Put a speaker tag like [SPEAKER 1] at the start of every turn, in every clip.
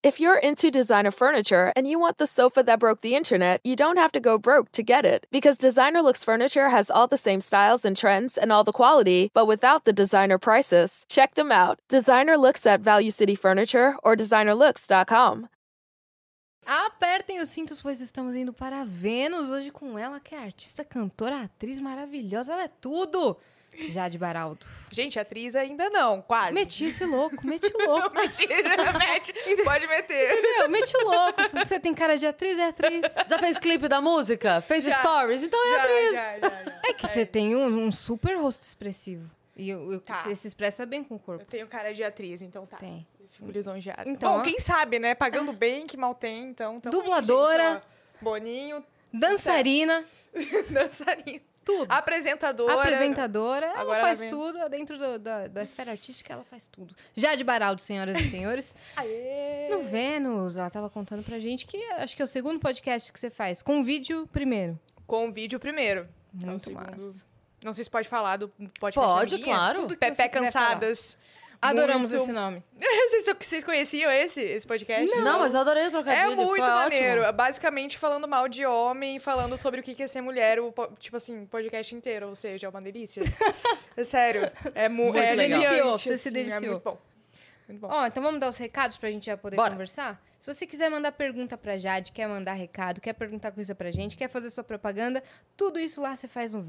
[SPEAKER 1] If you're into designer furniture and you want the sofa that broke the internet, you don't have to go broke to get it. Because Designer Looks Furniture has all the same styles and trends and all the quality, but without the designer prices. Check them out. Designer Looks at Value City Furniture or designerlooks.com.
[SPEAKER 2] Apertem os cintos, pois estamos indo para Vênus hoje com ela, que é artista, cantora, atriz maravilhosa. Ela é tudo! Jade Baraldo.
[SPEAKER 3] Gente, atriz ainda não, quase.
[SPEAKER 2] Meti esse louco, meti o louco.
[SPEAKER 3] Mentira, mete. Pode meter.
[SPEAKER 2] Meu, meti o louco. Falei que Você tem cara de atriz, é atriz.
[SPEAKER 4] Já fez clipe da música? Fez
[SPEAKER 3] Já.
[SPEAKER 4] stories? Então é atriz.
[SPEAKER 3] Já, já, já.
[SPEAKER 2] É que você tem um, um super rosto expressivo. E o- e o que
[SPEAKER 3] Tá.
[SPEAKER 2] você se expressa bem com o corpo.
[SPEAKER 3] Eu tenho cara de atriz, então tá.
[SPEAKER 2] Tem.
[SPEAKER 3] Fico lisonjeada.
[SPEAKER 2] Então,
[SPEAKER 3] Bom,
[SPEAKER 2] ó.
[SPEAKER 3] quem sabe, né? Pagando bem, que mal tem, então. tamo aí,
[SPEAKER 2] Dubladora.
[SPEAKER 3] gente, ó. Boninho,
[SPEAKER 2] Dançarina,
[SPEAKER 3] Tá. dançarina.
[SPEAKER 2] tudo.
[SPEAKER 3] Apresentadora.
[SPEAKER 2] Apresentadora, ela
[SPEAKER 3] Agora
[SPEAKER 2] faz
[SPEAKER 3] vem-
[SPEAKER 2] tudo. é Dentro do- da, da esfera artística, ela faz tudo. Jade Baraldo, senhoras e senhores.
[SPEAKER 3] Aê.
[SPEAKER 2] No Vênus, ela tava contando pra gente que acho que é o segundo podcast que você faz. Com vídeo primeiro.
[SPEAKER 3] Com o vídeo primeiro. É o
[SPEAKER 2] Muito
[SPEAKER 3] segundo.
[SPEAKER 2] massa.
[SPEAKER 3] Não sei se pode falar do podcast.
[SPEAKER 4] Pode,
[SPEAKER 3] de amiguinha.
[SPEAKER 4] claro.
[SPEAKER 2] Tudo que
[SPEAKER 3] Pepé
[SPEAKER 2] você quiser
[SPEAKER 3] Cansadas.
[SPEAKER 2] Adoramos
[SPEAKER 3] é Muito-
[SPEAKER 2] esse nome.
[SPEAKER 3] Vocês, vocês conheciam esse, esse podcast?
[SPEAKER 4] Não, mas eu adorei o
[SPEAKER 3] É
[SPEAKER 4] trocadilho.
[SPEAKER 3] muito
[SPEAKER 4] foi
[SPEAKER 3] maneiro.
[SPEAKER 4] Ótimo.
[SPEAKER 3] Basicamente falando mal de homem, falando sobre o que que é ser mulher, o po- tipo assim, podcast inteiro, ou seja, é uma delícia. é sério. É muito
[SPEAKER 4] Você
[SPEAKER 3] é
[SPEAKER 4] se deliciou,
[SPEAKER 3] aliviante,
[SPEAKER 2] você se
[SPEAKER 3] assim, É
[SPEAKER 2] deliciou.
[SPEAKER 3] muito bom. Muito bom.
[SPEAKER 2] Ó, então vamos dar os recados pra gente já poder
[SPEAKER 4] Bora.
[SPEAKER 2] conversar? Se você quiser mandar pergunta pra Jade, quer mandar recado, quer perguntar coisa pra gente, quer fazer sua propaganda, tudo isso lá você faz no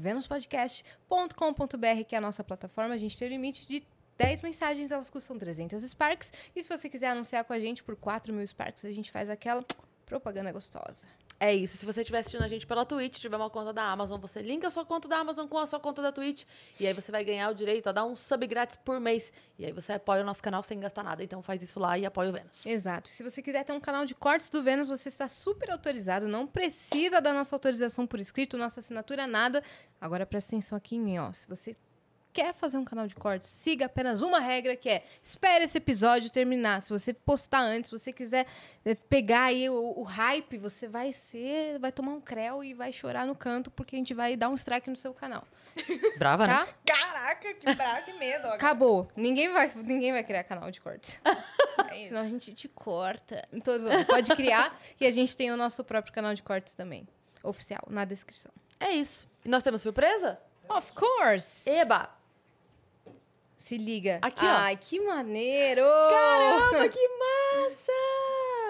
[SPEAKER 2] venuspodcast.com.br, que é a nossa plataforma. A gente tem o limite de 10 mensagens, elas custam 300 Sparks. E se você quiser anunciar com a gente por 4 mil Sparks, a gente faz aquela propaganda gostosa.
[SPEAKER 4] É isso. Se você estiver assistindo a gente pela Twitch, tiver uma conta da Amazon, você linka a sua conta da Amazon com a sua conta da Twitch. E aí você vai ganhar o direito a dar um sub grátis por mês. E aí você apoia o nosso canal sem gastar nada. Então faz isso lá e apoia o Vênus.
[SPEAKER 2] Exato. E Se você quiser ter um canal de cortes do Vênus, você está super autorizado. Não precisa da nossa autorização por escrito, nossa assinatura, nada. Agora presta atenção aqui em mim, ó. Se você quer fazer um canal de cortes, siga apenas uma regra que é espere esse episódio terminar. Se você postar antes, se você quiser eh, pegar aí o, o hype, você vai ser. Vai tomar um creu e vai chorar no canto, porque a gente vai dar um strike no seu canal.
[SPEAKER 4] Brava, né?
[SPEAKER 2] Tá?
[SPEAKER 3] Caraca, que bravo, que medo. ó.
[SPEAKER 2] Acabou. Ninguém vai, ninguém vai criar canal de cortes.
[SPEAKER 3] É isso.
[SPEAKER 2] Senão a gente te corta. Então, zoando. pode criar e a gente tem o nosso próprio canal de cortes também. Oficial, na descrição.
[SPEAKER 4] É isso. E nós temos surpresa?
[SPEAKER 2] Of course!
[SPEAKER 4] Eba!
[SPEAKER 2] Se liga.
[SPEAKER 4] Aqui, ó.
[SPEAKER 2] Ai, que maneiro! Caramba!
[SPEAKER 3] Caramba, que massa!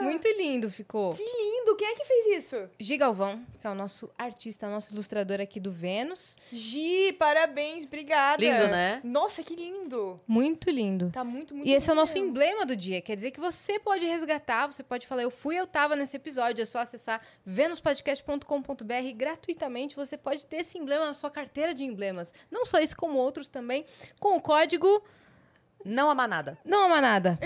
[SPEAKER 2] Muito lindo ficou.
[SPEAKER 3] Que lindo. Quem é que fez isso?
[SPEAKER 2] Gi Galvão, que é o nosso artista, nosso ilustrador aqui do Vênus.
[SPEAKER 3] Gi, parabéns, obrigada.
[SPEAKER 4] Lindo, né?
[SPEAKER 3] Nossa, que lindo.
[SPEAKER 2] Muito lindo.
[SPEAKER 3] Tá muito, muito
[SPEAKER 2] E esse é o nosso
[SPEAKER 3] lindo.
[SPEAKER 2] emblema do dia. Quer dizer que você pode resgatar, você pode falar, eu fui, eu tava nesse episódio. É só acessar venuspodcast.com.br e gratuitamente. Você pode ter esse emblema na sua carteira de emblemas. Não só esse, como outros também, com o código
[SPEAKER 4] Não ama nada.
[SPEAKER 2] Não Ama Nada.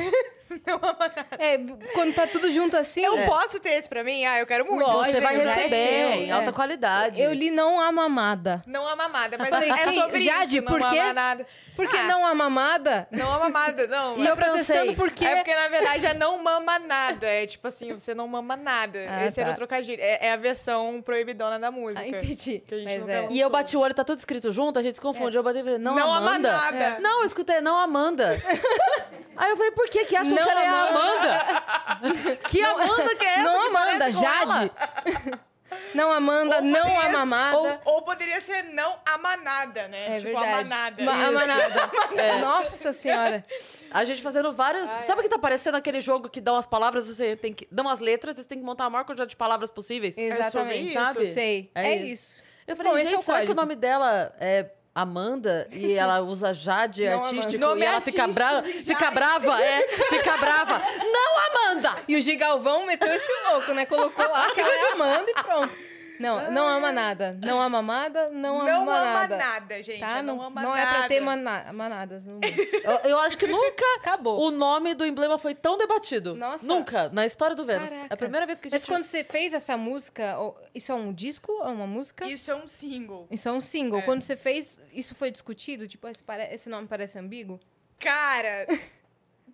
[SPEAKER 2] É, quando tá tudo junto assim.
[SPEAKER 3] Eu
[SPEAKER 2] é.
[SPEAKER 3] posso ter esse pra mim? Ah, eu quero muito.
[SPEAKER 2] Lógico,
[SPEAKER 4] você vai
[SPEAKER 3] gente,
[SPEAKER 2] vai
[SPEAKER 4] receber
[SPEAKER 2] ser,
[SPEAKER 4] em
[SPEAKER 2] é.
[SPEAKER 4] alta qualidade.
[SPEAKER 2] Eu li Não Há Mamada.
[SPEAKER 3] Não a mamada, mas
[SPEAKER 2] Falei,
[SPEAKER 3] é
[SPEAKER 2] que-
[SPEAKER 3] sobre
[SPEAKER 2] Assim, Jade,
[SPEAKER 3] isso.
[SPEAKER 2] por
[SPEAKER 3] não
[SPEAKER 2] quê?
[SPEAKER 3] ama nada.
[SPEAKER 2] Porque
[SPEAKER 3] Ah.
[SPEAKER 2] Não Há Mamada?
[SPEAKER 3] Não a mamada, não.
[SPEAKER 2] E
[SPEAKER 4] eu
[SPEAKER 2] eu protestando
[SPEAKER 4] pensei,
[SPEAKER 2] porque...
[SPEAKER 3] É porque, na verdade, é não mama nada. É tipo assim, você não mama nada.
[SPEAKER 4] Ah,
[SPEAKER 3] Esse era o
[SPEAKER 4] tá.
[SPEAKER 3] trocadilho. É, é a versão proibidona da música.
[SPEAKER 2] Ah, entendi.
[SPEAKER 3] Que a gente
[SPEAKER 2] Mas
[SPEAKER 3] nunca
[SPEAKER 2] é.
[SPEAKER 3] lançou.
[SPEAKER 4] E eu bati o olho, tá tudo escrito junto, a gente se confundiu. Eu bati e falei, não,
[SPEAKER 3] Não, ama
[SPEAKER 4] Amanda.
[SPEAKER 3] nada. É.
[SPEAKER 4] Não, eu escutei, não Amanda. Aí eu falei, por que que acham
[SPEAKER 2] Não,
[SPEAKER 4] que ela é a
[SPEAKER 2] Amanda.
[SPEAKER 4] Amanda? que Amanda que é essa?
[SPEAKER 2] Não
[SPEAKER 4] que
[SPEAKER 2] Amanda,
[SPEAKER 4] parece com
[SPEAKER 2] Jade.
[SPEAKER 4] ela?
[SPEAKER 2] Não Amanda,
[SPEAKER 3] Ou
[SPEAKER 2] não
[SPEAKER 3] poderia-
[SPEAKER 2] a mamada.
[SPEAKER 3] Ou, ou poderia ser não ama nada, né?
[SPEAKER 2] É
[SPEAKER 3] tipo,
[SPEAKER 2] verdade.
[SPEAKER 3] ama nada.
[SPEAKER 2] Ma- amanada.
[SPEAKER 3] É.
[SPEAKER 2] Nossa senhora.
[SPEAKER 4] A gente fazendo várias... Sabe o que tá parecendo aquele jogo que dá umas palavras, você tem que... Dá umas letras, você tem que montar a maior quantidade de palavras possíveis?
[SPEAKER 2] Exatamente.
[SPEAKER 3] isso?
[SPEAKER 2] sabe? É Sei.
[SPEAKER 4] É
[SPEAKER 2] É,
[SPEAKER 4] isso.
[SPEAKER 2] isso.
[SPEAKER 4] Eu falei,
[SPEAKER 2] Bom, esse
[SPEAKER 4] gente,
[SPEAKER 2] é o
[SPEAKER 4] será que o
[SPEAKER 2] código.
[SPEAKER 4] nome dela é Amanda e ela usa Jade
[SPEAKER 2] Não,
[SPEAKER 4] artístico
[SPEAKER 3] Amanda. Nome
[SPEAKER 4] e ela fica
[SPEAKER 3] artístico,
[SPEAKER 4] brava? Fica brava, é. Fica brava. Não Amanda!
[SPEAKER 2] E o Gigalvão meteu esse louco, né? Colocou lá que ela é Amanda e pronto. Não, não ama nada. Não ama mamada, não ama
[SPEAKER 3] Não ama
[SPEAKER 2] manada.
[SPEAKER 3] nada, gente.
[SPEAKER 2] Tá?
[SPEAKER 3] é
[SPEAKER 2] Não,
[SPEAKER 3] não, ama
[SPEAKER 2] não
[SPEAKER 3] nada.
[SPEAKER 2] é pra ter mana- manadas no mundo.
[SPEAKER 4] Eu, eu acho que nunca
[SPEAKER 2] Acabou.
[SPEAKER 4] o nome do emblema foi tão debatido.
[SPEAKER 2] Nossa.
[SPEAKER 4] Nunca, na história do Vênus. É
[SPEAKER 2] Caraca.
[SPEAKER 4] a primeira vez que a gente...
[SPEAKER 2] Mas quando você fez essa música, ou- isso é um disco? É uma música?
[SPEAKER 3] Isso é um single.
[SPEAKER 2] Isso é um single.
[SPEAKER 3] É.
[SPEAKER 2] Quando você fez, isso foi discutido? Tipo, esse, pare- esse nome parece ambíguo?
[SPEAKER 3] Cara,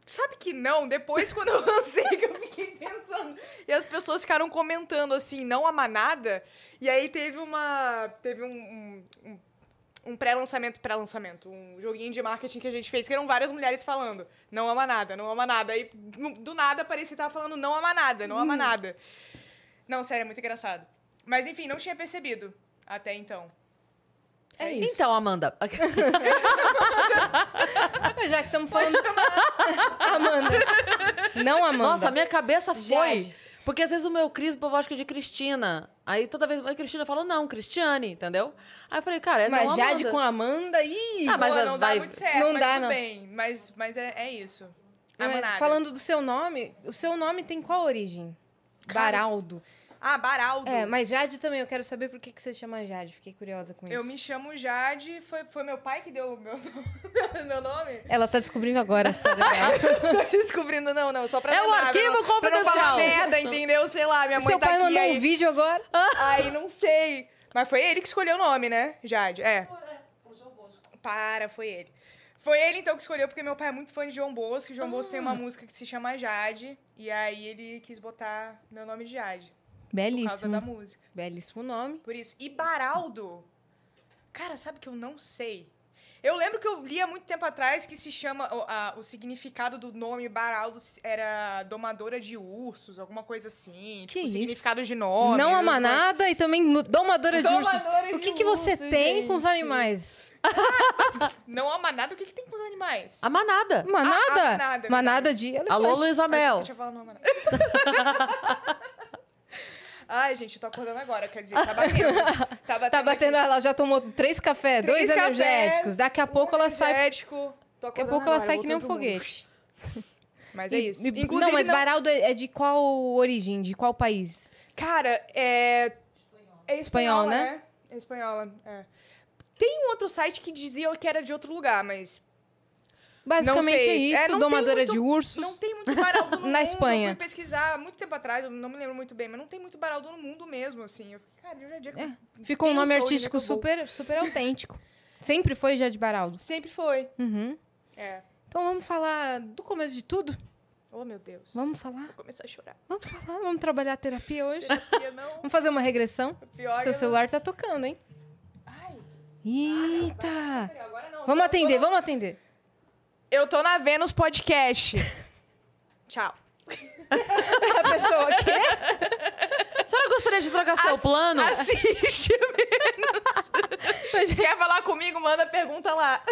[SPEAKER 3] sabe que não? Depois, quando eu lancei, que eu fiquei pensando. E as pessoas ficaram comentando assim, não a manada. E aí teve uma. Teve um. um- um- um pré-lançamento, pré-lançamento, um joguinho de marketing que a gente fez, que eram várias mulheres falando, não ama nada, não ama nada. E nu- do nada parecia que tava falando, não ama nada,
[SPEAKER 2] Hum.
[SPEAKER 3] não ama nada. Não, sério, é muito engraçado. Mas enfim, não tinha percebido até então.
[SPEAKER 2] É isso.
[SPEAKER 4] Então, Amanda.
[SPEAKER 2] já que estamos falando. Amanda. Não, Amanda.
[SPEAKER 4] Nossa, a minha cabeça foi.
[SPEAKER 2] Gente.
[SPEAKER 4] Porque às vezes o meu Cris, o povo acha que é de Cristina. Aí toda vez a Cristina falou, não, Cristiane, entendeu? Aí eu falei, cara, é
[SPEAKER 2] Mas
[SPEAKER 4] não,
[SPEAKER 2] Jade
[SPEAKER 4] Amanda.
[SPEAKER 2] com a Amanda e.
[SPEAKER 4] Ah, mas
[SPEAKER 3] Pô,
[SPEAKER 4] a-
[SPEAKER 3] não dá
[SPEAKER 4] vai-
[SPEAKER 3] muito certo,
[SPEAKER 2] não
[SPEAKER 3] mas
[SPEAKER 2] dá,
[SPEAKER 3] tudo
[SPEAKER 2] não.
[SPEAKER 3] bem. Mas, mas é, é isso. Ama nada.
[SPEAKER 2] Falando do seu nome, o seu nome tem qual origem?
[SPEAKER 3] Cara,
[SPEAKER 2] Baraldo.
[SPEAKER 3] Ah, Baraldo.
[SPEAKER 2] É, mas Jade também, eu quero saber por que, que você chama Jade. Fiquei curiosa com isso.
[SPEAKER 3] Eu me chamo Jade, foi, foi meu pai que deu o meu, meu nome?
[SPEAKER 2] Ela tá descobrindo agora a história dela.
[SPEAKER 3] Tô descobrindo, não, não, só pra
[SPEAKER 4] É o
[SPEAKER 3] lembrar, pra
[SPEAKER 4] arquivo
[SPEAKER 3] não- pra não falar
[SPEAKER 4] confidencial.
[SPEAKER 3] merda, entendeu? Sei lá, minha mãe
[SPEAKER 2] Seu
[SPEAKER 3] tá
[SPEAKER 2] pai
[SPEAKER 3] aqui,
[SPEAKER 2] mandou
[SPEAKER 3] aí,
[SPEAKER 2] um vídeo agora.
[SPEAKER 3] aí não sei. Mas foi ele que escolheu o nome, né, Jade? É. Para, foi ele. Foi ele, então, que escolheu, porque meu pai é muito fã de João Bosco, e João Bosco tem
[SPEAKER 2] Ah.
[SPEAKER 3] uma música que se chama Jade, e aí ele quis botar meu nome de Jade, por causa
[SPEAKER 2] Belíssimo.
[SPEAKER 3] da música.
[SPEAKER 2] Belíssimo nome.
[SPEAKER 3] Por isso. E Baraldo, cara, sabe que eu não sei. Eu lembro que eu li há muito tempo atrás que se chama. O, a- o significado do nome Baraldo s- era domadora de ursos, alguma coisa assim.
[SPEAKER 2] Que
[SPEAKER 3] tipo,
[SPEAKER 2] isso?
[SPEAKER 3] significado de nome.
[SPEAKER 2] não
[SPEAKER 3] essas
[SPEAKER 2] ama
[SPEAKER 3] coisas.
[SPEAKER 2] nada e também nu- domadora de
[SPEAKER 3] Domadora
[SPEAKER 2] ursos.
[SPEAKER 3] de
[SPEAKER 2] O que, que você
[SPEAKER 3] ursos,
[SPEAKER 2] tem com os
[SPEAKER 3] gente.
[SPEAKER 2] animais?
[SPEAKER 3] Não ama nada, o que, que tem com os animais?
[SPEAKER 4] A manada.
[SPEAKER 2] Manada?
[SPEAKER 3] ah, manada, é
[SPEAKER 2] manada de elefantes.
[SPEAKER 4] Alô, Luísa
[SPEAKER 3] Acho
[SPEAKER 4] Mel.
[SPEAKER 3] que você tinha falado não ama nada. Ai, gente, eu tô acordando agora, quer dizer, tá batendo. Tá batendo.
[SPEAKER 2] Tá batendo,
[SPEAKER 3] aqui.
[SPEAKER 2] ela já tomou três cafés,
[SPEAKER 3] Três
[SPEAKER 2] dois
[SPEAKER 3] cafés,
[SPEAKER 2] energéticos. Daqui a pouco ela sai.
[SPEAKER 3] Energético. Tô
[SPEAKER 2] Daqui a
[SPEAKER 3] acordando
[SPEAKER 2] pouco ela
[SPEAKER 3] agora,
[SPEAKER 2] sai que nem um
[SPEAKER 3] voltando pro mundo.
[SPEAKER 2] foguete.
[SPEAKER 3] Mas
[SPEAKER 2] E-
[SPEAKER 3] é isso.
[SPEAKER 2] e- não, mas Baraldo é é de qual origem? De qual país?
[SPEAKER 3] Cara, é. É
[SPEAKER 2] Espanhol,
[SPEAKER 3] espanhola,
[SPEAKER 2] né?
[SPEAKER 3] né? É espanhola, é. Tem um outro site que dizia que era de outro lugar, mas
[SPEAKER 2] Basicamente é
[SPEAKER 3] sei. É,
[SPEAKER 2] isso,
[SPEAKER 3] não tem
[SPEAKER 2] domadora
[SPEAKER 3] muito-
[SPEAKER 2] de ursos.
[SPEAKER 3] não tem muito baraldo no
[SPEAKER 2] Na
[SPEAKER 3] mundo.
[SPEAKER 2] Espanha.
[SPEAKER 3] Eu fui pesquisar há muito tempo atrás, eu não me lembro muito bem, mas não tem muito baraldo no mundo mesmo, assim. Eu fiquei, cara, eu já dia que eu-
[SPEAKER 2] Ficou um
[SPEAKER 3] Quem eu
[SPEAKER 2] nome
[SPEAKER 3] sou,
[SPEAKER 2] artístico
[SPEAKER 3] onde é que eu vou?
[SPEAKER 2] super, super autêntico. Sempre foi Jade Baraldo.
[SPEAKER 3] Sempre foi.
[SPEAKER 2] Uhum.
[SPEAKER 3] É.
[SPEAKER 2] Então vamos falar do começo de tudo?
[SPEAKER 3] Oh, meu Deus.
[SPEAKER 2] Vamos falar?
[SPEAKER 3] Vou começar a chorar.
[SPEAKER 2] Vamos falar? Vamos trabalhar a terapia hoje?
[SPEAKER 3] Terapia, não.
[SPEAKER 2] Vamos fazer uma regressão?
[SPEAKER 3] Pior eu
[SPEAKER 2] Seu
[SPEAKER 3] não-
[SPEAKER 2] celular tá tocando, hein?
[SPEAKER 3] Ai,
[SPEAKER 2] Eita!
[SPEAKER 3] agora não.
[SPEAKER 2] Vamos
[SPEAKER 3] Eu tô-
[SPEAKER 2] atender, vamos atender.
[SPEAKER 3] Eu tô na Vênus Podcast. Tchau.
[SPEAKER 2] A pessoa aqui.
[SPEAKER 4] A senhora gostaria de trocar seu plano?
[SPEAKER 3] Assiste Vênus. Se quer falar comigo, manda pergunta lá.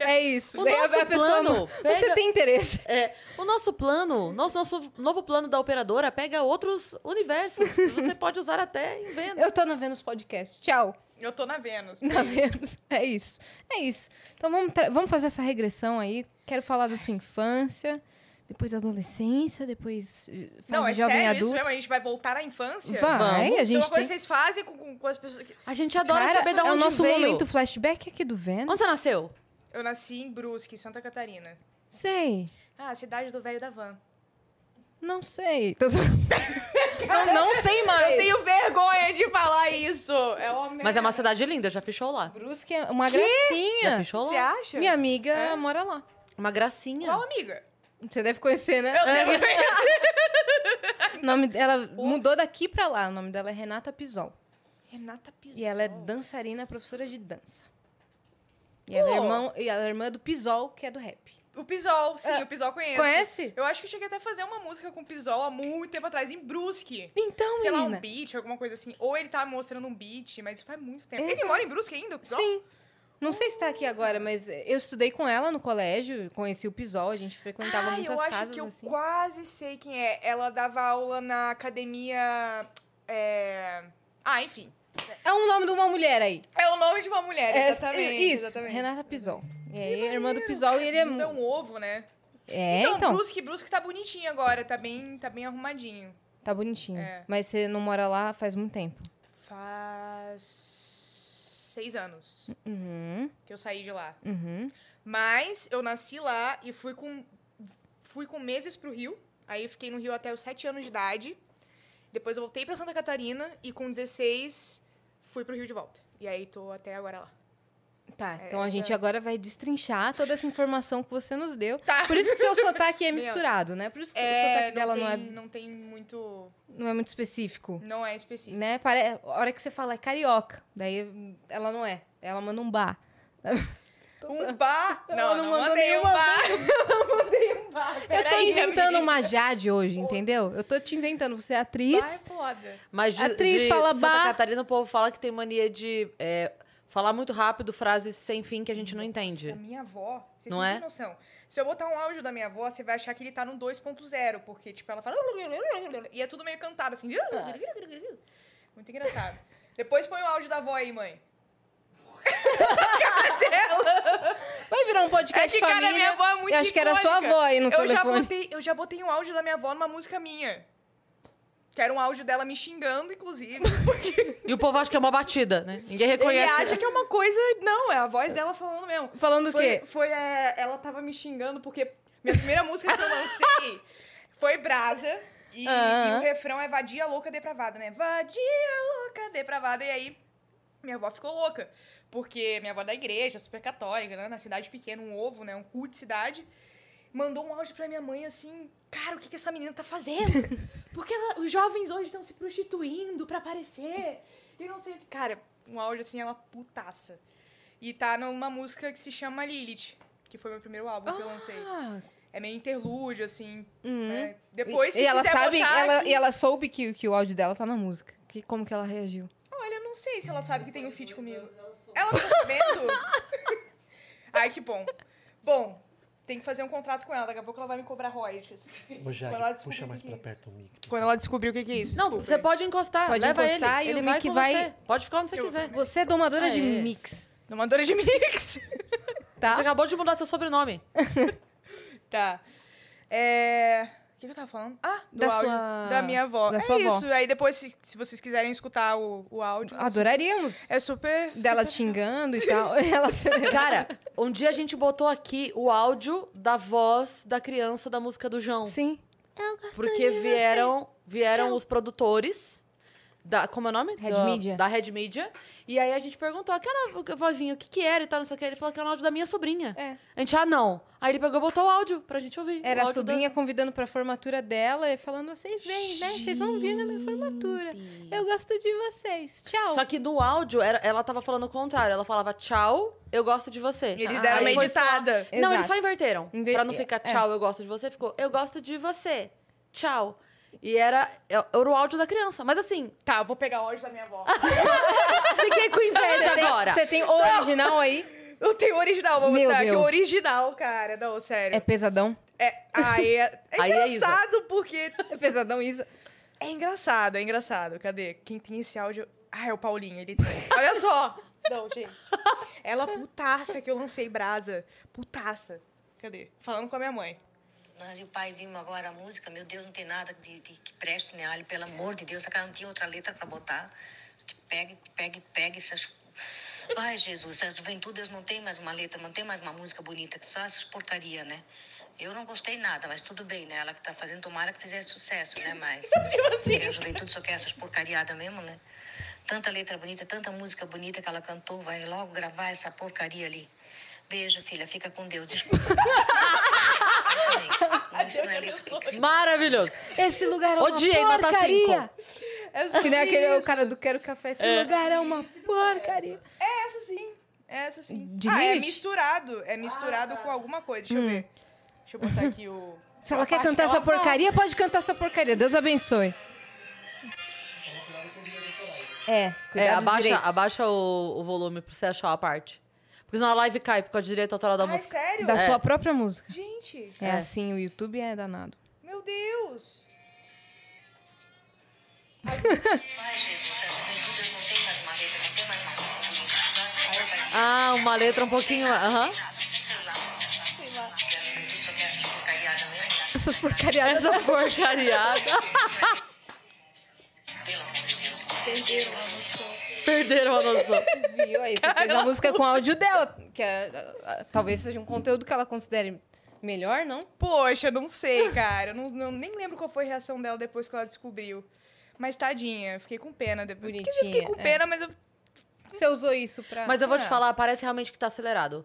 [SPEAKER 2] É isso.
[SPEAKER 4] O
[SPEAKER 2] Daí a-
[SPEAKER 4] nosso
[SPEAKER 2] a pessoa
[SPEAKER 4] plano
[SPEAKER 2] não-
[SPEAKER 4] pega-
[SPEAKER 2] Você tem interesse.
[SPEAKER 4] É, o nosso plano, nosso, nosso novo plano da operadora pega outros universos. que Você pode usar até em venda.
[SPEAKER 2] Eu tô na Vênus Podcast. Tchau.
[SPEAKER 3] Eu tô na Vênus.
[SPEAKER 2] Na Vênus. É isso. É isso. Então vamos, tra- vamos fazer essa regressão aí. Quero falar da sua infância, depois adolescência, depois eh, fase
[SPEAKER 3] Não, é
[SPEAKER 2] jovem
[SPEAKER 3] sério isso
[SPEAKER 2] adulto.
[SPEAKER 3] mesmo? A gente vai voltar à infância?
[SPEAKER 2] Vai,
[SPEAKER 4] Vamos.
[SPEAKER 2] a
[SPEAKER 3] Isso é
[SPEAKER 2] gente
[SPEAKER 3] uma coisa
[SPEAKER 2] tem...
[SPEAKER 3] que vocês fazem com, com- com as pessoas que...
[SPEAKER 4] A gente adora
[SPEAKER 2] Cara,
[SPEAKER 4] saber de onde
[SPEAKER 2] é o nosso
[SPEAKER 4] veio.
[SPEAKER 2] momento flashback aqui do Vênus.
[SPEAKER 4] Onde
[SPEAKER 3] tá
[SPEAKER 4] você nasceu?
[SPEAKER 3] Eu nasci em Brusque, Santa Catarina.
[SPEAKER 2] Sei.
[SPEAKER 3] Ah, cidade do velho da van.
[SPEAKER 2] Não sei. Tô- não, não sei mais.
[SPEAKER 3] Eu tenho vergonha de falar isso. É uma merda.
[SPEAKER 4] Mas é uma cidade linda, já fechou lá.
[SPEAKER 2] Brusque é uma
[SPEAKER 4] Já
[SPEAKER 2] gracinha.
[SPEAKER 4] fechou
[SPEAKER 3] Você
[SPEAKER 4] lá.
[SPEAKER 3] acha?
[SPEAKER 2] Minha amiga
[SPEAKER 3] É?
[SPEAKER 2] mora lá.
[SPEAKER 4] Uma gracinha.
[SPEAKER 3] Qual amiga?
[SPEAKER 2] Você deve conhecer, né?
[SPEAKER 3] Eu devo conhecer.
[SPEAKER 2] O nome dela mudou daqui pra lá. O nome dela é Renata Pisol.
[SPEAKER 3] Renata Pisol.
[SPEAKER 2] E ela é dançarina, professora de dança. E ela, é
[SPEAKER 3] Pô.
[SPEAKER 2] irmão, e ela é irmã do Pisol, que é do rap.
[SPEAKER 3] O Pisol, sim, o Pisol conheço.
[SPEAKER 2] É. Conhece?
[SPEAKER 3] Eu acho que eu cheguei até a fazer uma música com o Pisol há muito tempo atrás, em Brusque.
[SPEAKER 2] Então,
[SPEAKER 3] Sei lá, um
[SPEAKER 2] menina.
[SPEAKER 3] beat, alguma coisa assim. Ou ele tá mostrando um beat, mas faz muito tempo. Ele
[SPEAKER 2] Exato.
[SPEAKER 3] mora em Brusque ainda, o Pisol?
[SPEAKER 2] Sim. Não sei se tá aqui agora, mas eu estudei com ela no colégio, conheci o Pisol, a gente frequentava
[SPEAKER 3] Ah,
[SPEAKER 2] muitas
[SPEAKER 3] eu acho
[SPEAKER 2] casas
[SPEAKER 3] que eu
[SPEAKER 2] assim.
[SPEAKER 3] quase sei quem é. Ela dava aula na academia. é, Ah, enfim.
[SPEAKER 2] É um nome de uma mulher aí.
[SPEAKER 3] É o nome de uma mulher,
[SPEAKER 2] É,
[SPEAKER 3] exatamente.
[SPEAKER 2] Isso,
[SPEAKER 3] exatamente.
[SPEAKER 2] Renata Pisol. É irmã do Pisol e ele é. mu-
[SPEAKER 3] Então, um ovo, né?
[SPEAKER 2] É,
[SPEAKER 3] então,
[SPEAKER 2] então.
[SPEAKER 3] Brusque, Brusque tá bonitinho agora, tá bem, tá bem arrumadinho.
[SPEAKER 2] Tá bonitinho.
[SPEAKER 3] É.
[SPEAKER 2] Mas você não mora lá faz muito tempo.
[SPEAKER 3] Faz seis anos
[SPEAKER 2] Uhum,
[SPEAKER 3] que eu saí de lá.
[SPEAKER 2] uhum.
[SPEAKER 3] Mas eu nasci lá e fui com, fui com meses pro Rio. Aí eu fiquei no Rio até os 7 anos de idade. Depois eu voltei pra Santa Catarina e com 16 fui pro Rio de volta. E aí tô até agora lá.
[SPEAKER 2] Tá, então a
[SPEAKER 3] É, essa-
[SPEAKER 2] gente agora vai destrinchar toda essa informação que você nos deu.
[SPEAKER 3] Tá.
[SPEAKER 2] Por isso que seu sotaque é
[SPEAKER 3] Meu.
[SPEAKER 2] misturado, né? Por isso que o
[SPEAKER 3] É,
[SPEAKER 2] sotaque dela
[SPEAKER 3] não, tem,
[SPEAKER 2] não, é,
[SPEAKER 3] não tem muito.
[SPEAKER 2] não é muito específico.
[SPEAKER 3] Não é específico.
[SPEAKER 2] Né? Pare... A hora que você fala é carioca, daí hum, ela não é. Ela manda um bar.
[SPEAKER 3] Um bar? Não,
[SPEAKER 2] Ela
[SPEAKER 3] não,
[SPEAKER 2] não mandou
[SPEAKER 3] mandei um
[SPEAKER 2] nenhuma
[SPEAKER 3] bar. não mandei um bar.
[SPEAKER 2] Eu tô
[SPEAKER 3] Peraí,
[SPEAKER 2] inventando
[SPEAKER 3] amiga.
[SPEAKER 2] uma Jade hoje, entendeu? Eu tô te inventando. Você é atriz.
[SPEAKER 3] Bar é foda.
[SPEAKER 4] Mas de,
[SPEAKER 2] Atriz
[SPEAKER 4] de
[SPEAKER 2] fala
[SPEAKER 4] Santa
[SPEAKER 2] bar.
[SPEAKER 4] Catarina, o povo fala que tem mania de é, falar muito rápido frases sem fim que a gente não
[SPEAKER 3] Nossa,
[SPEAKER 4] entende.
[SPEAKER 3] minha avó, vocês
[SPEAKER 4] Não
[SPEAKER 3] não
[SPEAKER 4] é?
[SPEAKER 3] têm noção. Se eu botar um áudio da minha avó, você vai achar que ele tá no 2.0, porque, tipo, ela fala. E é tudo meio cantado, assim. Muito engraçado. Depois põe o áudio da avó aí, mãe.
[SPEAKER 2] Vai virar um podcast
[SPEAKER 3] É que, cara,
[SPEAKER 2] família.
[SPEAKER 3] minha avó é muito
[SPEAKER 2] Eu acho que era sua
[SPEAKER 3] icônica.
[SPEAKER 2] avó aí no
[SPEAKER 3] eu já,
[SPEAKER 2] telefone.
[SPEAKER 3] botei, eu já botei um áudio da minha avó numa música minha. Que era um áudio dela me xingando, inclusive.
[SPEAKER 4] E o povo acha que é uma batida, né? Ninguém
[SPEAKER 3] Ele
[SPEAKER 4] reconhece.
[SPEAKER 3] acha que é uma coisa. Não, é a voz dela falando mesmo.
[SPEAKER 2] Falando o
[SPEAKER 3] Foi,
[SPEAKER 2] quê?
[SPEAKER 3] foi é, ela tava me xingando porque minha primeira música que eu lancei foi Brasa. E,
[SPEAKER 2] Ah.
[SPEAKER 3] e o refrão é vadia louca depravada, né? Vadia louca depravada. E aí minha avó ficou louca. Porque minha avó é da igreja, super católica, né? Na cidade pequena, um ovo, né? Um cu de cidade. Mandou um áudio pra minha mãe assim: Cara, o que, que essa menina tá fazendo? Porque ela- os jovens hoje estão se prostituindo pra aparecer. E não sei o que. Cara, um áudio assim, ela putaça. E tá numa música que se chama Lilith, que foi meu primeiro álbum que eu lancei.
[SPEAKER 2] Ah,
[SPEAKER 3] É meio interlúdio, assim.
[SPEAKER 2] uhum.
[SPEAKER 3] né? Depois,
[SPEAKER 2] e,
[SPEAKER 3] se
[SPEAKER 2] e ela
[SPEAKER 3] quiser
[SPEAKER 2] sabe,
[SPEAKER 3] botar
[SPEAKER 2] ela,
[SPEAKER 3] aqui-
[SPEAKER 2] e ela soube que, que o áudio dela tá na música. Que, como que ela reagiu?
[SPEAKER 3] Olha, não sei se ela sabe que tem um feat comigo. Ela tá sabendo? Ai, que bom. Bom, tem que fazer um contrato com ela. Daqui a pouco ela vai me cobrar royalties.
[SPEAKER 5] Ô, Jade,
[SPEAKER 3] Quando ela descobrir
[SPEAKER 5] puxa
[SPEAKER 3] o
[SPEAKER 5] mais
[SPEAKER 3] que
[SPEAKER 5] pra
[SPEAKER 3] que é
[SPEAKER 5] perto o mic.
[SPEAKER 3] Quando ela descobriu o que, que é isso.
[SPEAKER 4] Não,
[SPEAKER 3] desculpa.
[SPEAKER 4] você pode encostar.
[SPEAKER 2] Pode
[SPEAKER 4] leva
[SPEAKER 2] encostar
[SPEAKER 4] ele.
[SPEAKER 2] e
[SPEAKER 4] ele
[SPEAKER 2] o
[SPEAKER 4] vai
[SPEAKER 2] Mickey
[SPEAKER 4] com
[SPEAKER 2] vai-
[SPEAKER 4] você. Pode ficar onde você quiser.
[SPEAKER 2] Você é domadora de
[SPEAKER 4] Aê.
[SPEAKER 2] mix,
[SPEAKER 3] Domadora de mix.
[SPEAKER 4] Você
[SPEAKER 2] tá?
[SPEAKER 4] acabou de mudar seu sobrenome.
[SPEAKER 3] Tá. É... O que, que eu tava falando? Ah, do
[SPEAKER 2] Da
[SPEAKER 3] áudio
[SPEAKER 2] sua-
[SPEAKER 3] da minha avó.
[SPEAKER 2] da
[SPEAKER 3] é
[SPEAKER 2] sua avó.
[SPEAKER 3] isso. Aí depois, se, se vocês quiserem escutar o, o áudio.
[SPEAKER 2] Adoraríamos.
[SPEAKER 3] É super.
[SPEAKER 2] Dela te xingando e tal. Ela
[SPEAKER 4] Cara, um dia a gente botou aqui o áudio da voz da criança da música do João.
[SPEAKER 2] Sim.
[SPEAKER 4] Porque vieram, vieram os produtores da. Como é o nome?
[SPEAKER 2] Red
[SPEAKER 4] da,
[SPEAKER 2] Media.
[SPEAKER 4] Da Red Media. E aí a gente perguntou, aquela vozinha, o que que era e tal, não sei o que. Ele falou que era o áudio da minha sobrinha.
[SPEAKER 2] É.
[SPEAKER 4] A gente, ah, não. Aí ele pegou e botou o áudio pra gente ouvir. O
[SPEAKER 2] Era a
[SPEAKER 4] áudio
[SPEAKER 2] sobrinha convidando pra formatura dela e falando: vocês vêm, né? Vocês vão vir na minha formatura. Eu gosto de vocês.
[SPEAKER 4] da-
[SPEAKER 2] Tchau.
[SPEAKER 4] Só que no áudio, era- ela tava falando o contrário. Ela falava, tchau, eu gosto de você.
[SPEAKER 3] Eles
[SPEAKER 4] Ah,
[SPEAKER 3] deram
[SPEAKER 4] aí
[SPEAKER 3] uma
[SPEAKER 4] foi só-
[SPEAKER 3] editada.
[SPEAKER 4] Não, eles
[SPEAKER 2] Exato.
[SPEAKER 4] só inverteram.
[SPEAKER 2] Inver- é.
[SPEAKER 4] Pra não ficar tchau, eu gosto de você, ficou eu gosto de você. Tchau. E era, é, era o áudio da criança. Mas assim,
[SPEAKER 3] Tá, eu vou pegar o áudio da minha avó.
[SPEAKER 4] fiquei com
[SPEAKER 2] Você
[SPEAKER 4] inveja
[SPEAKER 2] tem-
[SPEAKER 4] agora.
[SPEAKER 2] Você tem o original aí?
[SPEAKER 3] Eu tenho o original, vou
[SPEAKER 2] Meu
[SPEAKER 3] botar aqui. O
[SPEAKER 2] Deus.
[SPEAKER 3] original, cara. Não, sério.
[SPEAKER 2] É pesadão?
[SPEAKER 3] É, aí é, é
[SPEAKER 4] Aí é Isa.
[SPEAKER 3] engraçado porque.
[SPEAKER 2] É pesadão, Isa.
[SPEAKER 3] É engraçado, é engraçado. Cadê? Quem tem esse áudio. Ah, é o Paulinho, ele tem. Olha só! Não, gente. Ela putaça que eu lancei brasa. Putaça. Cadê? Falando com a minha mãe.
[SPEAKER 6] Anjo Pai vimos agora a música, meu Deus, não tem nada de, de que preste, né, Ali? Pelo amor de Deus, cara não tinha outra letra para botar. Pegue, pegue, pegue essas. Ai, Jesus, a juventude eles não tem mais uma letra, não tem mais uma música bonita, que só essas porcaria, né? Eu não gostei nada, mas tudo bem, né? Ela que tá fazendo, tomara que fizesse sucesso, né? Mas. porque A juventude só quer essas porcariadas mesmo, né? Tanta letra bonita, tanta música bonita que ela cantou, vai logo gravar essa porcaria ali. Beijo, filha, fica com Deus. Desculpa. Amém. Isso não é letra. que-
[SPEAKER 4] Maravilhoso.
[SPEAKER 2] Esse lugar é uma
[SPEAKER 4] Odiei, nota
[SPEAKER 2] porcaria.
[SPEAKER 3] É sobre
[SPEAKER 2] Que nem aquele
[SPEAKER 3] isso.
[SPEAKER 2] o cara do Quero Café. Esse lugar é uma porcaria.
[SPEAKER 3] É essa sim. É essa sim.
[SPEAKER 2] De
[SPEAKER 3] ah, é
[SPEAKER 2] Lilith?
[SPEAKER 3] misturado. É misturado com alguma coisa. Deixa eu ver. Deixa eu botar aqui o.
[SPEAKER 2] Se ela
[SPEAKER 3] a
[SPEAKER 2] quer
[SPEAKER 3] parte
[SPEAKER 2] cantar
[SPEAKER 3] que
[SPEAKER 2] essa
[SPEAKER 3] ela fala.
[SPEAKER 2] porcaria, pode cantar essa porcaria. Deus abençoe. É,
[SPEAKER 4] É,
[SPEAKER 2] cuidado dos
[SPEAKER 4] abaixa,
[SPEAKER 2] direitos.
[SPEAKER 4] abaixa o, o volume pra você achar a parte. Porque senão a live cai por causa do direito autoral da
[SPEAKER 3] Ai,
[SPEAKER 4] música.
[SPEAKER 3] sério?
[SPEAKER 2] Da sua própria música.
[SPEAKER 3] Gente,
[SPEAKER 2] É.
[SPEAKER 4] É.
[SPEAKER 2] assim, o YouTube é danado.
[SPEAKER 3] meu Deus.
[SPEAKER 6] Ai, Jesus, a juventude não tem mais uma letra, não tem mais uma música bonita. Nossa, que porcaria.
[SPEAKER 4] Ah, uma letra um pouquinho. Aham.
[SPEAKER 6] Sei lá. Sei lá. Porque a juventude só quer essa porcariada mesmo, né?
[SPEAKER 2] Essas porcarias.
[SPEAKER 4] Essa porcariada.
[SPEAKER 6] Pelo amor de Deus.
[SPEAKER 4] Perderam a noção.
[SPEAKER 2] Viu aí? Você fez a música com áudio dela, que é, ah, ah, talvez seja um conteúdo que ela considere melhor, não?
[SPEAKER 3] Poxa, não sei, cara. Eu Não, não- nem lembro qual foi a reação dela depois que ela descobriu. Mas tadinha, fiquei com pena depois. Quer dizer,
[SPEAKER 2] Bonitinha,
[SPEAKER 3] fiquei com
[SPEAKER 2] é.
[SPEAKER 3] pena, mas eu
[SPEAKER 2] Você usou isso pra.
[SPEAKER 4] Mas eu vou te
[SPEAKER 3] Ah.
[SPEAKER 4] falar, parece realmente que tá acelerado.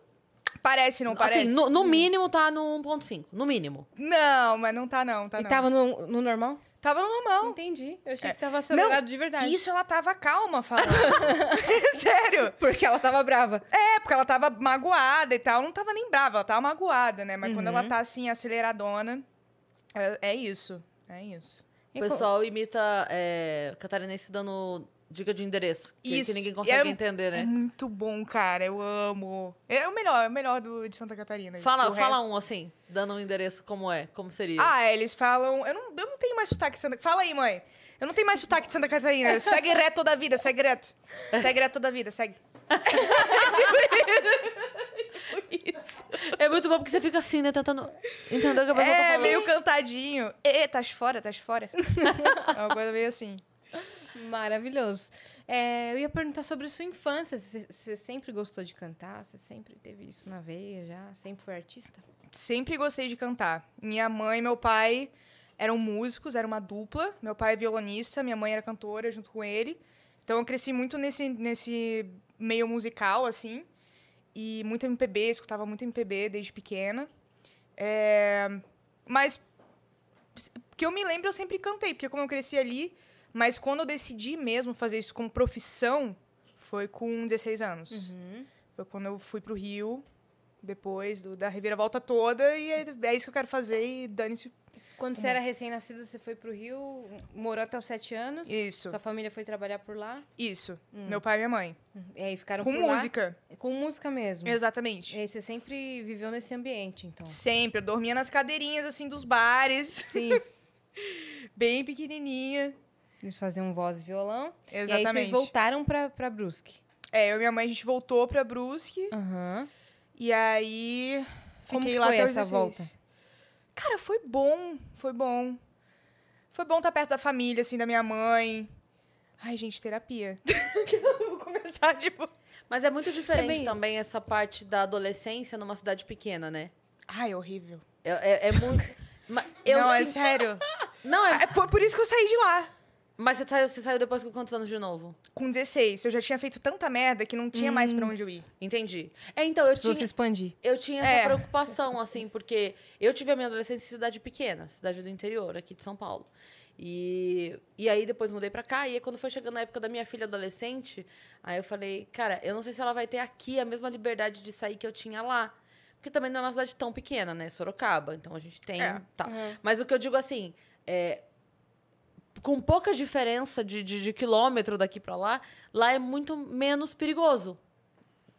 [SPEAKER 3] Parece, não parece?
[SPEAKER 4] Assim, no, no mínimo tá no 1.5. No mínimo.
[SPEAKER 3] Não, mas não tá não, tá
[SPEAKER 2] E
[SPEAKER 3] não.
[SPEAKER 2] tava no, no normal?
[SPEAKER 3] Tava no normal.
[SPEAKER 2] Entendi. Eu achei
[SPEAKER 3] É.
[SPEAKER 2] que tava acelerado de verdade.
[SPEAKER 3] Isso ela tava calma falando. Sério.
[SPEAKER 2] Porque ela tava brava.
[SPEAKER 3] É, porque ela tava magoada e tal. Não tava nem brava, ela tava magoada, né? Mas quando
[SPEAKER 4] Uhum.
[SPEAKER 3] ela tá assim, aceleradona, é, é isso. É isso.
[SPEAKER 4] O
[SPEAKER 2] E co-
[SPEAKER 4] pessoal imita é, catarinense dando dica de endereço. Que,
[SPEAKER 3] Isso.
[SPEAKER 4] que ninguém
[SPEAKER 3] E
[SPEAKER 4] consegue
[SPEAKER 3] é-
[SPEAKER 4] entender,
[SPEAKER 3] É
[SPEAKER 4] né?
[SPEAKER 3] muito bom, cara. Eu amo. É o melhor, é o melhor do, de Santa Catarina.
[SPEAKER 4] Fala,
[SPEAKER 3] O
[SPEAKER 4] fala
[SPEAKER 3] resto-
[SPEAKER 4] um, assim, dando um endereço como é, como seria.
[SPEAKER 3] Ah, é, eles falam. Eu não, eu não tenho mais sotaque de Santa Fala aí, mãe. Eu não tenho mais sotaque de Santa Catarina. Segue reto toda a vida, segue reto. Segue reto toda a vida, segue.
[SPEAKER 4] É muito bom porque você fica assim, né? Tentando entender o que a pessoa tá
[SPEAKER 3] É,
[SPEAKER 4] falando.
[SPEAKER 3] meio cantadinho. Ê, tás fora, tás fora. é uma coisa meio assim.
[SPEAKER 2] Maravilhoso. É, eu ia perguntar sobre a sua infância. Você você sempre gostou de cantar? Você sempre teve isso na veia já? Sempre foi artista?
[SPEAKER 3] sempre gostei de cantar. Minha mãe e meu pai eram músicos, era uma dupla. Meu pai é violonista, minha mãe era cantora junto com ele. Então eu cresci muito nesse, nesse meio musical, assim. E muito MPB, escutava muito MPB desde pequena. É, Mas que eu me lembro, eu sempre cantei, porque como eu cresci ali, mas quando eu decidi mesmo fazer isso como profissão, foi com 16 anos. Foi quando eu fui pro Rio, depois do, da reviravolta toda, e é, é isso que eu quero fazer, e dane-se.
[SPEAKER 2] Quando você era recém-nascida, você foi pro Rio, morou até os sete anos.
[SPEAKER 3] Isso.
[SPEAKER 2] Sua família foi trabalhar por lá.
[SPEAKER 3] Isso.
[SPEAKER 2] Hum.
[SPEAKER 3] Meu pai e minha mãe.
[SPEAKER 2] E aí ficaram
[SPEAKER 3] Com
[SPEAKER 2] por
[SPEAKER 3] música.
[SPEAKER 2] lá. Com música mesmo. E
[SPEAKER 3] Exatamente.
[SPEAKER 2] aí você sempre viveu nesse ambiente, então.
[SPEAKER 3] Sempre. Eu dormia nas cadeirinhas, assim, dos bares,
[SPEAKER 2] Sim.
[SPEAKER 3] bem pequenininha.
[SPEAKER 2] Eles faziam voz e violão. E aí vocês
[SPEAKER 3] Exatamente.
[SPEAKER 2] voltaram pra, pra Brusque.
[SPEAKER 3] é, eu e minha mãe, a gente voltou pra Brusque,
[SPEAKER 2] Aham.
[SPEAKER 3] e aí...
[SPEAKER 2] Como
[SPEAKER 3] fiquei
[SPEAKER 2] que
[SPEAKER 3] lá
[SPEAKER 2] foi
[SPEAKER 3] até os
[SPEAKER 2] essa
[SPEAKER 3] 16.
[SPEAKER 2] volta?
[SPEAKER 3] Cara, foi bom, foi bom. Foi bom estar perto da família, assim, da minha mãe. Ai, gente, terapia. eu vou começar, tipo...
[SPEAKER 4] Mas é muito diferente
[SPEAKER 2] bem
[SPEAKER 4] também essa parte da adolescência numa cidade pequena, né?
[SPEAKER 3] Ai, horrível.
[SPEAKER 4] É, é- é muito. Ma- eu
[SPEAKER 3] não, é
[SPEAKER 4] sin-
[SPEAKER 3] sério.
[SPEAKER 4] Não, é-
[SPEAKER 3] É, foi por isso que eu saí de lá.
[SPEAKER 4] Mas você saiu, você saiu depois com quantos anos de novo?
[SPEAKER 3] Com 16, eu já tinha feito tanta merda que não tinha mais pra
[SPEAKER 4] Hum.
[SPEAKER 3] onde eu ir.
[SPEAKER 4] Entendi. É, então, eu
[SPEAKER 2] Precisou se
[SPEAKER 4] tinha,
[SPEAKER 2] expandir.
[SPEAKER 4] eu tinha essa
[SPEAKER 3] É.
[SPEAKER 4] preocupação, assim, porque eu tive a minha adolescência em cidade pequena, cidade do interior, aqui de São Paulo. E, e aí depois mudei pra cá, e aí quando foi chegando a época da minha filha adolescente, aí eu falei, cara, eu não sei se ela vai ter aqui a mesma liberdade de sair que eu tinha lá. Porque também não é uma cidade tão pequena, né? Sorocaba, então a gente tem.
[SPEAKER 3] É.
[SPEAKER 4] Tá. Mas o que eu digo assim, é, com pouca diferença de, de, de quilômetro daqui pra lá, lá é muito menos perigoso.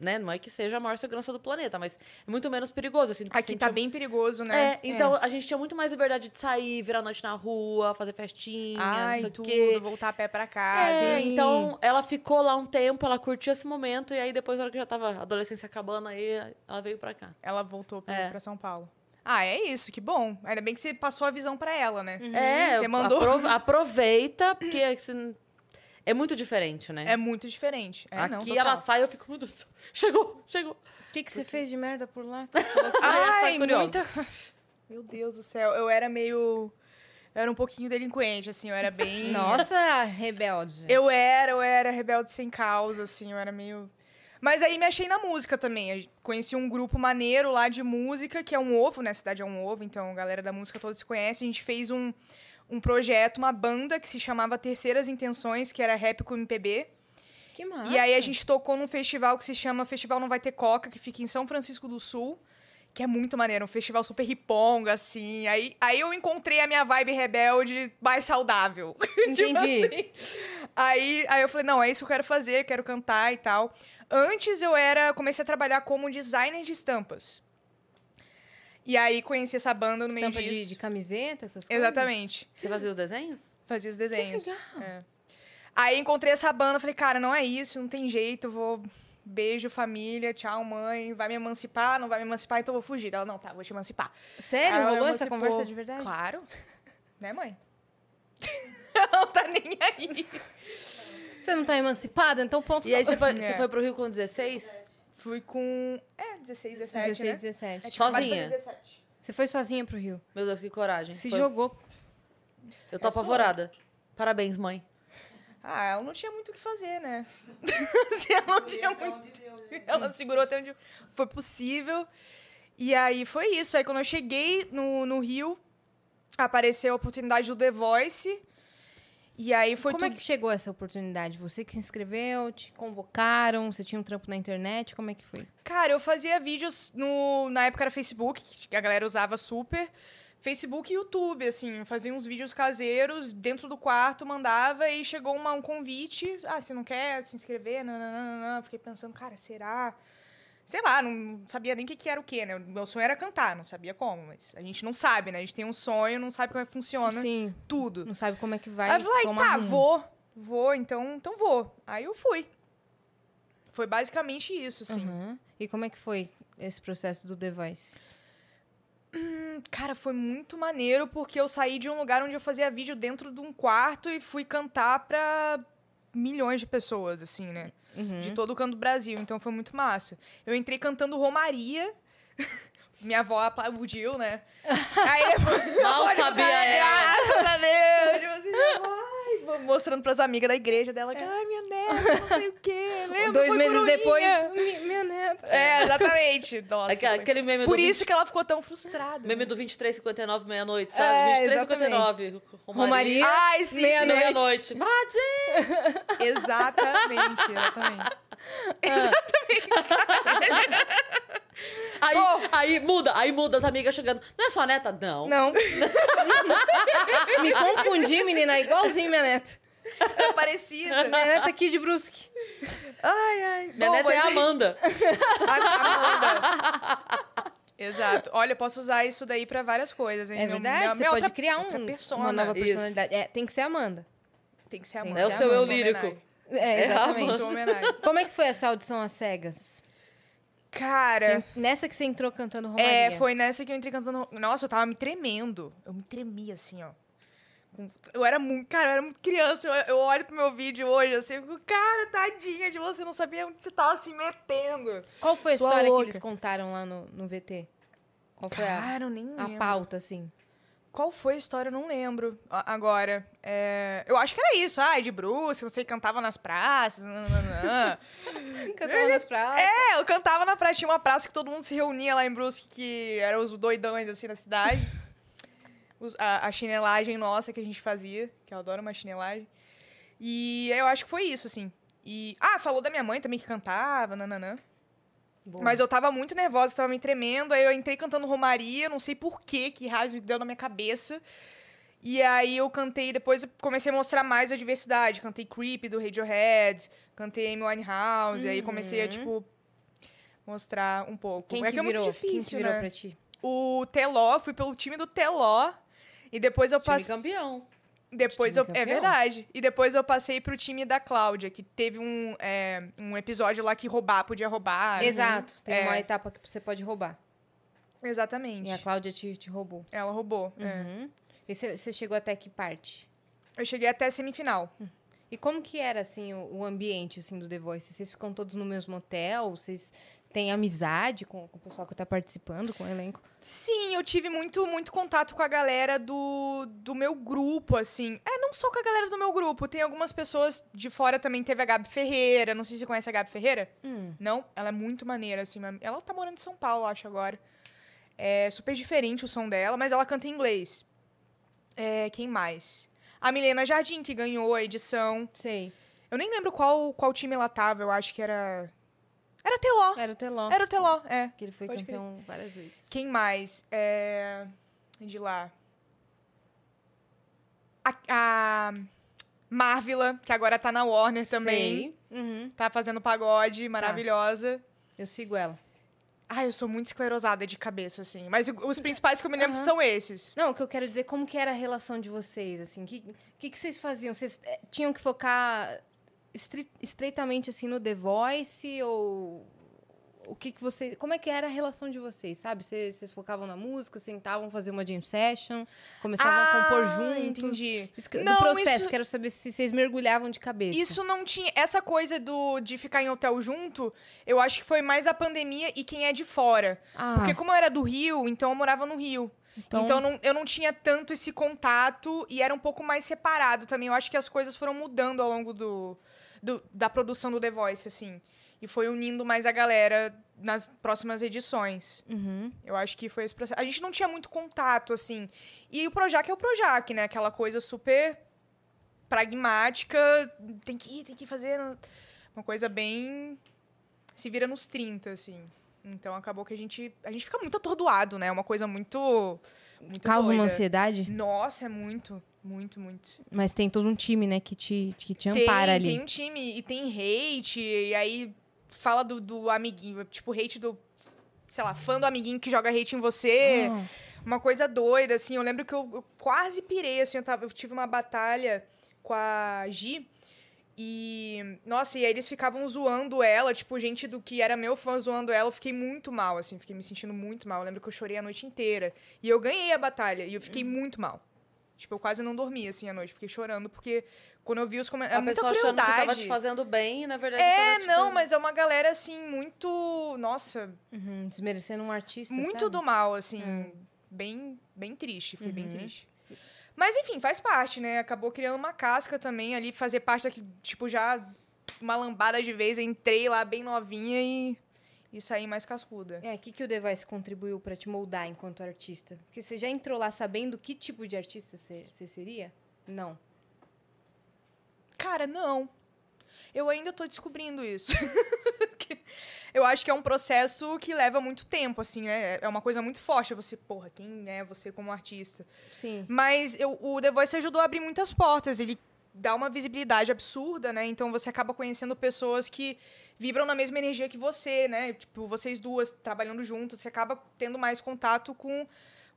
[SPEAKER 4] Né? Não é que seja a maior segurança do planeta, mas é muito menos perigoso. Assim,
[SPEAKER 3] Aqui
[SPEAKER 4] sentia-
[SPEAKER 3] tá bem perigoso, né?
[SPEAKER 4] É, então a gente tinha muito mais liberdade de sair, virar noite na rua, fazer festinha,
[SPEAKER 3] Ai,
[SPEAKER 4] não sei
[SPEAKER 3] tudo,
[SPEAKER 4] o quê.
[SPEAKER 3] voltar a pé pra casa.
[SPEAKER 4] É,
[SPEAKER 2] Sim.
[SPEAKER 4] então ela ficou lá um tempo, ela curtiu esse momento, e aí depois, na hora que já tava a adolescência acabando, aí ela veio pra cá.
[SPEAKER 3] Ela voltou pro-
[SPEAKER 4] É.
[SPEAKER 3] pra São Paulo. Ah, é isso, que bom. Ainda bem que você passou a visão pra ela, né?
[SPEAKER 4] É,
[SPEAKER 3] Você mandou.
[SPEAKER 4] apro- aproveita, porque assim, é muito diferente, né?
[SPEAKER 3] É muito diferente. É, não,
[SPEAKER 4] Aqui
[SPEAKER 3] total.
[SPEAKER 4] ela sai, eu fico, meu Deus do céu, chegou, chegou.
[SPEAKER 2] O que, que você fez de merda por lá? Que você falou que você
[SPEAKER 4] né?
[SPEAKER 3] Ai,
[SPEAKER 2] tá curiosa.
[SPEAKER 3] muita... Meu Deus do céu, eu era meio... Eu era um pouquinho delinquente, assim, eu era bem...
[SPEAKER 2] Nossa, rebelde.
[SPEAKER 3] Eu era, eu era rebelde sem causa, assim, eu era meio. Mas aí me achei na música também. Eu Conheci um grupo maneiro lá de música, que é um ovo, né? A cidade é um ovo, então a galera da música toda se conhece. A gente fez um, um projeto, uma banda que se chamava Terceiras Intenções, que era rap com MPB.
[SPEAKER 2] Que massa.
[SPEAKER 3] E aí a gente tocou num festival que se chama Festival Não Vai Ter Coca, que fica em São Francisco do Sul, que é muito maneiro, um festival super riponga, assim. Aí, aí eu encontrei a minha vibe rebelde mais saudável. Tipo
[SPEAKER 2] Entendi.
[SPEAKER 3] assim. aí, aí eu falei, não, é isso que eu quero fazer, quero cantar e tal. Antes eu era, comecei a trabalhar como designer de estampas. E aí conheci essa banda no
[SPEAKER 2] Estampa
[SPEAKER 3] meio
[SPEAKER 2] de,
[SPEAKER 3] disso.
[SPEAKER 2] de camiseta, essas coisas?
[SPEAKER 3] Exatamente.
[SPEAKER 4] Você fazia os desenhos?
[SPEAKER 3] Fazia os desenhos. É. Aí encontrei essa banda, falei, cara, não é isso, não tem jeito, vou. Beijo, família, tchau, mãe. Vai me emancipar? Não vai me emancipar, então eu vou fugir. Ela, não, tá, vou te emancipar. Aí
[SPEAKER 2] Sério?
[SPEAKER 3] ela me
[SPEAKER 2] Rolou essa
[SPEAKER 3] emancipou.
[SPEAKER 2] conversa de verdade?
[SPEAKER 3] Claro. Né, mãe? Ela não tá nem aí.
[SPEAKER 2] Você não tá emancipada? Então ponto.
[SPEAKER 4] E aí você foi,
[SPEAKER 3] É.
[SPEAKER 4] você foi pro Rio com 16?
[SPEAKER 3] Fui com. É, 16, 17.
[SPEAKER 2] 16,
[SPEAKER 3] né?
[SPEAKER 2] 17.
[SPEAKER 3] É, tipo, quase
[SPEAKER 4] Sozinha?
[SPEAKER 3] 17.
[SPEAKER 2] Você foi sozinha pro Rio.
[SPEAKER 4] Meu Deus, que coragem.
[SPEAKER 2] Se
[SPEAKER 4] Foi-
[SPEAKER 2] jogou.
[SPEAKER 3] É
[SPEAKER 4] Eu tô apavorada. Parabéns, mãe.
[SPEAKER 3] Ah, ela não tinha muito o que fazer, né? Assim, ela não tinha muito. Ela segurou até onde foi possível. E aí foi isso. Aí quando eu cheguei no, no Rio, apareceu a oportunidade do The Voice. E aí foi
[SPEAKER 2] Como é
[SPEAKER 3] tudo.
[SPEAKER 2] que chegou essa oportunidade? Você que se inscreveu, te convocaram, você tinha um trampo na internet, como é que foi?
[SPEAKER 3] Cara, eu fazia vídeos no. Na época era Facebook, que a galera usava super. Facebook e YouTube, assim, eu fazia uns vídeos caseiros dentro do quarto, mandava e chegou uma, um convite. Ah, você não quer se inscrever? Nananana. Fiquei pensando, cara, será? Sei lá, não sabia nem o que, que era o quê, né? O Meu sonho era cantar, não sabia como, mas a gente não sabe, né? A gente tem um sonho, não sabe como é que funciona
[SPEAKER 2] Sim,
[SPEAKER 3] tudo.
[SPEAKER 2] não sabe como é que vai
[SPEAKER 3] Aí eu falei,
[SPEAKER 2] tomar
[SPEAKER 3] tá,
[SPEAKER 2] rumo.
[SPEAKER 3] vou, vou, então, então vou. Aí eu fui. Foi basicamente isso, assim.
[SPEAKER 2] Aham. E como é que foi esse processo do The Voice?
[SPEAKER 3] Cara, foi muito maneiro porque eu saí de um lugar onde eu fazia vídeo dentro de um quarto e fui cantar pra milhões de pessoas, assim, né?
[SPEAKER 2] Uhum.
[SPEAKER 3] De todo o canto do Brasil, então foi muito massa. Eu entrei cantando Romaria. Minha avó aplaudiu, né? Aí depois-
[SPEAKER 4] Mal
[SPEAKER 3] olha,
[SPEAKER 4] sabia
[SPEAKER 3] cara,
[SPEAKER 2] É.
[SPEAKER 4] ela.
[SPEAKER 3] Graças a Deus! Tipo assim, ai, vou mostrando pras amigas da igreja dela. que, Ai, minha neta, não sei o quê. Lembra?
[SPEAKER 2] É. Dois
[SPEAKER 3] foi
[SPEAKER 2] meses
[SPEAKER 3] coroinha."
[SPEAKER 2] depois, mi- minha neta.
[SPEAKER 3] É, exatamente. Nossa.
[SPEAKER 4] Aquela-
[SPEAKER 3] foi-
[SPEAKER 4] É aquele meme
[SPEAKER 3] Por
[SPEAKER 4] do
[SPEAKER 3] isso que ela ficou tão frustrada. né?
[SPEAKER 4] Meme do 23,59 meia-noite, sabe?
[SPEAKER 3] É,
[SPEAKER 4] 23,59.
[SPEAKER 2] Romaria.
[SPEAKER 3] Ai, sim, sim.
[SPEAKER 2] Meia-noite.
[SPEAKER 4] Meia-noite. Vade!
[SPEAKER 3] Exatamente, exatamente.
[SPEAKER 4] Aí,
[SPEAKER 3] Bom.
[SPEAKER 4] aí muda, aí muda as amigas chegando. Não é sua neta? Não.
[SPEAKER 3] Não,
[SPEAKER 2] Me confundi, menina, igualzinho minha neta.
[SPEAKER 3] parecida.
[SPEAKER 2] Minha neta aqui de Brusque.
[SPEAKER 3] Ai, ai.
[SPEAKER 4] Minha
[SPEAKER 3] Bom,
[SPEAKER 4] neta
[SPEAKER 3] mas-
[SPEAKER 4] é a Amanda.
[SPEAKER 3] A- a Amanda. Exato. Olha, eu posso usar isso daí pra várias coisas, hein?
[SPEAKER 2] É
[SPEAKER 3] Meu-
[SPEAKER 2] verdade,
[SPEAKER 3] minha-
[SPEAKER 2] você
[SPEAKER 3] minha
[SPEAKER 2] pode
[SPEAKER 3] outra-
[SPEAKER 2] criar
[SPEAKER 3] outra
[SPEAKER 2] um-
[SPEAKER 3] persona.
[SPEAKER 2] uma nova
[SPEAKER 4] Isso.
[SPEAKER 2] personalidade. É, tem que ser Amanda.
[SPEAKER 3] Tem que ser a né?
[SPEAKER 2] É
[SPEAKER 3] Amanda.
[SPEAKER 2] o seu
[SPEAKER 3] Amanda,
[SPEAKER 4] eu
[SPEAKER 3] sua
[SPEAKER 4] lírico.
[SPEAKER 3] homenagem.
[SPEAKER 2] É,
[SPEAKER 4] É, Amanda.
[SPEAKER 2] exatamente.
[SPEAKER 3] Sua homenagem.
[SPEAKER 2] Como é que foi essa audição às cegas?
[SPEAKER 3] Cara...
[SPEAKER 2] Você- nessa que você entrou cantando Romaria.
[SPEAKER 3] É, foi nessa que eu entrei cantando. Nossa, eu tava me tremendo. Eu me tremia assim, ó. Com- Eu era muito. Cara, eu era muito criança. Eu, eu olho pro meu vídeo hoje, assim, eu fico, cara, tadinha de você, não sabia onde você tava se metendo.
[SPEAKER 2] Qual foi a
[SPEAKER 3] Sua
[SPEAKER 2] história
[SPEAKER 3] louca.
[SPEAKER 2] que eles contaram lá no, no VT? Qual foi a,
[SPEAKER 3] Cara, eu nem
[SPEAKER 2] a
[SPEAKER 3] lembro.
[SPEAKER 2] pauta, assim?
[SPEAKER 3] Qual foi a história? Eu não lembro a- agora. É, eu acho que era isso. Ai, de Bruce, não sei, cantava nas praças. nananã.
[SPEAKER 2] Cantando nas praças.
[SPEAKER 3] é, eu cantava na praça. Tinha uma praça que todo mundo se reunia lá em Brusque, que eram os doidões, assim, da cidade. Os- a, a chinelagem nossa que a gente fazia, que eu adoro uma chinelagem. E eu acho que foi isso, assim. E, ah, falou da minha mãe também que cantava, nananã.
[SPEAKER 2] Boa.
[SPEAKER 3] Mas eu tava muito nervosa, tava me tremendo. Aí eu entrei cantando Romaria, não sei por que que raio me deu na minha cabeça. E aí eu cantei, depois eu comecei a mostrar mais a diversidade. Cantei Creep do Radiohead, cantei Amy Winehouse. E aí comecei a,
[SPEAKER 2] Uhum.
[SPEAKER 3] tipo, mostrar um pouco.
[SPEAKER 2] Quem
[SPEAKER 3] é
[SPEAKER 2] que
[SPEAKER 3] que é
[SPEAKER 2] virou?
[SPEAKER 3] muito difícil,
[SPEAKER 2] Quem que virou
[SPEAKER 3] né?
[SPEAKER 2] pra ti?
[SPEAKER 3] O Teló, fui pelo time do Teló. E depois eu
[SPEAKER 4] Time
[SPEAKER 3] passei...
[SPEAKER 4] campeão.
[SPEAKER 3] Depois eu,
[SPEAKER 2] Time
[SPEAKER 3] é
[SPEAKER 2] campeão.
[SPEAKER 3] verdade. E depois eu passei pro time da Cláudia, que teve um, é, um episódio lá que roubar podia roubar.
[SPEAKER 2] Exato. Tem
[SPEAKER 3] É.
[SPEAKER 2] uma etapa que você pode roubar.
[SPEAKER 3] Exatamente.
[SPEAKER 2] E a Cláudia te, te roubou.
[SPEAKER 3] Ela roubou. é.
[SPEAKER 2] Uhum. E você você chegou até que parte?
[SPEAKER 3] Eu cheguei até a semifinal.
[SPEAKER 2] E como que era, assim, o, o ambiente, assim, do The Voice? Vocês ficam todos no mesmo hotel? Vocês têm amizade com, com o pessoal que tá participando, com o elenco?
[SPEAKER 3] Sim, eu tive muito, muito contato com a galera do, do meu grupo, assim. É, não só com a galera do meu grupo. Tem algumas pessoas de fora também. Teve a Gabi Ferreira. Não sei se você conhece a Gabi Ferreira.
[SPEAKER 2] Hum.
[SPEAKER 3] Não? Ela é muito maneira, assim. mas Ela tá morando em São Paulo, acho, agora. É super diferente o som dela, mas ela canta em inglês. É, quem mais? A Milena Jardim, que ganhou a edição.
[SPEAKER 2] Sei.
[SPEAKER 3] Eu nem lembro qual, qual time ela tava. Eu acho que era... Era Teló.
[SPEAKER 2] Era o Teló.
[SPEAKER 3] Era o Teló, é.
[SPEAKER 2] Que ele foi
[SPEAKER 3] Pode
[SPEAKER 2] campeão várias vezes.
[SPEAKER 3] Quem mais? É... De lá. A, a Marvila, que agora tá na Warner também.
[SPEAKER 2] Sei. Uhum.
[SPEAKER 3] Tá fazendo pagode, maravilhosa.
[SPEAKER 2] Eu sigo ela.
[SPEAKER 3] Ai, eu sou muito esclerosada de cabeça, assim. Mas o- os principais que eu me lembro são esses.
[SPEAKER 2] Não, o que eu quero dizer, como que era a relação de vocês, assim? O que, que, que vocês faziam? Vocês eh, tinham que focar estri- estreitamente, assim, no The Voice ou... O que que você... Como é que era a relação de vocês, sabe? Vocês vocês focavam na música, sentavam, faziam uma jam session, começavam a compor
[SPEAKER 3] Ah,
[SPEAKER 2] juntos?
[SPEAKER 3] Entendi.
[SPEAKER 2] Isso que- do
[SPEAKER 3] Não,
[SPEAKER 2] processo,
[SPEAKER 3] isso-
[SPEAKER 2] quero saber se vocês mergulhavam de cabeça.
[SPEAKER 3] Isso não tinha. Essa coisa do, de ficar em hotel junto, eu acho que foi mais a pandemia e quem é de fora.
[SPEAKER 2] Ah,
[SPEAKER 3] Porque como eu era do Rio, então eu morava no Rio.
[SPEAKER 2] Então,
[SPEAKER 3] Então não- eu não tinha tanto esse contato e era um pouco mais separado também. Eu acho que as coisas foram mudando ao longo do, do- da produção do The Voice, assim. E foi unindo mais a galera nas próximas edições.
[SPEAKER 2] Uhum.
[SPEAKER 3] Eu acho que foi esse processo. A gente não tinha muito contato, assim. E o Projac é o Projac, né? Aquela coisa super pragmática. Tem que ir, tem que fazer. Uma coisa bem. Se vira nos 30, assim. Então acabou que a gente. A gente fica muito atordoado, né? É uma coisa muito. muito
[SPEAKER 2] causa uma
[SPEAKER 3] doida.
[SPEAKER 2] ansiedade,
[SPEAKER 3] Nossa, é muito. Muito, muito.
[SPEAKER 2] mas tem todo um time, né, que te, que te ampara ali.
[SPEAKER 3] Tem um time e tem hate, e aí fala do, do amiguinho, tipo, hate do. Sei lá, fã do amiguinho que joga hate em você.
[SPEAKER 2] Ah,
[SPEAKER 3] Uma coisa doida, assim. Eu lembro que eu, eu quase pirei, assim. Eu, tava, eu tive uma batalha com a Gi. E, nossa, e aí eles ficavam zoando ela, tipo, gente do que era meu fã zoando ela. Eu fiquei muito mal, assim. Fiquei me sentindo muito mal. Eu lembro que eu chorei a noite inteira. E eu ganhei a batalha. E eu fiquei
[SPEAKER 4] Uhum.
[SPEAKER 3] muito mal. Tipo, eu quase não dormi, assim, à noite. Fiquei chorando, porque quando eu vi os comentários...
[SPEAKER 4] a
[SPEAKER 3] É muita
[SPEAKER 4] pessoa achando que tava
[SPEAKER 3] crueldade.
[SPEAKER 4] te fazendo bem e, na verdade,
[SPEAKER 3] É,
[SPEAKER 4] tava te
[SPEAKER 3] não,
[SPEAKER 4] fazendo-
[SPEAKER 3] mas é uma galera, assim, muito... Nossa,
[SPEAKER 2] uhum, desmerecendo um artista,
[SPEAKER 3] muito
[SPEAKER 2] sabe?
[SPEAKER 3] do mal, assim. Bem, bem triste, fiquei bem triste. Mas enfim, faz parte, né? Acabou criando uma casca também ali, fazer parte daqui, tipo, já uma lambada de vez, entrei lá bem novinha e, e saí mais cascuda.
[SPEAKER 2] É, o que, que o The Voice contribuiu pra te moldar enquanto artista? Porque você já entrou lá sabendo que tipo de artista você você seria? Não.
[SPEAKER 3] Cara, não. Eu ainda tô descobrindo isso. Que- Eu acho que é um processo que leva muito tempo, assim, né? É uma coisa muito forte. Você, porra, quem é você como artista?
[SPEAKER 2] Sim.
[SPEAKER 3] Mas eu- o The Voice ajudou a abrir muitas portas. Ele dá uma visibilidade absurda, né? Então você acaba conhecendo pessoas que vibram na mesma energia que você, né? Tipo, vocês duas trabalhando juntas, você acaba tendo mais contato com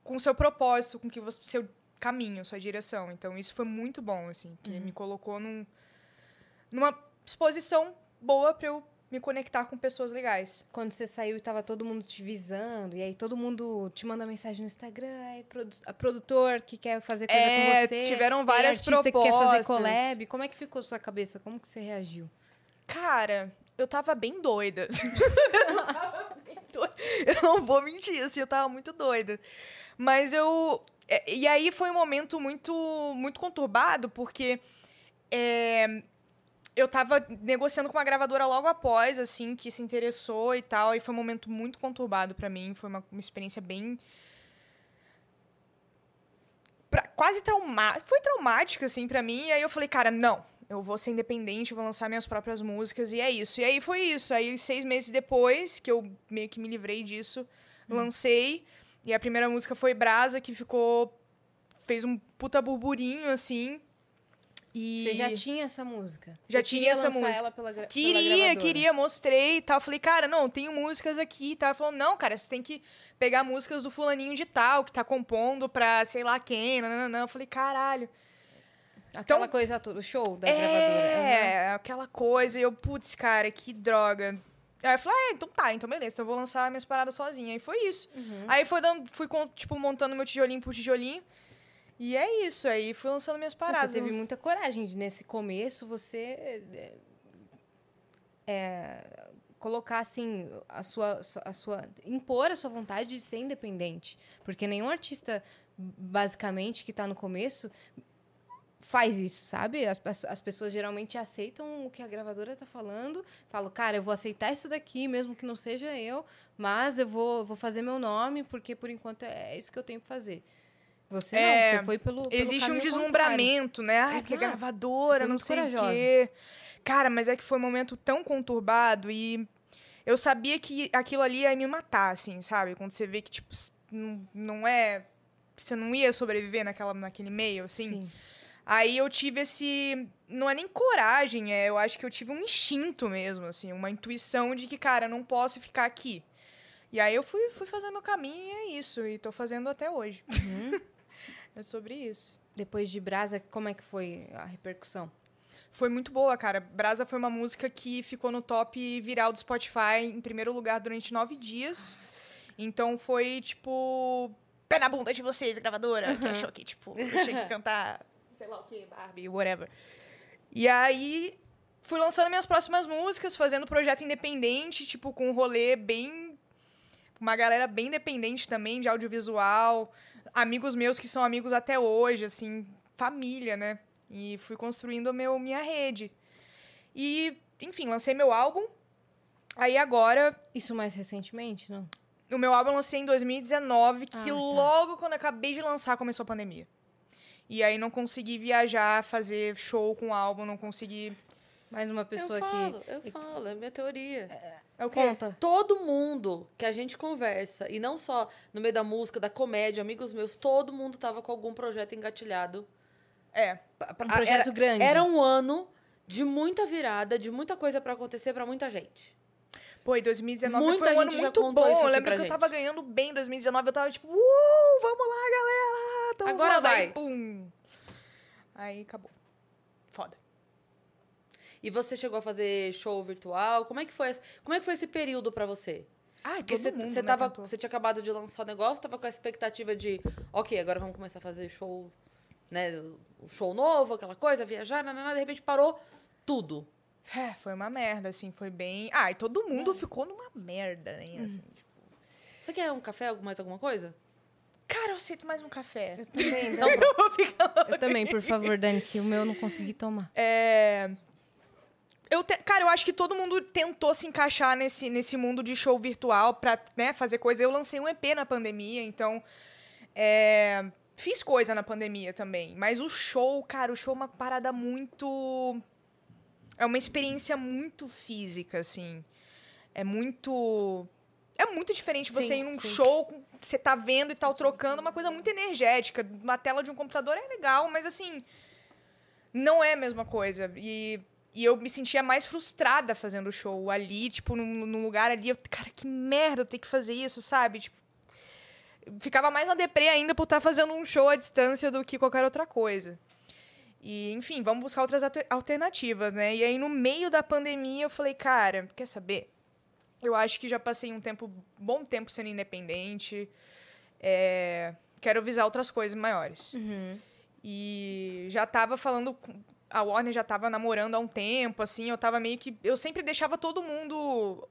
[SPEAKER 3] com o seu propósito, com que você, seu caminho, sua direção. Então isso foi muito bom, assim, que
[SPEAKER 2] Uhum.
[SPEAKER 3] me colocou num, numa exposição boa pra eu me conectar com pessoas legais.
[SPEAKER 2] Quando você saiu e tava todo mundo te visando, e aí todo mundo te manda mensagem no Instagram, aí produ a produtor que quer fazer coisa
[SPEAKER 3] É,
[SPEAKER 2] com você.
[SPEAKER 3] tiveram
[SPEAKER 2] tem
[SPEAKER 3] várias
[SPEAKER 2] artista que quer fazer
[SPEAKER 3] propostas.
[SPEAKER 2] collab. Como é que ficou sua cabeça? Como que você reagiu?
[SPEAKER 3] Cara, eu tava bem doida. eu tava bem doida. Eu não vou mentir, assim, eu tava muito doida. Mas eu. é, E aí foi um momento muito, muito conturbado, porque é, eu tava negociando com uma gravadora logo após, assim, que se interessou e tal. E foi um momento muito conturbado pra mim. Foi uma, uma experiência bem. pra- quase traumática. Foi traumática, assim, pra mim. E aí eu falei, cara, não. Eu vou ser independente, eu vou lançar minhas próprias músicas. E é isso. E aí foi isso. Aí, seis meses depois, que eu meio que me livrei disso,
[SPEAKER 2] Hum.
[SPEAKER 3] lancei. E a primeira música foi Brasa, que ficou. Fez um puta burburinho, assim. E...
[SPEAKER 2] Você já tinha essa música?
[SPEAKER 3] Já
[SPEAKER 2] Você
[SPEAKER 3] tinha
[SPEAKER 2] queria
[SPEAKER 3] essa
[SPEAKER 2] lançar
[SPEAKER 3] música.
[SPEAKER 2] ela pela gra- pela
[SPEAKER 3] Queria,
[SPEAKER 2] gravadora?
[SPEAKER 3] queria, mostrei e tal. Falei, cara, não, tenho músicas aqui e tal. Ela Falou, não, cara, você tem que pegar músicas do fulaninho de tal, que tá compondo pra sei lá quem, nananã. Eu falei, caralho.
[SPEAKER 2] Aquela
[SPEAKER 3] Então-
[SPEAKER 2] coisa toda, o show da gravadora. Aham.
[SPEAKER 3] é, aquela coisa. E eu, putz, cara, que droga. Aí eu falei, ah, então tá, então beleza, então eu vou lançar minhas paradas sozinha. E foi isso.
[SPEAKER 2] Uhum.
[SPEAKER 3] Aí foi dando, fui, con- tipo, montando meu tijolinho por tijolinho. E é isso, aí fui lançando minhas paradas.
[SPEAKER 2] Então, Você teve
[SPEAKER 3] Não-
[SPEAKER 2] muita coragem de, nesse começo, você é, é, colocar, assim, a sua, a sua... Impor a sua vontade de ser independente. Porque nenhum artista, basicamente, que tá no começo, faz isso, sabe? As, as- as pessoas geralmente aceitam o que a gravadora tá falando. Falam, cara, eu vou aceitar isso daqui, mesmo que não seja eu, mas eu vou, vou fazer meu nome, porque, por enquanto, é isso que eu tenho que fazer. Você
[SPEAKER 3] É,
[SPEAKER 2] não, você foi pelo pelo
[SPEAKER 3] Existe um
[SPEAKER 2] caminho
[SPEAKER 3] deslumbramento, né? Ai, que
[SPEAKER 2] Exato. Você
[SPEAKER 3] gravadora,
[SPEAKER 2] foi
[SPEAKER 3] não
[SPEAKER 2] muito
[SPEAKER 3] sei o
[SPEAKER 2] corajosa.
[SPEAKER 3] quê. Cara, mas é que foi um momento tão conturbado e eu sabia que aquilo ali ia me matar, assim, sabe? Quando você vê que, tipo, s- não, não é. Você não ia sobreviver naquela, naquele meio, assim.
[SPEAKER 2] Sim.
[SPEAKER 3] Aí eu tive esse. Não é nem coragem, é. Eu acho que eu tive um instinto mesmo, assim, uma intuição de que, cara, não posso ficar aqui. E aí eu fui, fui fazer meu caminho e é isso. E tô fazendo até hoje.
[SPEAKER 2] Uhum.
[SPEAKER 3] é sobre isso.
[SPEAKER 2] Depois de Brasa, como é que foi a repercussão?
[SPEAKER 3] Foi muito boa, cara. Brasa foi uma música que ficou no top viral do Spotify em primeiro lugar durante nove dias. Então foi tipo. Pé na bunda de vocês, gravadora. Que achou que, tipo, eu tinha que cantar, sei lá o que, Barbie, whatever. E aí fui lançando minhas próximas músicas, fazendo projeto independente, tipo, com um rolê bem. Uma galera bem independente também, de audiovisual. amigos meus que são amigos até hoje, assim, família, né? E fui construindo o meu, minha rede. E, enfim, lancei meu álbum. Aí agora,
[SPEAKER 2] Isso mais recentemente, não?
[SPEAKER 3] o meu álbum eu lancei em 2019, que
[SPEAKER 2] Ah, tá.
[SPEAKER 3] logo quando eu acabei de lançar começou a pandemia. E aí não consegui viajar, fazer show com o álbum, não consegui.
[SPEAKER 2] Mais uma pessoa
[SPEAKER 4] eu falo,
[SPEAKER 2] que.
[SPEAKER 4] eu falo, é minha teoria.
[SPEAKER 3] É o quê?
[SPEAKER 2] Conta.
[SPEAKER 4] Todo mundo que a gente conversa, e não só no meio da música, da comédia, amigos meus, todo mundo tava com algum projeto engatilhado.
[SPEAKER 3] É.
[SPEAKER 4] Pa- pa-
[SPEAKER 2] Um
[SPEAKER 4] ah,
[SPEAKER 2] projeto
[SPEAKER 4] era,
[SPEAKER 2] grande.
[SPEAKER 4] Era um ano de muita virada, de muita coisa pra acontecer pra muita gente.
[SPEAKER 3] Pô, e 2019
[SPEAKER 4] Muita
[SPEAKER 3] foi um ano
[SPEAKER 4] gente já
[SPEAKER 3] muito
[SPEAKER 4] contou isso
[SPEAKER 3] bom. Eu
[SPEAKER 4] aqui
[SPEAKER 3] lembro
[SPEAKER 4] pra
[SPEAKER 3] que eu
[SPEAKER 4] gente.
[SPEAKER 3] tava ganhando bem em 2019. Eu tava tipo, uh, vamos lá, galera! Tamo
[SPEAKER 4] Agora
[SPEAKER 3] voando." Aí,
[SPEAKER 4] vai.
[SPEAKER 3] pum. Aí acabou. Foda.
[SPEAKER 4] E você chegou a fazer show virtual? Como é que foi, esse- como é que foi esse período pra você?
[SPEAKER 3] Ah,
[SPEAKER 4] é Porque você
[SPEAKER 3] mundo,
[SPEAKER 4] você
[SPEAKER 3] né,
[SPEAKER 4] tava-
[SPEAKER 3] cantou.
[SPEAKER 4] você tinha acabado de lançar o negócio, tava com a expectativa de, ok, agora vamos começar a fazer show, né? o Show novo, aquela coisa, viajar, nananá, de repente parou tudo.
[SPEAKER 3] É, foi uma merda, assim, foi bem... Ah, e todo mundo ficou numa merda, né, assim, tipo...
[SPEAKER 4] Você quer um café, algum- mais alguma coisa?
[SPEAKER 3] Cara, eu aceito mais um café.
[SPEAKER 2] Eu também,
[SPEAKER 4] Então,
[SPEAKER 3] Eu vou ficar
[SPEAKER 2] eu também, por favor, Dani, que o meu eu não consegui tomar.
[SPEAKER 3] É... Eu te- Cara, eu acho que todo mundo tentou se encaixar nesse, nesse mundo de show virtual pra né, fazer coisa. Eu lancei um EP na pandemia, então. é, Fiz coisa na pandemia também. Mas o show, cara, o show é uma parada muito. É uma experiência muito física, assim. É muito. É muito diferente você
[SPEAKER 4] Sim,
[SPEAKER 3] ir num
[SPEAKER 4] sim.
[SPEAKER 3] show, com- você tá vendo e tal, trocando, uma coisa muito energética. Uma tela de um computador é legal, mas assim. Não é a mesma coisa. E, e eu me sentia mais frustrada fazendo show ali, tipo, num, num lugar ali. Eu, cara, que merda, eu tenho que fazer isso, sabe? Tipo, ficava mais na deprê ainda por estar fazendo um show à distância do que qualquer outra coisa. E, enfim, vamos buscar outras alter- alternativas, né? E aí, no meio da pandemia, eu falei, cara, quer saber? Eu acho que já passei um tempo, bom tempo sendo independente. É, quero visar outras coisas maiores. E já tava falando. com- A Warner já tava namorando há um tempo, assim. Eu tava meio que. Eu sempre deixava todo mundo.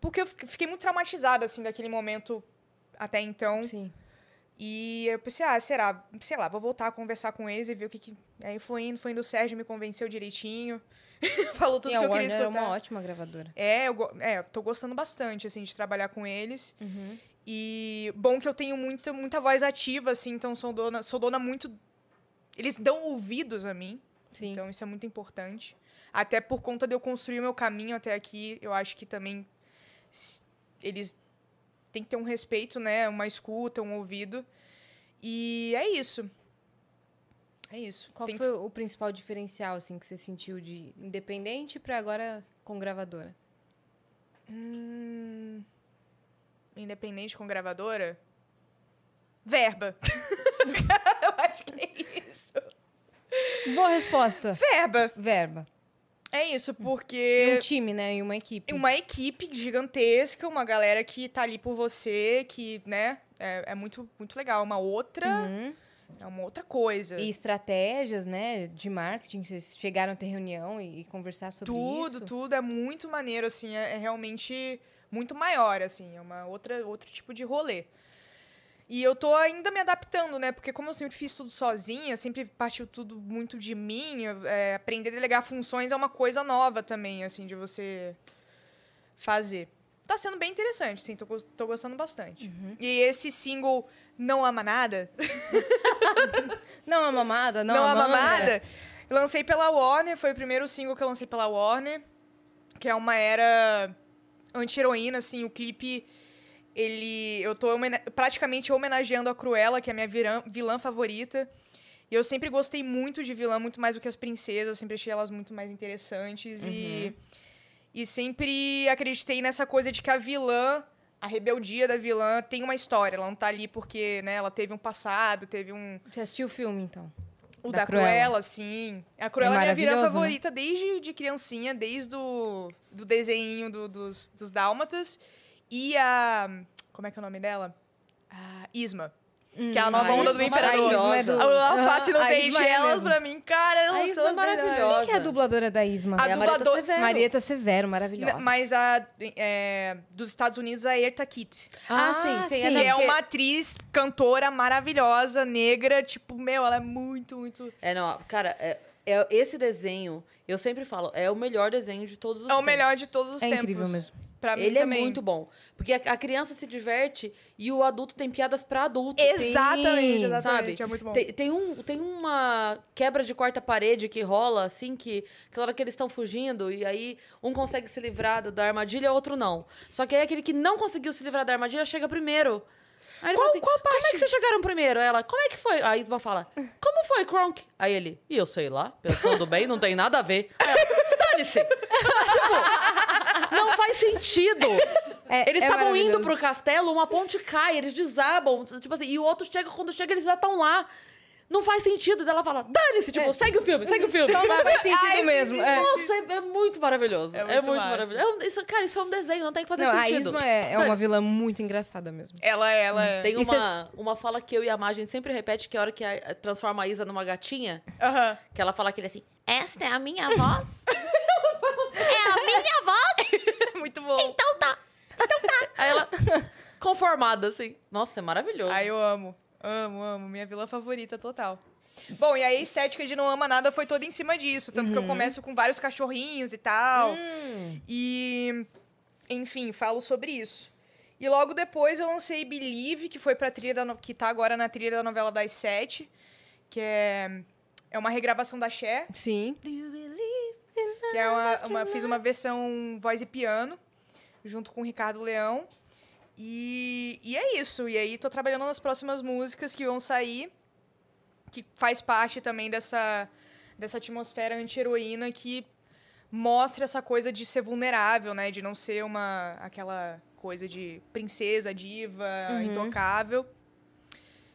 [SPEAKER 3] Porque eu fi- fiquei muito traumatizada, assim, daquele momento até então.
[SPEAKER 2] Sim.
[SPEAKER 3] E eu pensei, ah, será? Sei lá, vou voltar a conversar com eles e ver o que que. Aí foi indo, foi indo. O Sérgio me convenceu direitinho. Falou tudo
[SPEAKER 2] e a
[SPEAKER 3] que eu
[SPEAKER 2] Warner
[SPEAKER 3] queria escutar.
[SPEAKER 2] era uma ótima gravadora.
[SPEAKER 3] É, eu go- é, eu tô gostando bastante, assim, de trabalhar com eles.
[SPEAKER 2] Uhum.
[SPEAKER 3] E bom que eu tenho muita, muita voz ativa, assim, então sou dona, sou dona muito. Eles dão ouvidos a mim,
[SPEAKER 2] Sim.
[SPEAKER 3] então isso é muito importante. Até por conta de eu construir o meu caminho até aqui, eu acho que também s- eles têm que ter um respeito, né? Uma escuta, um ouvido. E é isso. É isso.
[SPEAKER 2] Qual
[SPEAKER 3] Tem que
[SPEAKER 2] foi o principal diferencial, assim, que você sentiu de independente pra agora com gravadora?
[SPEAKER 3] Hum, independente com gravadora? Verba. eu acho que é isso.
[SPEAKER 2] Boa resposta.
[SPEAKER 3] Verba.
[SPEAKER 2] Verba.
[SPEAKER 3] É isso,
[SPEAKER 2] E um
[SPEAKER 3] porque
[SPEAKER 2] time, né? E uma equipe.
[SPEAKER 3] uma equipe gigantesca, uma galera que tá ali por você, que, né, é, é muito, muito legal. Uma outra,
[SPEAKER 2] Uhum.
[SPEAKER 3] é uma outra coisa.
[SPEAKER 2] E estratégias, né? De marketing. Vocês chegaram a ter reunião e, e conversar sobre
[SPEAKER 3] tudo,
[SPEAKER 2] isso.
[SPEAKER 3] tudo é muito maneiro, assim, é, é realmente muito maior, assim, é uma outra, outro tipo de rolê. E eu tô ainda me adaptando, né? Porque como eu sempre fiz tudo sozinha, sempre partiu tudo muito de mim, eu- é, aprender a delegar funções é uma coisa nova também, assim, de você fazer. Tá sendo bem interessante, sim, tô, gos- tô gostando bastante.
[SPEAKER 2] Uhum.
[SPEAKER 3] E esse single Não Ama Nada,
[SPEAKER 2] Não a mamada, não,
[SPEAKER 3] não,
[SPEAKER 2] a
[SPEAKER 3] a
[SPEAKER 2] Mamada.
[SPEAKER 3] Mamada. Lancei pela Warner, foi o primeiro single que eu lancei pela Warner, que é uma era anti-heroína, assim, o clipe ele eu tô homena- praticamente homenageando a Cruella, que é a minha virã- vilã favorita. E eu sempre gostei muito de vilã, muito mais do que as princesas, sempre achei elas muito mais interessantes e
[SPEAKER 2] Uhum.
[SPEAKER 3] e sempre acreditei nessa coisa de que a vilã, a rebeldia da vilã tem uma história, ela não tá ali porque, né, ela teve um passado, teve um
[SPEAKER 2] Você assistiu o filme, então?
[SPEAKER 3] o
[SPEAKER 2] Da
[SPEAKER 3] da,
[SPEAKER 2] Cruella.
[SPEAKER 3] Cruella. sim. A Cruella é minha vilã
[SPEAKER 2] maravilhoso,
[SPEAKER 3] favorita desde de criancinha, desde o do desenho do- dos, dos Dálmatas. E a. Como é que é o nome dela? A Isma. que é
[SPEAKER 2] Hum, Ah,
[SPEAKER 3] a nova
[SPEAKER 4] a
[SPEAKER 3] onda do
[SPEAKER 4] Isma
[SPEAKER 3] Imperador.
[SPEAKER 4] maravilhosa.
[SPEAKER 3] A Alface não
[SPEAKER 2] é A
[SPEAKER 3] tem
[SPEAKER 2] Isma é
[SPEAKER 3] elas
[SPEAKER 2] mesmo.
[SPEAKER 3] pra mim. Cara,
[SPEAKER 4] A
[SPEAKER 3] elas
[SPEAKER 4] Isma
[SPEAKER 3] são
[SPEAKER 4] é
[SPEAKER 3] as melhores.
[SPEAKER 4] maravilhosa.
[SPEAKER 2] Quem que é a dubladora da Isma?
[SPEAKER 3] A
[SPEAKER 4] É Marieta
[SPEAKER 3] dublador-
[SPEAKER 4] Severo.
[SPEAKER 2] Marieta Severo, maravilhosa.
[SPEAKER 3] Mas a é, dos Estados Unidos, a Erta Kitt.
[SPEAKER 4] Ah, sim, sim.
[SPEAKER 3] Que
[SPEAKER 4] até
[SPEAKER 3] é
[SPEAKER 4] porque-
[SPEAKER 3] uma atriz, cantora maravilhosa, negra. Tipo, meu, ela é muito, muito.
[SPEAKER 4] É, não, cara, é- é- esse desenho, eu sempre falo, é o melhor desenho de todos os
[SPEAKER 3] É o
[SPEAKER 4] tempos.
[SPEAKER 3] melhor de todos os
[SPEAKER 2] É
[SPEAKER 3] tempos.
[SPEAKER 2] incrível mesmo.
[SPEAKER 3] Pra mim
[SPEAKER 4] Ele
[SPEAKER 3] também.
[SPEAKER 4] é muito bom. Porque a, a criança se diverte e o adulto tem piadas pra adulto.
[SPEAKER 3] Exatamente,
[SPEAKER 2] Sim,
[SPEAKER 3] exatamente.
[SPEAKER 4] sabe?
[SPEAKER 3] É muito bom.
[SPEAKER 4] Tem, tem um, tem uma quebra de quarta parede que rola, assim, que aquela hora que eles estão fugindo, e aí um consegue se livrar da- da armadilha, outro não. Só que aí aquele que não conseguiu se livrar da armadilha chega primeiro. Aí
[SPEAKER 3] Qual-
[SPEAKER 4] ele fala assim,
[SPEAKER 3] qual
[SPEAKER 4] como é que vocês chegaram primeiro? Ela, como é que foi? A Isma fala, como foi, Kronk? Aí ele, e eu sei lá, pensando bem, não tem nada a ver.
[SPEAKER 3] É,
[SPEAKER 4] Aí ela, Dane-se! Tipo, não faz sentido!
[SPEAKER 2] É-
[SPEAKER 4] eles
[SPEAKER 2] é
[SPEAKER 4] estavam indo
[SPEAKER 2] maravilhoso.
[SPEAKER 4] pro castelo, uma ponte cai, eles desabam, tipo assim, e o outro chega, quando chega, eles já estão lá. Não faz sentido. Daí ela fala, dane-se, tipo, segue o filme, segue o filme.
[SPEAKER 2] É. Não
[SPEAKER 4] sabe?
[SPEAKER 2] faz sentido mesmo. é.
[SPEAKER 4] Nossa, é, é muito maravilhoso.
[SPEAKER 3] É
[SPEAKER 4] É
[SPEAKER 3] muito
[SPEAKER 4] muito,
[SPEAKER 3] massa.
[SPEAKER 4] maravilhoso. É um- isso, cara, isso é um desenho, não tem que fazer
[SPEAKER 2] Não, a
[SPEAKER 4] sentido.
[SPEAKER 2] Isma é, é uma vilã muito engraçada mesmo.
[SPEAKER 3] Ela, ela é.
[SPEAKER 4] Tem
[SPEAKER 2] Isso é-
[SPEAKER 4] uma, uma fala que eu e a Má, a gente sempre repete, que é a hora que a- transforma a Isa numa gatinha,
[SPEAKER 3] Aham.
[SPEAKER 4] que ela fala aquele assim, esta é a minha voz.
[SPEAKER 2] É
[SPEAKER 3] muito bom.
[SPEAKER 4] Aí ela, conformada, assim. Nossa, é maravilhoso.
[SPEAKER 3] Ai, eu amo. Amo, amo. Minha vilã favorita total. Bom, e aí a estética de Não Ama Nada foi toda em cima disso. Tanto que eu começo com vários cachorrinhos e tal. E, enfim, falo sobre isso. E logo depois eu lancei Believe, que foi pra trilha da no- que tá agora na trilha da novela das sete, que é, é uma regravação da Cher.
[SPEAKER 2] Sim.
[SPEAKER 3] Que é uma, uma- fiz uma versão voz e piano, junto com o Ricardo Leão. E, e é isso. E aí tô trabalhando nas próximas músicas que vão sair, que faz parte também dessa, dessa atmosfera anti-heroína que mostra essa coisa de ser vulnerável, né? De não ser uma aquela coisa de princesa, diva, intocável.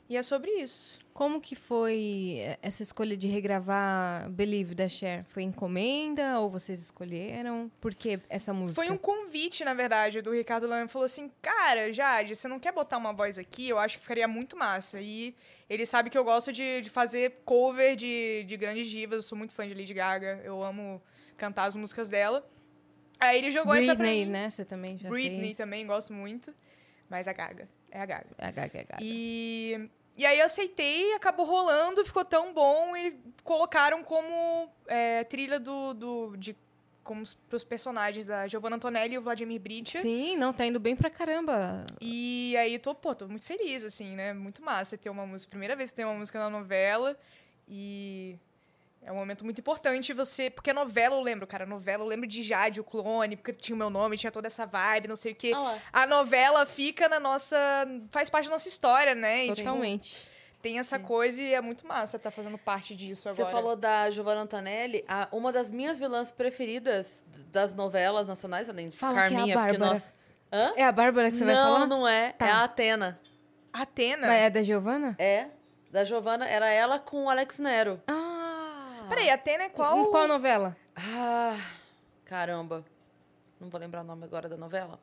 [SPEAKER 3] E é sobre isso.
[SPEAKER 2] Como que foi eh, essa escolha de regravar Believe da Cher? Foi encomenda ou vocês escolheram? Por que essa música?
[SPEAKER 3] Foi um convite, na verdade, do Ricardo Leão. Ele falou assim: Cara, Jade, você não quer botar uma voz aqui? Eu acho que ficaria muito massa. E ele sabe que eu gosto de, de fazer cover de, de grandes divas. Eu sou muito fã de Lady Gaga. Eu amo cantar as músicas dela. Aí ele jogou essa pra
[SPEAKER 2] Britney,
[SPEAKER 3] mim.
[SPEAKER 2] né? Você também já
[SPEAKER 3] Britney
[SPEAKER 2] fez.
[SPEAKER 3] também, gosto muito. Mas a Gaga. É a Gaga.
[SPEAKER 2] A Gaga, a Gaga.
[SPEAKER 3] E, e aí eu aceitei, acabou rolando, ficou tão bom. E colocaram como é, trilha do, do, de, como os pros personagens da Giovanna Antonelli e o Vladimir Bridge.
[SPEAKER 2] Sim, não, tá indo bem pra caramba.
[SPEAKER 3] E aí tô, pô, tô muito feliz, assim, né? Muito massa ter uma música. Primeira vez que tem uma música na novela. E é um momento muito importante você. Porque a novela eu lembro, cara. A novela eu lembro de Jade, o clone, porque tinha o meu nome, tinha toda essa vibe, não sei o quê.
[SPEAKER 4] Ah lá.
[SPEAKER 3] A novela fica na nossa. faz parte da nossa história, né? E, tipo,
[SPEAKER 2] Totalmente.
[SPEAKER 3] tem essa coisa e é muito massa tá fazendo parte disso agora.
[SPEAKER 4] Você falou da Giovanna Antonelli, a- uma das minhas vilãs preferidas d- das novelas nacionais, além de
[SPEAKER 2] Fala que é a
[SPEAKER 4] Carminha, porque
[SPEAKER 2] Bárbara.
[SPEAKER 4] nós. Hã?
[SPEAKER 2] É a Bárbara que você
[SPEAKER 4] não,
[SPEAKER 2] vai falar?
[SPEAKER 4] não é.
[SPEAKER 2] Tá.
[SPEAKER 4] É a Atena.
[SPEAKER 3] Atena?
[SPEAKER 2] Mas é da Giovanna?
[SPEAKER 4] É. Da Giovanna, era ela com o Alex Nero.
[SPEAKER 2] Ah!
[SPEAKER 3] Peraí, Atena é
[SPEAKER 2] Em
[SPEAKER 3] qual?
[SPEAKER 2] qual novela?
[SPEAKER 4] Ah, caramba. Não vou lembrar o nome agora da novela.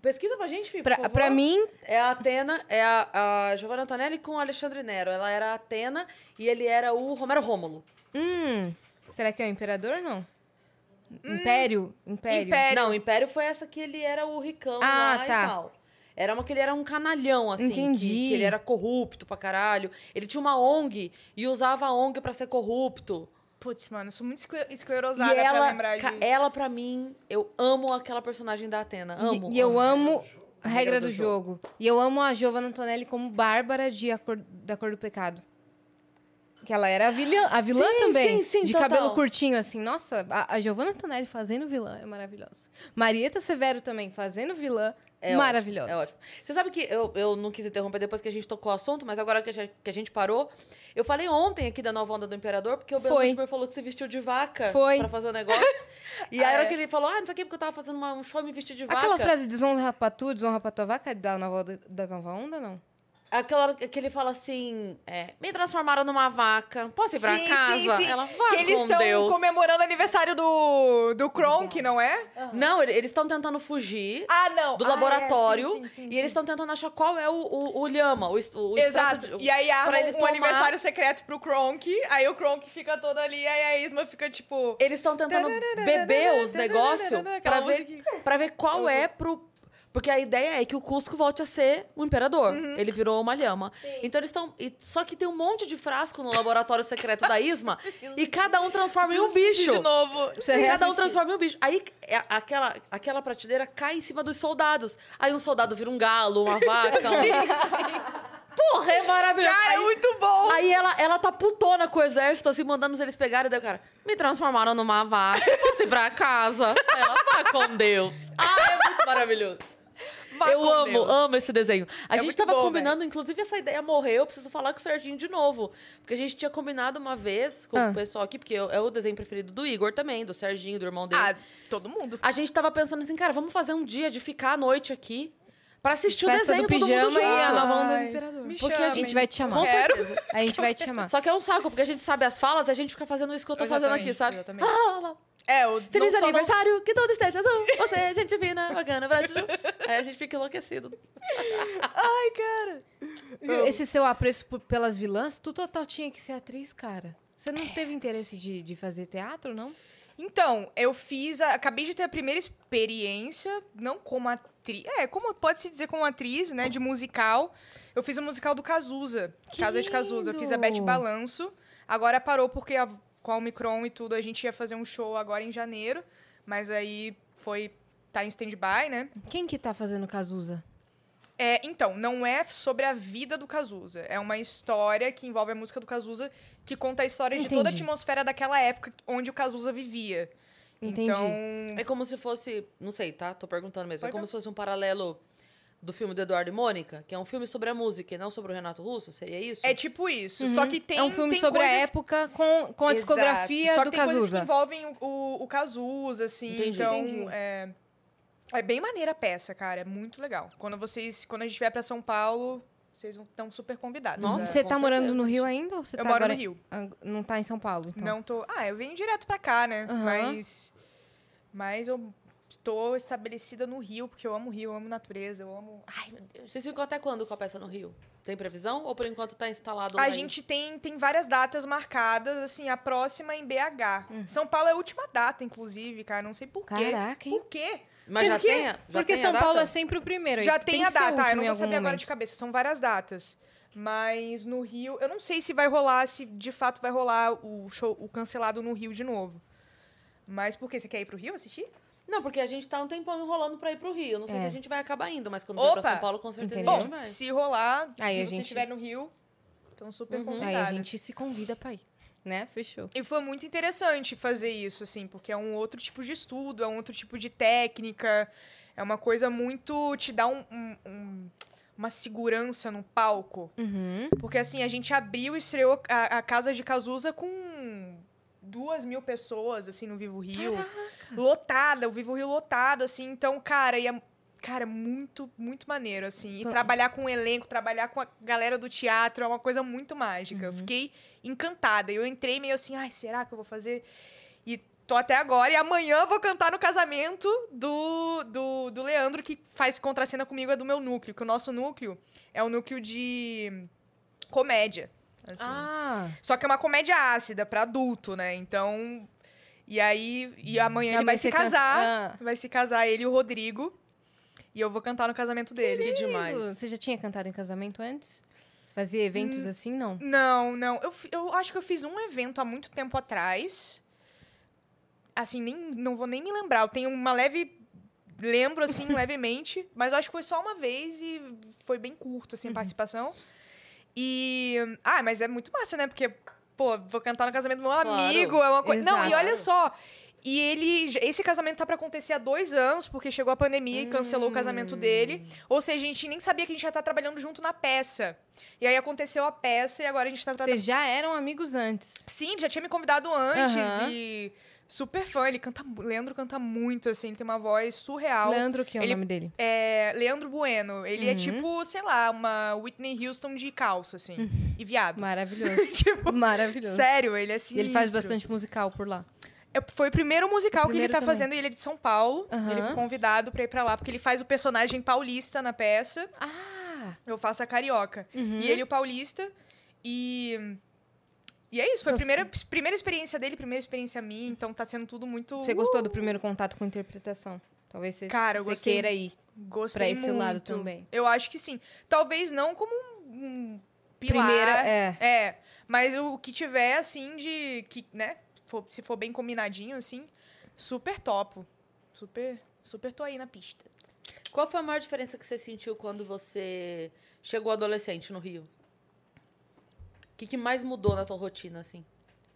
[SPEAKER 4] Pesquisa pra gente, Fih, por
[SPEAKER 2] Pra,
[SPEAKER 4] favor.
[SPEAKER 2] pra mim,
[SPEAKER 4] É a Atena, é a, a Giovanna Antonelli com o Alexandre Nero. Ela era a Atena e ele era o Romero Rômulo.
[SPEAKER 2] hum, será que é o Imperador não? Império? Império?
[SPEAKER 3] Império.
[SPEAKER 4] Não, o Império foi essa que ele era o ricão
[SPEAKER 2] Ah,
[SPEAKER 4] lá
[SPEAKER 2] tá.
[SPEAKER 4] e tal. Era uma que ele era um canalhão, assim. que-
[SPEAKER 2] Entendi.
[SPEAKER 4] Que, ele era corrupto pra caralho. Ele tinha uma ONG e usava a ONG pra ser corrupto.
[SPEAKER 3] Putz, mano, eu sou muito escle-
[SPEAKER 4] E
[SPEAKER 3] esclerosada pra
[SPEAKER 4] ela,
[SPEAKER 3] lembrar
[SPEAKER 4] ca-
[SPEAKER 3] de.
[SPEAKER 4] ela, pra mim, eu amo aquela personagem da Atena. Amo.
[SPEAKER 2] E, e eu amo a
[SPEAKER 4] A
[SPEAKER 2] regra
[SPEAKER 4] regra
[SPEAKER 2] do
[SPEAKER 4] do
[SPEAKER 2] jogo. E eu amo a Giovanna Antonelli como Bárbara de a Cor- da Cor do Pecado. Que ela era a vilã, a vilã
[SPEAKER 4] Sim,
[SPEAKER 2] também.
[SPEAKER 4] sim, sim,
[SPEAKER 2] de
[SPEAKER 4] total.
[SPEAKER 2] cabelo curtinho, assim. Nossa, a, a Giovanna Antonelli fazendo vilã é maravilhosa. Marieta Severo também fazendo vilã,
[SPEAKER 4] É
[SPEAKER 2] maravilhosa.
[SPEAKER 4] ótimo, é ótimo. Você sabe que eu, eu não quis interromper depois que a gente tocou o assunto, mas agora que a gente, que a gente parou, eu falei ontem aqui da nova onda do Imperador, porque o Belo
[SPEAKER 2] Foi.
[SPEAKER 4] Lúcifer falou que se vestiu de vaca
[SPEAKER 2] Foi.
[SPEAKER 4] pra fazer o negócio. e aí, a
[SPEAKER 3] É.
[SPEAKER 4] hora que ele falou, ah, não sei o que, porque eu tava fazendo uma- um show e me vesti de vaca.
[SPEAKER 2] Aquela frase desonra pra tu, desonra pra tua vaca é da nova, da nova onda, não?
[SPEAKER 4] Aquela hora que ele fala assim: é, me transformaram numa vaca, posso ir pra
[SPEAKER 3] Sim,
[SPEAKER 4] casa?
[SPEAKER 3] sim, sim.
[SPEAKER 4] Ela vai
[SPEAKER 3] que eles
[SPEAKER 4] com Deus.
[SPEAKER 3] comemorando o aniversário do, do Kronk, não é?
[SPEAKER 4] Não, ele- eles estão tentando fugir
[SPEAKER 3] Ah, não.
[SPEAKER 4] do
[SPEAKER 3] Ah, é,
[SPEAKER 4] laboratório
[SPEAKER 3] sim, sim, sim,
[SPEAKER 4] e eles estão tentando achar qual é o, o, o lhama, o, est- o
[SPEAKER 3] Exato.
[SPEAKER 4] extrato de-
[SPEAKER 3] e aí
[SPEAKER 4] pra
[SPEAKER 3] arma
[SPEAKER 4] ele
[SPEAKER 3] um
[SPEAKER 4] tomar.
[SPEAKER 3] aniversário secreto pro Kronk. Aí o Kronk fica todo ali, aí a Isma fica tipo.
[SPEAKER 4] Eles estão tentando beber os negócios pra
[SPEAKER 3] Aquela
[SPEAKER 4] ver,
[SPEAKER 3] musiquinha.
[SPEAKER 4] pra ver qual é pro. Porque a ideia é que o Cusco volte a ser o imperador. Ele virou uma lhama. Então eles estão. Só que tem um monte de frasco no laboratório secreto da Isma e cada um transforma em um bicho.
[SPEAKER 3] De novo.
[SPEAKER 4] Sim, cada um
[SPEAKER 2] reassistir.
[SPEAKER 4] transforma em um bicho. Aí a- aquela, aquela prateleira cai em cima dos soldados. Aí um soldado vira um galo, uma vaca. um- Porra, é maravilhoso.
[SPEAKER 3] Cara, é
[SPEAKER 4] Aí-
[SPEAKER 3] muito bom.
[SPEAKER 4] Aí ela, ela tá putona com o exército, assim, mandando eles pegarem. Daí o cara, me transformaram numa vaca, posso ir pra casa. Aí ela, vá com Deus. Ah, é muito maravilhoso.
[SPEAKER 3] Vá
[SPEAKER 4] eu
[SPEAKER 3] com
[SPEAKER 4] amo,
[SPEAKER 3] Deus.
[SPEAKER 4] amo esse desenho. A
[SPEAKER 3] É
[SPEAKER 4] gente
[SPEAKER 3] muito
[SPEAKER 4] tava
[SPEAKER 3] bom,
[SPEAKER 4] combinando, inclusive essa ideia morreu, eu preciso falar com o Serginho de novo. Porque a gente tinha combinado uma vez com
[SPEAKER 2] Ah.
[SPEAKER 4] o pessoal aqui, porque eu- é o desenho preferido do Igor também, do Serginho, do irmão dele.
[SPEAKER 3] Ah, todo mundo.
[SPEAKER 4] A gente tava pensando assim, cara, vamos fazer um dia de ficar à noite aqui pra assistir o
[SPEAKER 2] Festa
[SPEAKER 4] desenho
[SPEAKER 2] do
[SPEAKER 4] todo mundo
[SPEAKER 2] pijama e a
[SPEAKER 4] junto.
[SPEAKER 2] nova onda do
[SPEAKER 3] Ai,
[SPEAKER 2] imperador.
[SPEAKER 3] me
[SPEAKER 2] Porque a
[SPEAKER 3] chamem.
[SPEAKER 2] gente vai te chamar.
[SPEAKER 4] Com certeza.
[SPEAKER 2] A gente vai te chamar.
[SPEAKER 4] Só que é um saco, porque a gente sabe as falas e a gente fica fazendo isso que eu tô fazendo aqui,
[SPEAKER 3] Exatamente,
[SPEAKER 4] sabe?
[SPEAKER 2] exatamente.
[SPEAKER 4] Ah, lá, lá.
[SPEAKER 3] É, o
[SPEAKER 4] Feliz
[SPEAKER 3] não só não-
[SPEAKER 4] aniversário, que tudo esteja azul. Você é gente fina, bacana, Brasil. Aí a gente fica enlouquecido.
[SPEAKER 3] Ai, cara.
[SPEAKER 2] Viu? Esse seu apreço por- pelas vilãs, tu total tinha que ser atriz, cara. Você não teve interesse de, de fazer teatro, não?
[SPEAKER 3] Então, eu fiz. a- acabei de ter a primeira experiência, não como atriz. É, como pode se dizer como atriz, né? De musical. Eu fiz o musical do Cazuza.
[SPEAKER 2] Que
[SPEAKER 3] Casa de Cazuza. Eu fiz a Bete
[SPEAKER 2] lindo!
[SPEAKER 3] Balanço. Agora parou porque a- com a Omicron e tudo, a gente ia fazer um show agora em janeiro. Mas aí foi. tá em stand-by, né?
[SPEAKER 2] Quem que tá fazendo Cazuza?
[SPEAKER 3] É, então, não é sobre a vida do Cazuza. É uma história que envolve a música do Cazuza, que conta a história de toda a
[SPEAKER 2] Entendi.
[SPEAKER 3] atmosfera daquela época onde o Cazuza vivia.
[SPEAKER 2] Entendi.
[SPEAKER 3] Então,
[SPEAKER 4] É como se fosse, não sei, tá? Tô perguntando mesmo.
[SPEAKER 3] Pode
[SPEAKER 4] é como se fosse um paralelo do filme do Eduardo e Mônica, que é um filme sobre a música e não sobre o Renato Russo, seria isso?
[SPEAKER 3] É tipo isso. Só que tem.
[SPEAKER 2] é um filme
[SPEAKER 3] tem
[SPEAKER 2] sobre a
[SPEAKER 3] coisas-
[SPEAKER 2] época com, com a
[SPEAKER 3] Exato.
[SPEAKER 2] discografia
[SPEAKER 3] Só
[SPEAKER 2] do
[SPEAKER 3] que tem coisas que
[SPEAKER 2] Cazuza.
[SPEAKER 3] envolvem o, o, o Cazuza, assim.
[SPEAKER 4] Entendi.
[SPEAKER 3] então,
[SPEAKER 4] Entendi.
[SPEAKER 3] É, é bem maneira a peça, cara. É muito legal. Quando vocês. Quando a gente vier pra São Paulo, vocês vão estão super convidados.
[SPEAKER 4] Nossa,
[SPEAKER 3] né?
[SPEAKER 2] Você
[SPEAKER 4] Com
[SPEAKER 2] tá morando
[SPEAKER 4] certeza,
[SPEAKER 2] no Rio
[SPEAKER 4] gente.
[SPEAKER 2] ainda? Ou você tá
[SPEAKER 3] Eu moro
[SPEAKER 2] agora...
[SPEAKER 3] no Rio.
[SPEAKER 2] Ah, Não tá em São Paulo, então.
[SPEAKER 3] Não tô. Ah, eu venho direto pra cá, né?
[SPEAKER 2] Aham.
[SPEAKER 3] Mas. Mas eu tô estabelecida no Rio, porque eu amo o Rio, eu amo natureza, eu amo. Ai, meu Deus.
[SPEAKER 4] Vocês ficam até quando com a peça no Rio? Tem previsão? Ou por enquanto tá instalado lá?
[SPEAKER 3] A
[SPEAKER 2] é
[SPEAKER 4] em-
[SPEAKER 3] gente tem, tem várias datas marcadas, assim, a próxima é em BH. São Paulo é a última data, inclusive, cara, não sei porquê.
[SPEAKER 2] Uhum. Caraca, hein?
[SPEAKER 3] Por quê?
[SPEAKER 4] Mas já
[SPEAKER 2] Porque-
[SPEAKER 4] tem, a- já
[SPEAKER 2] Porque
[SPEAKER 4] tem a
[SPEAKER 2] São
[SPEAKER 4] data?
[SPEAKER 2] Paulo é sempre o primeiro.
[SPEAKER 3] Já
[SPEAKER 2] aí
[SPEAKER 3] tem,
[SPEAKER 2] tem
[SPEAKER 3] a
[SPEAKER 2] que ser o
[SPEAKER 3] data, ah, eu
[SPEAKER 2] último
[SPEAKER 3] não
[SPEAKER 2] em
[SPEAKER 3] vou
[SPEAKER 2] algum
[SPEAKER 3] saber agora
[SPEAKER 2] momento.
[SPEAKER 3] de cabeça, são várias datas. Mas no Rio, eu não sei se vai rolar, se de fato vai rolar o show, o cancelado no Rio de novo. Mas por quê? Você quer ir pro Rio assistir?
[SPEAKER 4] Não, porque a gente tá um tempão enrolando pra ir pro Rio. Não sei
[SPEAKER 2] É.
[SPEAKER 4] se a gente vai acabar indo, mas quando for
[SPEAKER 3] Opa!
[SPEAKER 4] pra São Paulo, com certeza
[SPEAKER 2] Entendeu?
[SPEAKER 4] a gente
[SPEAKER 3] Bom,
[SPEAKER 4] vai.
[SPEAKER 3] se rolar,
[SPEAKER 2] Aí a
[SPEAKER 3] se você
[SPEAKER 2] gente-
[SPEAKER 3] estiver no Rio, estão super
[SPEAKER 2] Aí a
[SPEAKER 3] convidados.
[SPEAKER 2] gente se convida pra ir. Né? Fechou.
[SPEAKER 3] E foi muito interessante fazer isso, assim, porque é um outro tipo de estudo, é um outro tipo de técnica, é uma coisa muito. te dá um- um- um- uma segurança no palco.
[SPEAKER 2] Uhum.
[SPEAKER 3] Porque, assim, a gente abriu e estreou a, a Casa de Cazuza com duas mil pessoas, assim, no Vivo Rio. Lotada, o Vivo Rio lotado, assim. Então, cara, e é, cara, muito, muito maneiro, assim. E
[SPEAKER 2] Tô-
[SPEAKER 3] trabalhar com o elenco, trabalhar com a galera do teatro é uma coisa muito mágica.
[SPEAKER 2] Uhum.
[SPEAKER 3] Eu fiquei encantada. Eu entrei meio assim, ai, será que eu vou fazer? E tô até agora. E amanhã eu vou cantar no casamento do, do, do Leandro, que faz contracena comigo, é do meu núcleo. Que o nosso núcleo é um núcleo de comédia. assim.
[SPEAKER 2] Ah,
[SPEAKER 3] Só que é uma comédia ácida pra adulto, né? Então. E aí. E amanhã
[SPEAKER 2] Já
[SPEAKER 3] ele
[SPEAKER 2] Ah, vai
[SPEAKER 3] vai se
[SPEAKER 2] ser can-
[SPEAKER 3] casar.
[SPEAKER 2] Ah.
[SPEAKER 3] Vai se casar ele e o Rodrigo. E eu vou cantar no casamento
[SPEAKER 4] Que
[SPEAKER 3] dele.
[SPEAKER 4] demais.
[SPEAKER 2] você já tinha cantado em casamento antes? Fazia eventos assim, não?
[SPEAKER 3] Hum. Não, não. Eu, fi- eu acho que eu fiz um evento há muito tempo atrás. Assim, nem, não vou nem me lembrar. Eu tenho uma leve. Lembro, assim, levemente. Mas eu acho que foi só uma vez e foi bem curto,
[SPEAKER 2] Uhum.
[SPEAKER 3] assim, a participação. E. Ah, mas é muito massa, né? Porque, pô, vou cantar no casamento do meu
[SPEAKER 4] Claro.
[SPEAKER 3] amigo, é uma coisa. Não, e
[SPEAKER 2] Exato.
[SPEAKER 3] olha só. E ele. j- Esse casamento tá pra acontecer há dois anos, porque chegou a pandemia e cancelou o
[SPEAKER 2] Hum.
[SPEAKER 3] casamento dele. Ou seja, a gente nem sabia que a gente já tá trabalhando junto na peça. E aí aconteceu a peça e agora a gente tá trabalhando.
[SPEAKER 2] Vocês já eram amigos antes.
[SPEAKER 3] Sim, ele já tinha me convidado antes
[SPEAKER 2] Aham.
[SPEAKER 3] e. Super fã, ele canta. mu- Leandro canta muito, assim, ele tem uma voz surreal.
[SPEAKER 2] Leandro, que é o
[SPEAKER 3] Ele-
[SPEAKER 2] nome dele.
[SPEAKER 3] É, Leandro Bueno. Ele é
[SPEAKER 2] Uhum.
[SPEAKER 3] tipo, sei lá, uma Whitney Houston de calça, assim. E viado.
[SPEAKER 2] Maravilhoso.
[SPEAKER 3] tipo,
[SPEAKER 2] Uhum. Maravilhoso.
[SPEAKER 3] sério, ele é assim.
[SPEAKER 2] E ele faz bastante musical por lá.
[SPEAKER 3] É, Foi o primeiro musical
[SPEAKER 2] O primeiro
[SPEAKER 3] que ele tá
[SPEAKER 2] também.
[SPEAKER 3] fazendo e ele é de São Paulo.
[SPEAKER 2] Aham.
[SPEAKER 3] Ele foi convidado pra ir pra lá, porque ele faz o personagem paulista na peça.
[SPEAKER 2] Ah!
[SPEAKER 3] Eu faço a carioca.
[SPEAKER 2] Uhum.
[SPEAKER 3] E ele o paulista. E. E é isso, foi a
[SPEAKER 2] Então,
[SPEAKER 3] primeira, primeira experiência dele, primeira experiência minha, então tá sendo tudo muito.
[SPEAKER 2] Você gostou do primeiro contato com interpretação? Talvez você,
[SPEAKER 3] Uh! Cara, eu
[SPEAKER 2] você
[SPEAKER 3] gostei
[SPEAKER 2] queira ir.
[SPEAKER 3] Gostei
[SPEAKER 2] pra esse lado
[SPEAKER 3] muito.
[SPEAKER 2] também.
[SPEAKER 3] Eu acho que sim. Talvez não como um, um pilar.
[SPEAKER 2] Primeira, é.
[SPEAKER 3] É, mas o que tiver, assim, de. Que, né? for- se for bem combinadinho, assim, super topo. Super. Super tô aí na pista.
[SPEAKER 4] Qual foi a maior diferença que você sentiu quando você chegou adolescente no Rio? O que, que mais mudou na tua rotina, assim?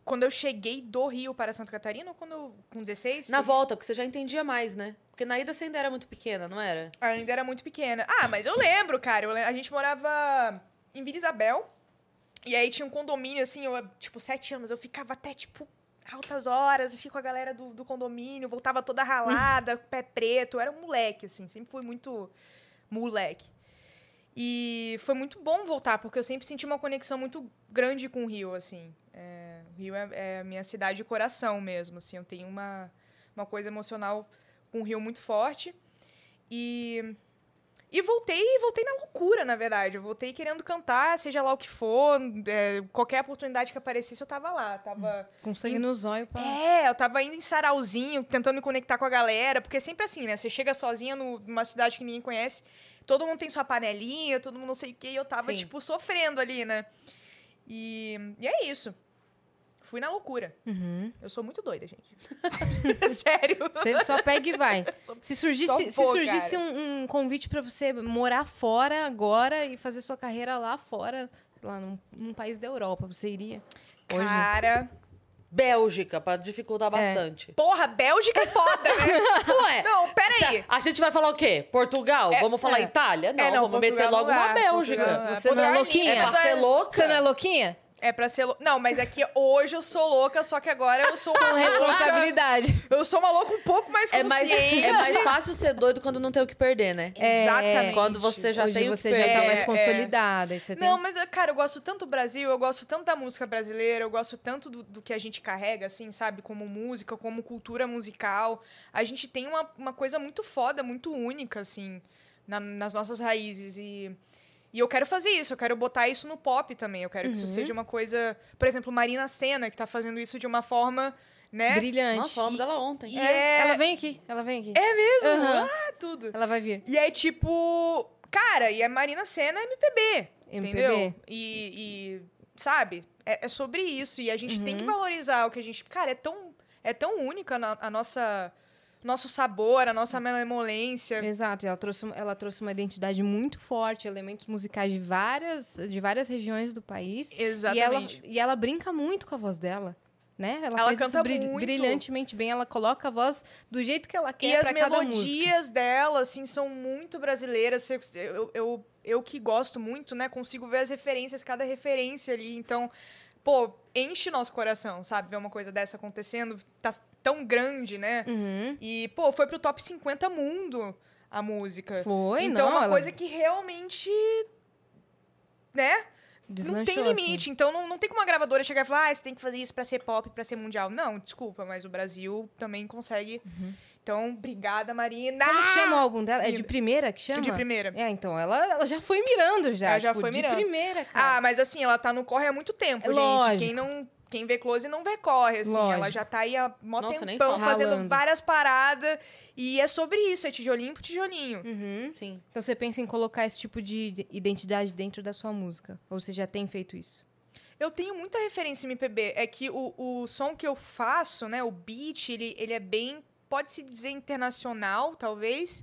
[SPEAKER 3] Quando eu cheguei do Rio para Santa Catarina, ou quando eu. com 16?
[SPEAKER 4] Na volta, porque você já entendia mais, né? Porque na ida você ainda era muito pequena, não era?
[SPEAKER 3] Eu ainda era muito pequena. Ah, mas eu lembro, cara. eu le- a gente morava em Vila Isabel. E aí tinha um condomínio, assim, eu, tipo, sete anos. Eu ficava até, tipo, altas horas, assim, com a galera do, do condomínio. Voltava toda ralada, com o pé preto. Eu era um moleque, assim. Sempre fui muito moleque. E foi muito bom voltar, porque eu sempre senti uma conexão muito grande com o Rio, assim. É, o Rio é, é a minha cidade de coração mesmo, assim. Eu tenho uma, uma coisa emocional com o Rio muito forte. E... E voltei, e voltei na loucura, na verdade. Eu voltei querendo cantar, seja lá o que for, é, qualquer oportunidade que aparecesse, eu tava lá. Tava...
[SPEAKER 2] Com sangue nos olhos pra.
[SPEAKER 3] É, eu tava indo em sarauzinho, tentando me conectar com a galera, porque é sempre assim, né? Você chega sozinha no- numa cidade que ninguém conhece, todo mundo tem sua panelinha, todo mundo não sei o quê, e eu tava,
[SPEAKER 4] Sim.
[SPEAKER 3] tipo, sofrendo ali, né? E, e é isso. Fui na loucura.
[SPEAKER 2] Uhum.
[SPEAKER 3] Eu sou muito doida, gente. Sério.
[SPEAKER 2] Você só pega e vai. Se
[SPEAKER 3] Só
[SPEAKER 2] surgisse, se
[SPEAKER 3] vou,
[SPEAKER 2] surgisse
[SPEAKER 3] cara.
[SPEAKER 2] um, um convite pra você morar fora agora e fazer sua carreira lá fora, lá num, num país da Europa, você iria? Hoje?
[SPEAKER 3] Cara.
[SPEAKER 4] Bélgica, pra dificultar
[SPEAKER 2] É.
[SPEAKER 4] bastante.
[SPEAKER 3] Porra, Bélgica é foda, né?
[SPEAKER 4] Ué,
[SPEAKER 3] Não, peraí.
[SPEAKER 4] a gente vai falar o quê? Portugal? vamos falar
[SPEAKER 2] é.
[SPEAKER 4] Itália? Não,
[SPEAKER 3] É, não,
[SPEAKER 4] vamos
[SPEAKER 3] Portugal
[SPEAKER 4] meter logo
[SPEAKER 3] não dá,
[SPEAKER 4] uma Bélgica.
[SPEAKER 3] Portugal não dá.
[SPEAKER 2] Você não é
[SPEAKER 3] Portugal
[SPEAKER 2] louquinha?
[SPEAKER 3] lindo,
[SPEAKER 4] É pra
[SPEAKER 3] mas
[SPEAKER 4] ser louca?
[SPEAKER 2] Você não é louquinha?
[SPEAKER 3] É pra ser louca. Não, mas é que hoje eu sou louca, só que agora eu sou uma
[SPEAKER 2] Com responsabilidade.
[SPEAKER 3] Eu sou uma louca um pouco mais
[SPEAKER 4] É
[SPEAKER 3] consciente.
[SPEAKER 4] mais, é mais fácil ser doido quando não tem o que perder, né?
[SPEAKER 2] É,
[SPEAKER 3] Exatamente.
[SPEAKER 4] Quando você já
[SPEAKER 2] Hoje
[SPEAKER 4] tem
[SPEAKER 2] você
[SPEAKER 4] o que
[SPEAKER 2] já
[SPEAKER 4] perder.
[SPEAKER 2] tá mais
[SPEAKER 3] É, é.
[SPEAKER 2] consolidada. e Você tem
[SPEAKER 3] Não, mas, eu- cara, eu gosto tanto do Brasil, eu gosto tanto da música brasileira, eu gosto tanto do, do que a gente carrega, assim, sabe? Como música, como cultura musical. A gente tem uma, uma coisa muito foda, muito única, assim, na- nas nossas raízes. E, e eu quero fazer isso, eu quero botar isso no pop também. Eu quero que isso
[SPEAKER 2] Uhum.
[SPEAKER 3] seja uma coisa. Por exemplo, Marina Senna, que tá fazendo isso de uma forma, né?
[SPEAKER 2] brilhante.
[SPEAKER 4] Nossa, falamos dela ontem.
[SPEAKER 3] E
[SPEAKER 2] É,
[SPEAKER 3] é,
[SPEAKER 2] Ela vem aqui, ela vem aqui. É
[SPEAKER 3] mesmo?
[SPEAKER 2] Aham.
[SPEAKER 3] Ah, tudo.
[SPEAKER 2] Ela vai vir.
[SPEAKER 3] E é tipo. Cara, e a Marina Senna é MPB.
[SPEAKER 2] MPB.
[SPEAKER 3] Entendeu? E, e, sabe? É, é sobre isso. E a gente tem que
[SPEAKER 2] Uhum.
[SPEAKER 3] valorizar o que a gente. Cara, é tão, é tão única na- a nossa. Nosso sabor, a nossa malemolência.
[SPEAKER 2] Exato, e ela trouxe, ela trouxe uma identidade muito forte, elementos musicais de várias, de várias regiões do país. E ela,
[SPEAKER 3] Exatamente.
[SPEAKER 2] e ela brinca muito com a voz dela, né? Ela,
[SPEAKER 3] Ela
[SPEAKER 2] faz isso
[SPEAKER 3] canta
[SPEAKER 2] bri-
[SPEAKER 3] muito.
[SPEAKER 2] brilhantemente bem, ela coloca a voz do jeito que ela
[SPEAKER 3] E
[SPEAKER 2] quer
[SPEAKER 3] as
[SPEAKER 2] pra cada música.
[SPEAKER 3] melodias dela, assim, são muito brasileiras. Eu, eu, eu, eu que gosto muito, né? Consigo ver as referências, cada referência ali. Então, pô, enche nosso coração, sabe? Ver uma coisa dessa acontecendo. Tá tão grande, né?
[SPEAKER 2] Uhum.
[SPEAKER 3] E, pô, foi pro top 50 mundo a música.
[SPEAKER 2] Foi,
[SPEAKER 3] então,
[SPEAKER 2] não,
[SPEAKER 3] uma
[SPEAKER 2] ela
[SPEAKER 3] coisa que realmente. Né? não tem
[SPEAKER 2] deslanchou, assim.
[SPEAKER 3] limite. Então, não, não tem como uma gravadora chegar e falar, ah, você tem que fazer isso pra ser pop, pra ser mundial. Não, desculpa, mas o Brasil também consegue. Então, obrigada, Marina.
[SPEAKER 2] assim. Uhum. Como que chama o álbum dela? É de
[SPEAKER 3] Linda.
[SPEAKER 2] primeira que chama?
[SPEAKER 3] tá? De primeira.
[SPEAKER 2] É, então, ela, ela já foi mirando já.
[SPEAKER 3] Ela já
[SPEAKER 2] tipo,
[SPEAKER 3] foi
[SPEAKER 2] de
[SPEAKER 3] mirando.
[SPEAKER 2] primeira, cara.
[SPEAKER 3] Ah, mas assim, ela tá no corre há muito tempo, gente.
[SPEAKER 2] Lógico.
[SPEAKER 3] Quem não. Quem vê close não vê corre, assim.
[SPEAKER 2] Lógico.
[SPEAKER 3] Ela já tá aí há mó
[SPEAKER 4] Nossa, nem
[SPEAKER 3] tempão
[SPEAKER 4] fala.
[SPEAKER 3] fazendo
[SPEAKER 2] Ralando.
[SPEAKER 3] várias paradas. E é sobre isso, é tijolinho pro tijolinho.
[SPEAKER 2] Uhum.
[SPEAKER 4] Sim.
[SPEAKER 2] Então você pensa em colocar esse tipo de de identidade dentro da sua música? Ou você já tem feito isso?
[SPEAKER 3] Eu tenho muita referência em MPB. É que o, o som que eu faço, né? O beat, ele, ele é bem. Pode-se dizer internacional, talvez.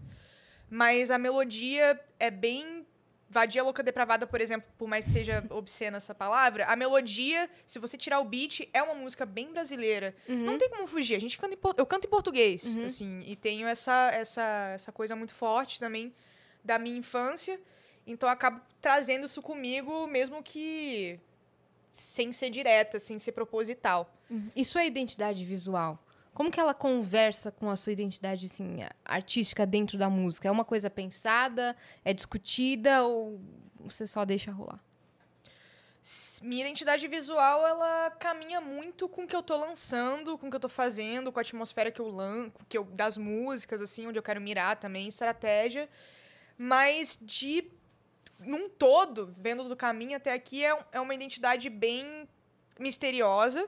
[SPEAKER 3] Mas a melodia é bem Vadia Louca Depravada, por exemplo, por mais que seja obscena essa palavra, a melodia, se você tirar o beat, é uma música bem brasileira. Não tem como fugir. A gente canta em, por- eu canto em português, assim, e tenho essa, essa, essa coisa muito forte também da minha infância. Então eu acabo trazendo isso comigo, mesmo que sem ser direta, sem ser proposital.
[SPEAKER 2] E sua identidade visual? Como que ela conversa com a sua identidade assim, a- artística dentro da música? É uma coisa pensada? É discutida? Ou você só deixa rolar?
[SPEAKER 3] S- Minha identidade visual, ela caminha muito com o que eu tô lançando, com o que eu tô fazendo, com a atmosfera que eu lanço, que eu, das músicas, assim, onde eu quero mirar também, estratégia. Mas de num todo, vendo do caminho até aqui, é, um- é uma identidade bem misteriosa.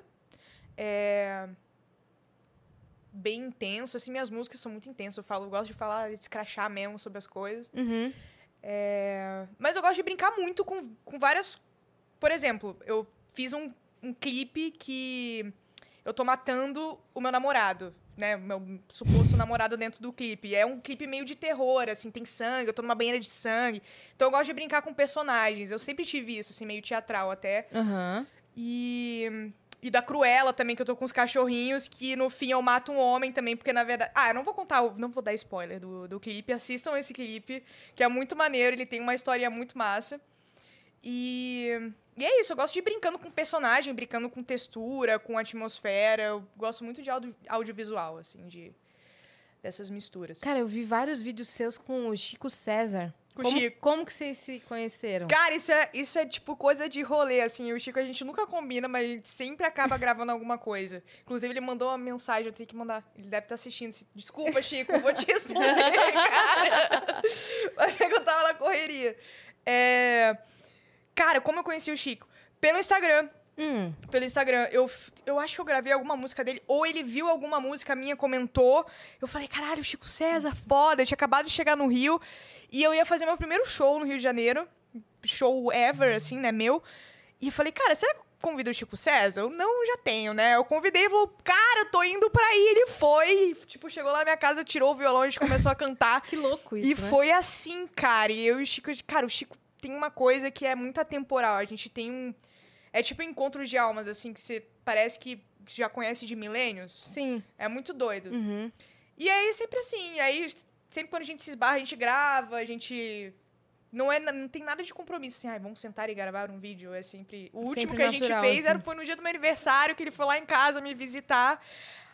[SPEAKER 3] é, bem intensa, assim, minhas músicas são muito intensas, eu falo, eu gosto de falar, de escrachar mesmo sobre as coisas.
[SPEAKER 2] Uhum.
[SPEAKER 3] É, Mas eu gosto de brincar muito com, com várias. Por exemplo, eu fiz um, um clipe que eu tô matando o meu namorado, né? O Meu suposto namorado dentro do clipe. E é um clipe meio de terror, assim, tem sangue, eu tô numa banheira de sangue. Então eu gosto de brincar com personagens. Eu sempre tive isso, assim, meio teatral até.
[SPEAKER 2] Aham.
[SPEAKER 3] E. E da Cruella também, que eu tô com os cachorrinhos, que no fim eu mato um homem também, porque na verdade. Ah, eu não vou contar, o- não vou dar spoiler do, do clipe. Assistam esse clipe, que é muito maneiro, ele tem uma história muito massa. E. E é isso, eu gosto de ir brincando com personagem, brincando com textura, com atmosfera. Eu gosto muito de audio- audiovisual, assim, de. dessas misturas.
[SPEAKER 2] Cara, eu vi vários vídeos seus com o Chico César.
[SPEAKER 3] Com o
[SPEAKER 2] como,
[SPEAKER 3] Chico.
[SPEAKER 2] como que vocês se conheceram?
[SPEAKER 3] Cara, isso é, isso é tipo coisa de rolê, assim. Eu e o Chico, a gente nunca combina, mas a gente sempre acaba gravando alguma coisa. Inclusive, ele mandou uma mensagem, eu tenho que mandar. Ele deve estar assistindo. se- Desculpa, Chico, eu vou te responder, cara. Mas é que eu tava na correria. É... Cara, como eu conheci o Chico? Pelo Instagram.
[SPEAKER 2] Hum.
[SPEAKER 3] Pelo Instagram. Eu, f- eu acho que eu gravei alguma música dele, ou ele viu alguma música minha, comentou. Eu falei, caralho, Chico César, foda. Eu tinha acabado de chegar no Rio. E eu ia fazer meu primeiro show no Rio de Janeiro. Show ever, assim, né? Meu. E eu falei, cara, será que eu convido o Chico César? Eu não, já tenho, né? Eu convidei e falou, cara, eu tô indo pra aí. Ele foi. Tipo, chegou lá na minha casa, tirou o violão, a gente começou a cantar.
[SPEAKER 2] Que louco isso,
[SPEAKER 3] E
[SPEAKER 2] né?
[SPEAKER 3] foi assim, cara. E eu e o Chico. Cara, o Chico tem uma coisa que é muito atemporal. A gente tem um. É tipo um encontro de almas, assim, que você parece que já conhece de milênios.
[SPEAKER 2] Sim.
[SPEAKER 3] É muito doido.
[SPEAKER 2] Uhum.
[SPEAKER 3] E aí sempre assim. Aí sempre quando a gente se esbarra, a gente grava, a gente. Não, é, na- não tem nada de compromisso, assim, ai, vamos sentar e gravar um vídeo. É sempre. O último
[SPEAKER 2] Sempre
[SPEAKER 3] que a gente
[SPEAKER 2] natural,
[SPEAKER 3] fez era,
[SPEAKER 2] assim.
[SPEAKER 3] foi no dia do meu aniversário, que ele foi lá em casa me visitar.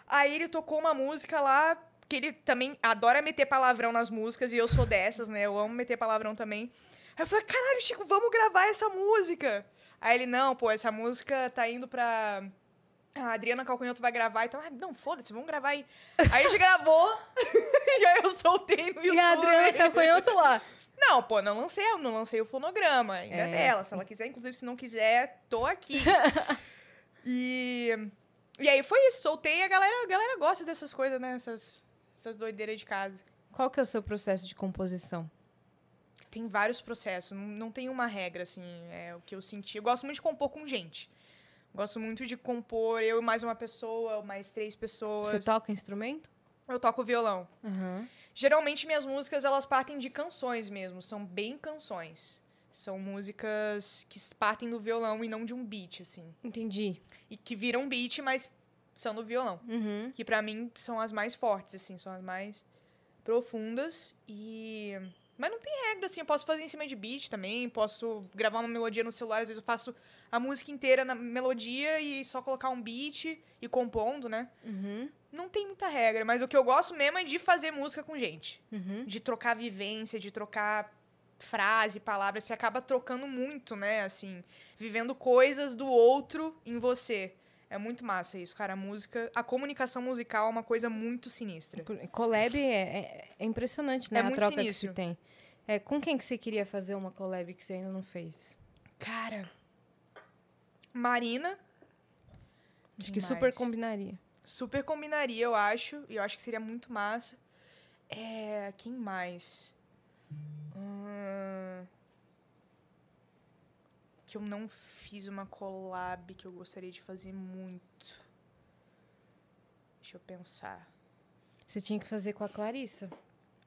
[SPEAKER 3] Aí ele tocou uma música lá, que ele também adora meter palavrão nas músicas, e eu sou dessas, né? Eu amo meter palavrão também. Aí eu falei, caralho, Chico, vamos gravar essa música. Aí ele, não, pô, essa música tá indo pra. A Adriana Calcanhoto vai gravar, então, ah, não, foda-se, vamos gravar aí. Aí a gente gravou, e aí eu soltei no YouTube.
[SPEAKER 2] E a Adriana tá com outro lá.
[SPEAKER 3] Não, pô, não lancei, eu não lancei o fonograma ainda
[SPEAKER 2] É.
[SPEAKER 3] dela. Se ela quiser, inclusive, se não quiser, tô aqui. e, e aí foi isso, soltei a galera, a galera gosta dessas coisas, né? Essas, essas doideiras de casa.
[SPEAKER 2] Qual que é o seu processo de composição?
[SPEAKER 3] Tem vários processos, não, não tem uma regra, assim, é o que eu senti. Eu gosto muito de compor com gente. Gosto muito de compor eu e mais uma pessoa, ou mais três pessoas.
[SPEAKER 2] Você toca instrumento?
[SPEAKER 3] Eu toco violão.
[SPEAKER 2] Aham.
[SPEAKER 3] Geralmente minhas músicas elas partem de canções mesmo, são bem canções. São músicas que s- partem do violão e não de um beat assim,
[SPEAKER 2] Entendi.
[SPEAKER 3] e que viram beat, mas são do violão,
[SPEAKER 2] Uhum.
[SPEAKER 3] que pra mim são as mais fortes assim, são as mais profundas e mas não tem regra assim, eu posso fazer em cima de beat também, posso gravar uma melodia no celular, às vezes eu faço a música inteira na melodia e só colocar um beat e compondo, né?
[SPEAKER 2] Uhum.
[SPEAKER 3] Não tem muita regra, mas o que eu gosto mesmo é de fazer música com gente
[SPEAKER 2] Uhum.
[SPEAKER 3] de trocar vivência, de trocar frase, palavra, você acaba trocando muito, né? Assim, vivendo coisas do outro em você. É muito massa isso, cara. A música, a comunicação musical é uma coisa muito sinistra.
[SPEAKER 2] Por- Collab é, é- é impressionante, né?
[SPEAKER 3] É
[SPEAKER 2] a
[SPEAKER 3] muito
[SPEAKER 2] troca
[SPEAKER 3] sinistro.
[SPEAKER 2] que se tem. É, com quem que você queria fazer uma collab que você ainda não fez?
[SPEAKER 3] Cara, Marina
[SPEAKER 2] Acho que
[SPEAKER 3] Demais.
[SPEAKER 2] super combinaria.
[SPEAKER 3] super combinaria, eu acho, e eu acho que seria muito massa. É, quem mais? Hum, que eu não fiz uma collab que eu gostaria de fazer muito. Deixa eu pensar.
[SPEAKER 2] Você tinha que fazer com a Clarissa.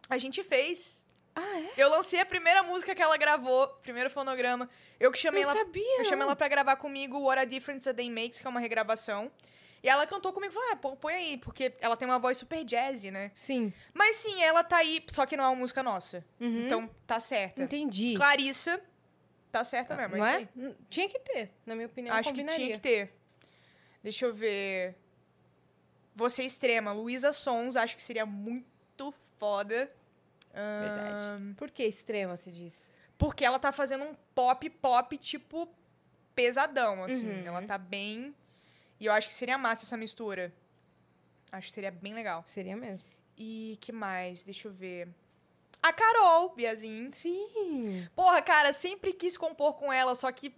[SPEAKER 3] A gente fez.
[SPEAKER 2] Ah, é?
[SPEAKER 3] Eu lancei a primeira música que ela gravou, primeiro fonograma. Eu que chamei
[SPEAKER 2] Não
[SPEAKER 3] ela.
[SPEAKER 2] sabia,
[SPEAKER 3] Eu chamei
[SPEAKER 2] não.
[SPEAKER 3] ela pra gravar comigo What a Difference a Day Makes, que é uma regravação. E ela cantou comigo, falou, ah, pô, põe aí, porque ela tem uma voz super jazz, né?
[SPEAKER 2] Sim.
[SPEAKER 3] Mas sim, ela tá aí, só que não é uma música nossa. Então tá certa.
[SPEAKER 2] Hum? Uhum. Entendi.
[SPEAKER 3] Clarissa, tá certa mesmo,
[SPEAKER 2] não
[SPEAKER 3] é
[SPEAKER 2] é?
[SPEAKER 3] isso aí.
[SPEAKER 2] N- Tinha que ter, na minha opinião,
[SPEAKER 3] Acho que
[SPEAKER 2] combinaria.
[SPEAKER 3] tinha que ter. Deixa eu ver. Você é extrema, Luísa Sons, acho que seria muito foda.
[SPEAKER 2] Verdade. Por que extrema, se diz?
[SPEAKER 3] Porque ela tá fazendo um pop pop, tipo, pesadão, assim.
[SPEAKER 2] Uhum.
[SPEAKER 3] Ela tá bem. E eu acho que seria massa essa mistura. Acho que seria bem legal.
[SPEAKER 2] Seria mesmo.
[SPEAKER 3] E que mais? Deixa eu ver. A Carol, Biazin.
[SPEAKER 2] Sim.
[SPEAKER 3] Porra, cara, sempre quis compor com ela, só que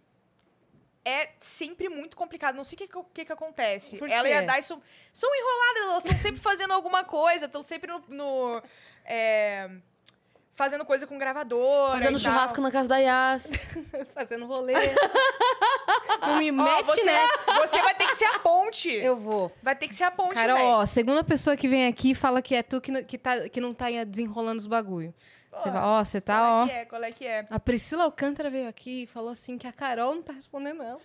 [SPEAKER 3] é sempre muito complicado. Não sei o que, que- que, que acontece.
[SPEAKER 2] Por
[SPEAKER 3] Ela e a
[SPEAKER 2] quê?
[SPEAKER 3] Dyson são enroladas, elas estão sempre fazendo alguma coisa, estão sempre no. no, é, fazendo coisa com gravadora.
[SPEAKER 4] Fazendo
[SPEAKER 3] e tal.
[SPEAKER 4] churrasco na casa da Yas.
[SPEAKER 2] Fazendo rolê. não me
[SPEAKER 3] Ó,
[SPEAKER 2] mete
[SPEAKER 3] você,
[SPEAKER 2] nessa.
[SPEAKER 3] você vai ter que ser a ponte.
[SPEAKER 2] Eu vou.
[SPEAKER 3] Vai ter que ser a ponte,
[SPEAKER 2] Carol,
[SPEAKER 3] véi.
[SPEAKER 2] ó, segunda pessoa que vem aqui e fala que é tu que, não- que, tá, que não tá aí desenrolando os bagulho. Você
[SPEAKER 3] Porra,
[SPEAKER 2] vai, ó, você tá,
[SPEAKER 3] Qual é
[SPEAKER 2] ó.
[SPEAKER 3] que é? Qual é que é?
[SPEAKER 2] A Priscila Alcântara veio aqui e falou assim que a Carol não tá respondendo, não.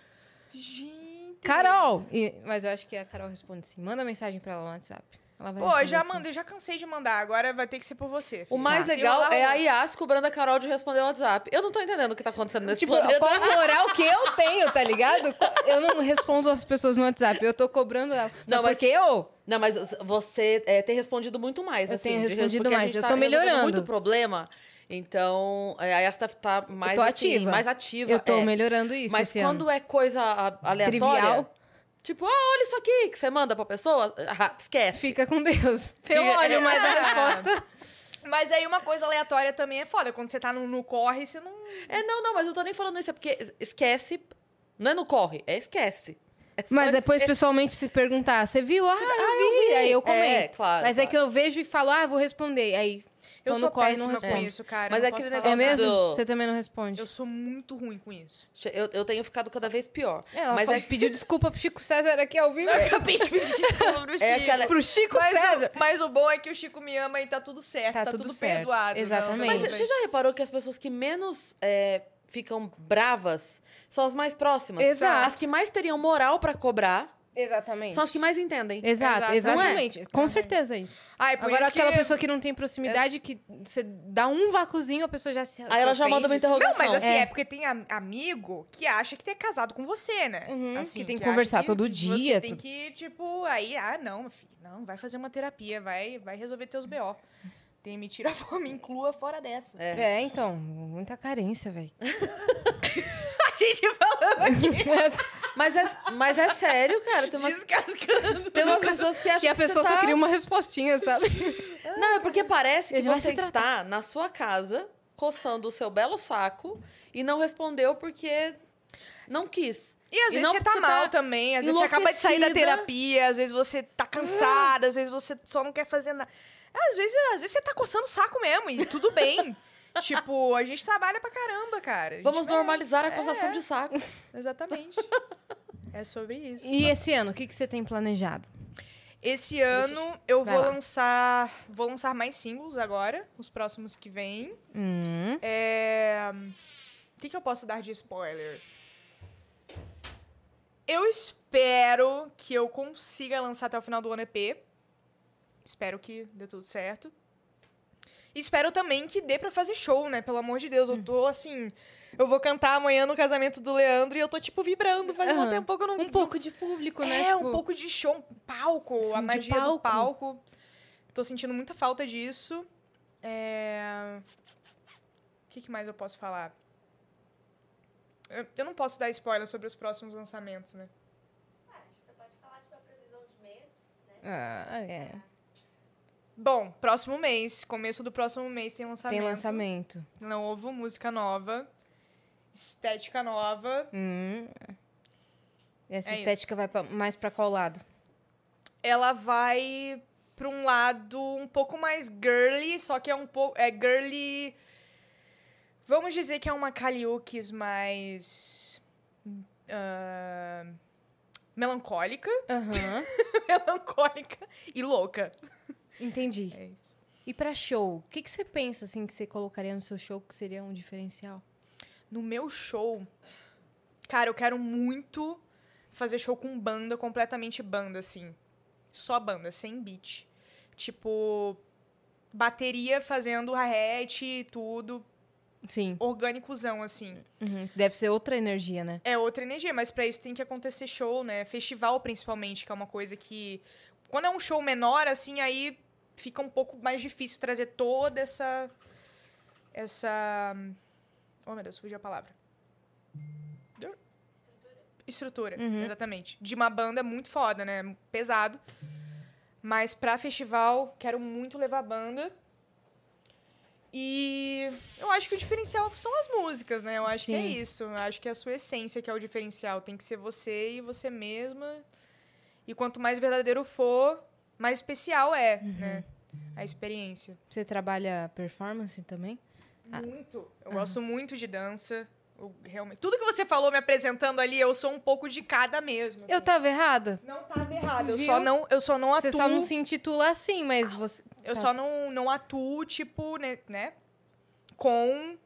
[SPEAKER 3] Gente.
[SPEAKER 2] Carol! E- mas eu acho que a Carol responde sim. Manda mensagem pra ela no WhatsApp. Ela vai assim.
[SPEAKER 3] Pô, eu já
[SPEAKER 2] responder sim.
[SPEAKER 3] mandei, já cansei de mandar. Agora vai ter que ser por você. Tá. filho.
[SPEAKER 4] O mais
[SPEAKER 3] Se
[SPEAKER 4] legal
[SPEAKER 3] rolar,
[SPEAKER 4] é a
[SPEAKER 3] rola.
[SPEAKER 4] Yas cobrando a Carol de responder o WhatsApp. Eu não tô entendendo o que tá acontecendo nesse
[SPEAKER 2] Tipo,
[SPEAKER 4] planeta.
[SPEAKER 2] pode moral que eu tenho, tá ligado? Eu não respondo as pessoas no WhatsApp, eu tô cobrando ela.
[SPEAKER 4] Não,
[SPEAKER 2] Não,
[SPEAKER 4] mas-
[SPEAKER 2] mas porque eu.
[SPEAKER 4] Não, mas você é, tem respondido muito mais.
[SPEAKER 2] Eu
[SPEAKER 4] assim,
[SPEAKER 2] tenho
[SPEAKER 4] de-
[SPEAKER 2] respondido
[SPEAKER 4] porque a
[SPEAKER 2] mais,
[SPEAKER 4] gente
[SPEAKER 2] eu
[SPEAKER 4] tá
[SPEAKER 2] tô
[SPEAKER 4] resolvendo
[SPEAKER 2] melhorando.
[SPEAKER 4] muito problema. Então, é, a Yas tá, tá mais,
[SPEAKER 2] tô
[SPEAKER 4] assim,
[SPEAKER 2] ativa.
[SPEAKER 4] mais ativa.
[SPEAKER 2] Eu tô
[SPEAKER 4] é.
[SPEAKER 2] melhorando isso.
[SPEAKER 4] Mas
[SPEAKER 2] esse
[SPEAKER 4] quando
[SPEAKER 2] ano.
[SPEAKER 4] é coisa a- aleatória...
[SPEAKER 2] Trivial.
[SPEAKER 4] Tipo, ah, olha isso aqui que você manda pra pessoa. Ah, esquece.
[SPEAKER 2] Fica com Deus. Eu
[SPEAKER 4] Fica-
[SPEAKER 2] olho mais a
[SPEAKER 3] É.
[SPEAKER 2] resposta.
[SPEAKER 3] Mas aí uma coisa aleatória também é foda. Quando você tá no, no corre, você não.
[SPEAKER 4] É, não, não, mas eu tô nem falando isso. É porque esquece... Não é no corre, é esquece. É só
[SPEAKER 2] Mas depois, pessoalmente, se perguntar, você viu? Ah, eu, vi. Aí eu comento.
[SPEAKER 4] É, claro,
[SPEAKER 2] Mas é
[SPEAKER 4] claro.
[SPEAKER 2] que eu vejo e falo, ah, vou responder. Aí,
[SPEAKER 3] Eu
[SPEAKER 2] quando
[SPEAKER 3] sou
[SPEAKER 2] corre, não
[SPEAKER 3] péssima com
[SPEAKER 2] respondo.
[SPEAKER 3] isso, cara.
[SPEAKER 4] Mas
[SPEAKER 3] não
[SPEAKER 4] é aquele
[SPEAKER 3] posso
[SPEAKER 2] É
[SPEAKER 3] falar
[SPEAKER 4] negócio-
[SPEAKER 3] nada.
[SPEAKER 2] mesmo?
[SPEAKER 4] do-
[SPEAKER 2] Você também não responde.
[SPEAKER 3] Eu sou muito ruim com isso.
[SPEAKER 4] Eu, eu tenho ficado cada vez pior.
[SPEAKER 2] É, Ela É,
[SPEAKER 4] mas
[SPEAKER 2] falou-
[SPEAKER 4] é
[SPEAKER 2] pediu desculpa pro Chico César aqui ao vivo.
[SPEAKER 3] acabei de pedir desculpa pro Chico.
[SPEAKER 4] É aquela-
[SPEAKER 2] Pro Chico
[SPEAKER 3] mas,
[SPEAKER 2] César.
[SPEAKER 3] O, mas o bom é que o Chico me ama e tá tudo certo, tá,
[SPEAKER 2] Tá
[SPEAKER 3] tudo,
[SPEAKER 2] tudo certo,
[SPEAKER 3] perdoado.
[SPEAKER 2] exatamente.
[SPEAKER 4] Mas
[SPEAKER 3] Não,
[SPEAKER 2] Sim.
[SPEAKER 4] você já reparou que as pessoas que menos é, ficam bravas são as mais próximas?
[SPEAKER 2] Exato.
[SPEAKER 4] As que mais teriam moral pra cobrar
[SPEAKER 2] Exatamente.
[SPEAKER 4] são as que mais entendem.
[SPEAKER 2] Exato,
[SPEAKER 3] Exato.
[SPEAKER 2] exatamente. Com certeza é isso.
[SPEAKER 3] Ai, por
[SPEAKER 2] Agora,
[SPEAKER 3] isso que-
[SPEAKER 2] aquela pessoa que é não tem proximidade, que você dá um vacuzinho, a pessoa já se.
[SPEAKER 4] Aí ela já manda uma interrogação.
[SPEAKER 3] Não, mas assim, é,
[SPEAKER 2] É.
[SPEAKER 3] porque tem am- amigo que acha que tem casado com você, né?
[SPEAKER 2] Uhum,
[SPEAKER 3] assim,
[SPEAKER 2] que tem que
[SPEAKER 3] acha
[SPEAKER 2] conversar todo
[SPEAKER 3] Você
[SPEAKER 2] dia,
[SPEAKER 3] tem
[SPEAKER 2] tudo.
[SPEAKER 3] que, tipo, aí, ah, não, meu filho, não, vai fazer uma terapia, vai, vai resolver teus BO. Tem, me tira a fome, me inclua fora dessa.
[SPEAKER 4] É.
[SPEAKER 2] É, então, muita carência, velho.
[SPEAKER 3] A gente falando aqui,
[SPEAKER 4] Mas é, mas é sério, cara. Tem umas,
[SPEAKER 3] descascando.
[SPEAKER 4] tem umas pessoas que acham
[SPEAKER 2] Que a pessoa
[SPEAKER 4] você
[SPEAKER 2] só
[SPEAKER 4] tá...
[SPEAKER 2] cria uma respostinha, sabe?
[SPEAKER 4] Não, é porque parece que
[SPEAKER 2] Ele vai
[SPEAKER 4] você
[SPEAKER 2] se tratar.
[SPEAKER 4] está na sua casa, coçando o seu belo saco, e não respondeu porque não quis.
[SPEAKER 3] E às
[SPEAKER 4] E
[SPEAKER 3] vezes
[SPEAKER 4] não
[SPEAKER 3] você tá
[SPEAKER 4] você tá
[SPEAKER 3] mal também, às vezes você acaba de sair da
[SPEAKER 4] enlouquecida.
[SPEAKER 3] terapia, às vezes você tá cansada, às vezes você só não quer fazer nada. Às vezes, às vezes você tá coçando o saco mesmo, e tudo bem. tipo, a gente trabalha pra caramba, cara. A gente é.
[SPEAKER 4] Vamos
[SPEAKER 3] vai-
[SPEAKER 4] normalizar a coçação de saco.
[SPEAKER 3] Exatamente. é sobre isso.
[SPEAKER 2] E esse ano, o que, que você tem planejado? Um
[SPEAKER 3] Esse ano eu
[SPEAKER 2] Vai
[SPEAKER 3] vou
[SPEAKER 2] lá.
[SPEAKER 3] lançar, vou lançar mais singles agora, os próximos que vêm.
[SPEAKER 2] Hum,
[SPEAKER 3] É, O que, que eu posso dar de spoiler? Eu espero que eu consiga lançar até o final do ano EP. Espero que dê tudo certo. Espero também que dê pra fazer show, né? Pelo amor de Deus, eu
[SPEAKER 2] Hum.
[SPEAKER 3] tô assim. Eu vou cantar amanhã no casamento do Leandro e eu tô, tipo, vibrando. Faz um
[SPEAKER 2] Aham.
[SPEAKER 3] tempo que eu não
[SPEAKER 2] um pouco de público, né?
[SPEAKER 3] é, um
[SPEAKER 2] Tipo,
[SPEAKER 3] pouco de show, um palco,
[SPEAKER 2] Sim,
[SPEAKER 3] a
[SPEAKER 2] de
[SPEAKER 3] magia
[SPEAKER 2] palco.
[SPEAKER 3] do palco. Tô sentindo muita falta disso. É... O que, que mais eu posso falar? Eu, eu não posso dar spoiler sobre os próximos lançamentos, né?
[SPEAKER 2] Ah, é.
[SPEAKER 3] Bom, próximo mês, começo do próximo mês tem lançamento.
[SPEAKER 2] Tem lançamento.
[SPEAKER 3] Novo, música nova, estética nova.
[SPEAKER 2] Hum. Essa
[SPEAKER 3] É isso.
[SPEAKER 2] estética vai pra- mais pra qual lado?
[SPEAKER 3] Ela vai pra um lado um pouco mais girly, só que é um pouco. É girly. Vamos dizer que é uma Kaliukis mais. ah, melancólica.
[SPEAKER 2] Aham.
[SPEAKER 3] melancólica e louca.
[SPEAKER 2] Entendi.
[SPEAKER 3] É isso.
[SPEAKER 2] E pra show, o que, que você pensa, assim, que você colocaria no seu show que seria um diferencial?
[SPEAKER 3] No meu show, cara, eu quero muito fazer show com banda, completamente banda, assim. Só banda, sem beat. Tipo, bateria fazendo hi-hat e tudo,
[SPEAKER 2] Sim.
[SPEAKER 3] orgânicozão, assim.
[SPEAKER 2] Deve ser outra energia, né?
[SPEAKER 3] É outra energia, mas pra isso tem que acontecer show, né? Festival, principalmente, que é uma coisa que. Quando é um show menor, assim, aí fica um pouco mais difícil trazer toda essa. Essa. Oh, meu Deus, fugiu a palavra. Estrutura, exatamente. De uma banda muito foda, né? Pesado. Mas pra festival, quero muito levar a banda. E eu acho que o diferencial são as músicas, né? Eu acho que é
[SPEAKER 2] Sim.
[SPEAKER 3] isso. Eu acho que é a sua essência que é o diferencial. Tem que ser você e você mesma. E quanto mais verdadeiro for, mais especial é, né? A experiência.
[SPEAKER 2] Você trabalha performance também? Ah.
[SPEAKER 3] Muito. Eu gosto muito de dança. Eu realmente... Tudo que você falou me apresentando ali, eu sou um pouco de cada mesmo. assim.
[SPEAKER 2] Eu tava errada?
[SPEAKER 3] Não tava errado. Eu
[SPEAKER 2] Viu?
[SPEAKER 3] só não, eu só não atuo.
[SPEAKER 2] Você só não se intitula assim, mas você.
[SPEAKER 3] Eu
[SPEAKER 2] Tá.
[SPEAKER 3] só não, não atuo, tipo, né, né? Com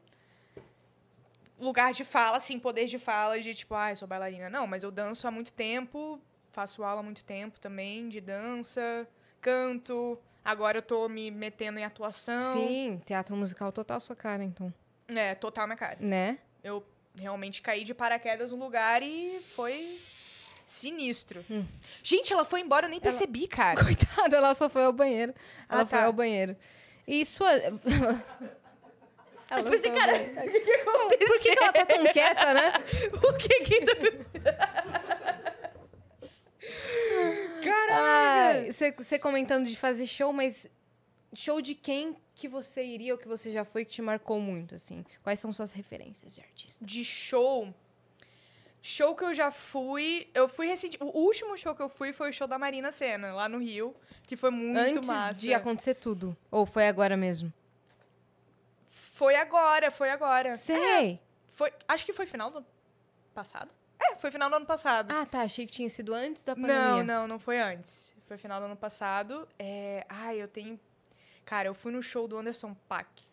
[SPEAKER 3] lugar de fala, assim, poder de fala de tipo, ah, eu sou bailarina. Não, mas eu danço há muito tempo, faço aula há muito tempo também de dança, canto. Agora eu tô me metendo em atuação.
[SPEAKER 2] Sim, teatro musical total sua cara, então.
[SPEAKER 3] É, total minha cara.
[SPEAKER 2] Né?
[SPEAKER 3] Eu realmente caí de paraquedas no lugar e foi sinistro. Hum. Gente, ela foi embora, eu nem percebi, cara.
[SPEAKER 2] Coitada, ela só foi ao banheiro. Ela
[SPEAKER 3] Ah,
[SPEAKER 2] foi
[SPEAKER 3] tá.
[SPEAKER 2] ao banheiro. E sua. Ela
[SPEAKER 3] Eu
[SPEAKER 2] foi
[SPEAKER 3] pensei,
[SPEAKER 2] ao
[SPEAKER 3] cara,
[SPEAKER 2] banheiro. Por que, que ela tá tão quieta, né?
[SPEAKER 3] O que que tá tu...
[SPEAKER 2] Ai, Você você comentando de fazer show, mas show de quem que você iria ou que você já foi que te marcou muito, assim? Quais são suas referências de artista?
[SPEAKER 3] De show... Show que eu já fui... Eu fui recente... O último show que eu fui foi o show da Marina Senna, lá no Rio. Que foi muito
[SPEAKER 2] Antes
[SPEAKER 3] massa.
[SPEAKER 2] de acontecer tudo. Ou foi agora mesmo?
[SPEAKER 3] Foi agora, foi agora. É.
[SPEAKER 2] Sei!
[SPEAKER 3] Foi... Acho que foi final do ano passado. É, foi final do ano passado.
[SPEAKER 2] Ah, tá. Achei que tinha sido antes da
[SPEAKER 3] Não,
[SPEAKER 2] pandemia.
[SPEAKER 3] não, não foi antes. Foi final do ano passado. É... Ai, eu tenho. Cara, eu fui no show do Anderson Paak,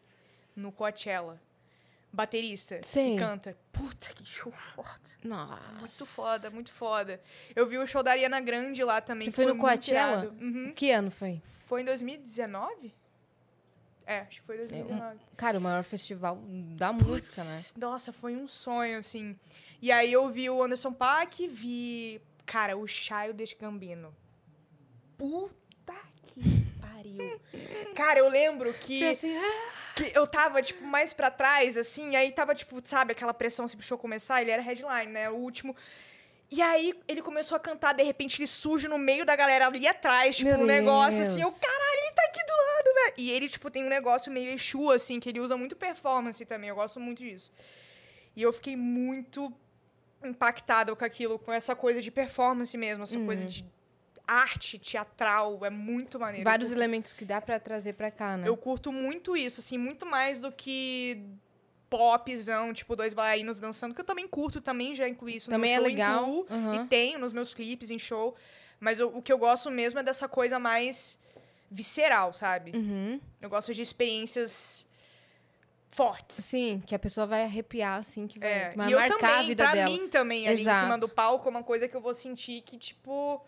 [SPEAKER 3] no Coachella. Baterista.
[SPEAKER 2] Sei.
[SPEAKER 3] Que canta. Puta que show foda.
[SPEAKER 2] Nossa.
[SPEAKER 3] Muito foda, muito foda. Eu vi o show da Ariana Grande lá também.
[SPEAKER 2] Você
[SPEAKER 3] que
[SPEAKER 2] foi no
[SPEAKER 3] muito
[SPEAKER 2] Coachella?
[SPEAKER 3] irado. Uhum.
[SPEAKER 2] Que ano foi?
[SPEAKER 3] Foi em 2019? É, acho que
[SPEAKER 2] um
[SPEAKER 3] foi 2019.
[SPEAKER 2] Cara, o maior festival da música, né?
[SPEAKER 3] Putz, Nossa, foi um sonho, assim. E aí eu vi o Anderson Paak, vi, cara, o Childish Gambino. Puta que pariu. cara, eu lembro que,
[SPEAKER 2] Você assim, ah,
[SPEAKER 3] que eu tava, tipo, mais pra trás, assim, aí tava, tipo, sabe, aquela pressão se puxou começar, ele era headline, né, o último... E aí ele começou a cantar, de repente ele surge no meio da galera ali atrás, tipo,
[SPEAKER 2] Meu
[SPEAKER 3] um negócio
[SPEAKER 2] Deus.
[SPEAKER 3] assim, eu, caralho, ele tá aqui do lado, velho. E ele, tipo, tem um negócio meio Exu, assim, que ele usa muito performance também, eu gosto muito disso. E eu fiquei muito impactada com aquilo, com essa coisa de performance mesmo, essa coisa
[SPEAKER 2] Hum.
[SPEAKER 3] de arte teatral, é muito maneiro.
[SPEAKER 2] vários
[SPEAKER 3] eu, curto-
[SPEAKER 2] elementos que dá pra trazer pra cá, né?
[SPEAKER 3] eu curto muito isso, assim, muito mais do que popzão, tipo, dois bailarinos dançando, que eu também curto, também já incluí isso no
[SPEAKER 2] Também é
[SPEAKER 3] meu show,
[SPEAKER 2] legal.
[SPEAKER 3] incluo.
[SPEAKER 2] Aham.
[SPEAKER 3] E tenho nos meus clipes, em show. Mas eu- o que eu gosto mesmo é dessa coisa mais visceral, sabe?
[SPEAKER 2] Uhum.
[SPEAKER 3] Eu gosto de experiências fortes.
[SPEAKER 2] Sim, que a pessoa vai arrepiar, assim, que vai,
[SPEAKER 3] É.
[SPEAKER 2] vai
[SPEAKER 3] E eu
[SPEAKER 2] marcar
[SPEAKER 3] também,
[SPEAKER 2] a vida
[SPEAKER 3] pra
[SPEAKER 2] dela.
[SPEAKER 3] mim também, ali em cima
[SPEAKER 2] Exato.
[SPEAKER 3] do palco, é uma coisa que eu vou sentir que, tipo...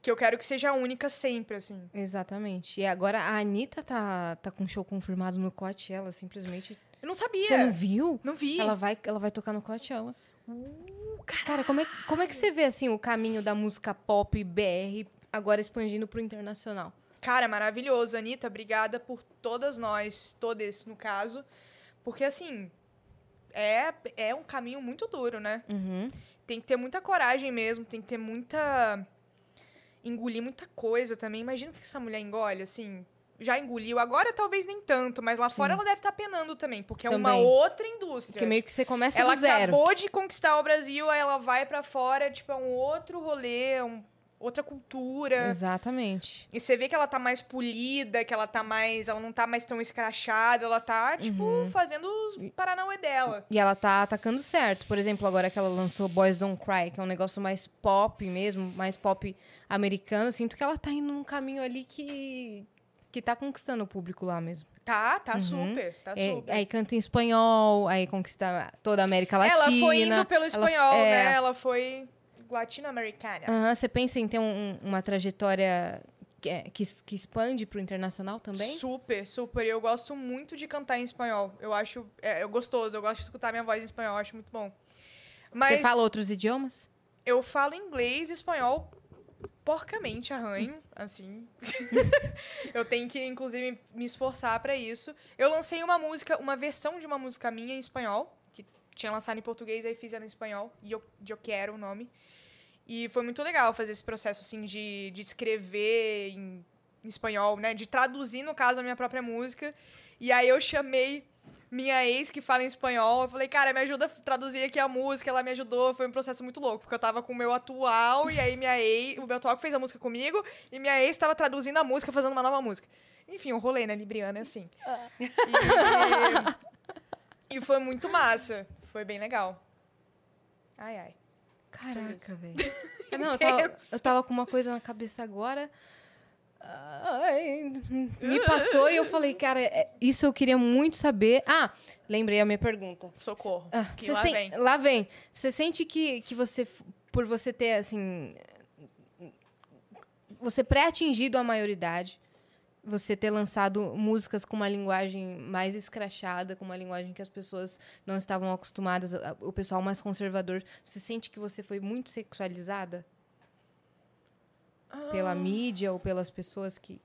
[SPEAKER 3] Que eu quero que seja única sempre, assim.
[SPEAKER 2] Exatamente. E agora a Anitta tá, tá com um show confirmado no Coachella, simplesmente.
[SPEAKER 3] Eu não
[SPEAKER 2] Você
[SPEAKER 3] sabia.
[SPEAKER 2] não
[SPEAKER 3] Não,
[SPEAKER 2] viu?
[SPEAKER 3] vi.
[SPEAKER 2] Ela vai, ela vai tocar no Coachella.
[SPEAKER 3] Uh,
[SPEAKER 2] Cara, como é, como é que você vê, assim, o caminho da música pop BR agora expandindo pro internacional?
[SPEAKER 3] Cara, maravilhoso, Anitta. Obrigada por todas nós, todas, no caso. Porque, assim... É, é um caminho muito duro, né?
[SPEAKER 2] Uhum.
[SPEAKER 3] Tem que ter muita coragem mesmo, tem que ter muita. engolir muita coisa também. Imagina o que essa mulher engole, assim. Já engoliu, agora talvez nem tanto, mas lá fora ela deve estar penando também, porque é uma
[SPEAKER 2] Também.
[SPEAKER 3] outra indústria.
[SPEAKER 2] Porque meio que você começa
[SPEAKER 3] ela
[SPEAKER 2] do zero.
[SPEAKER 3] acabou de conquistar o Brasil, aí ela vai pra fora, tipo, é um outro rolê, é um- outra cultura.
[SPEAKER 2] Exatamente.
[SPEAKER 3] E você vê que ela tá mais polida, que ela tá mais. Ela não tá mais tão escrachada, ela tá, tipo,
[SPEAKER 2] Uhum.
[SPEAKER 3] fazendo os paranauê dela.
[SPEAKER 2] E ela tá atacando certo. Por exemplo, agora que ela lançou Boys Don't Cry, que é um negócio mais pop mesmo, mais pop americano, eu sinto que ela tá indo num caminho ali que. que tá conquistando o público lá mesmo.
[SPEAKER 3] Tá, tá
[SPEAKER 2] Uhum.
[SPEAKER 3] super. Tá
[SPEAKER 2] É,
[SPEAKER 3] super.
[SPEAKER 2] aí canta em espanhol, aí conquista toda a América Latina.
[SPEAKER 3] ela foi indo pelo
[SPEAKER 2] ela-
[SPEAKER 3] espanhol,
[SPEAKER 2] é.
[SPEAKER 3] né? Ela foi latino-americana.
[SPEAKER 2] Aham, você pensa em ter um- um- uma trajetória que, é- que, es- que expande pro internacional também?
[SPEAKER 3] Super, super. Eu gosto muito de cantar em espanhol. Eu acho é, é gostoso, eu gosto de escutar minha voz em espanhol, eu acho muito bom. Mas
[SPEAKER 2] Você fala outros idiomas?
[SPEAKER 3] eu falo inglês e espanhol porcamente arranho, assim. eu tenho que, inclusive, me esforçar pra isso. Eu lancei uma música, uma versão de uma música minha em espanhol, que tinha lançado em português, aí fiz ela em espanhol, e eu, quero o nome. E foi muito legal fazer esse processo, assim, de, de escrever em, em espanhol, né? De traduzir, no caso, a minha própria música. E aí eu chamei minha ex que fala em espanhol. Eu falei, cara, me ajuda a traduzir aqui a música. Ela me ajudou. Foi um processo muito louco, porque eu tava com o meu atual, e aí minha ex, o meu atual que fez a música comigo, e minha ex tava traduzindo a música, fazendo uma nova música. Enfim, um rolê, né? Libriana é assim. E, e foi muito massa. Foi bem legal. Ai, ai.
[SPEAKER 2] Caraca, velho. Ah, Não, eu tava, eu tava com uma coisa na cabeça agora. Ai, me passou e eu falei, cara, é- isso eu queria muito saber. Ah, lembrei a minha pergunta.
[SPEAKER 3] Socorro.
[SPEAKER 2] Ah,
[SPEAKER 3] que
[SPEAKER 2] você
[SPEAKER 3] lá
[SPEAKER 2] sen-
[SPEAKER 3] vem.
[SPEAKER 2] lá vem. Você sente que, que você, f- por você ter, assim... Você pré-atingido a maioridade, você ter lançado músicas com uma linguagem mais escrachada, com uma linguagem que as pessoas não estavam acostumadas, a- o pessoal mais conservador, você sente que você foi muito sexualizada?
[SPEAKER 3] Ah.
[SPEAKER 2] Pela mídia ou pelas pessoas que...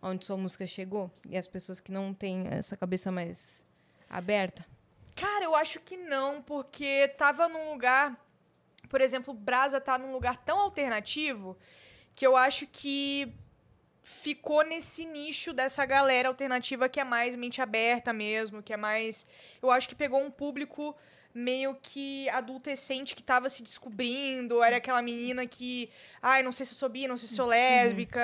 [SPEAKER 2] Onde sua música chegou? E as pessoas que não têm essa cabeça mais aberta?
[SPEAKER 3] Cara, eu acho que não, porque tava num lugar. Por exemplo, Brasa tá num lugar tão alternativo que eu acho que ficou nesse nicho dessa galera alternativa que é mais mente aberta mesmo, que é mais. Eu acho que pegou um público meio que adultecente que tava se descobrindo, era aquela menina que, ai, não sei se eu sou bi, não sei se eu sou lésbica,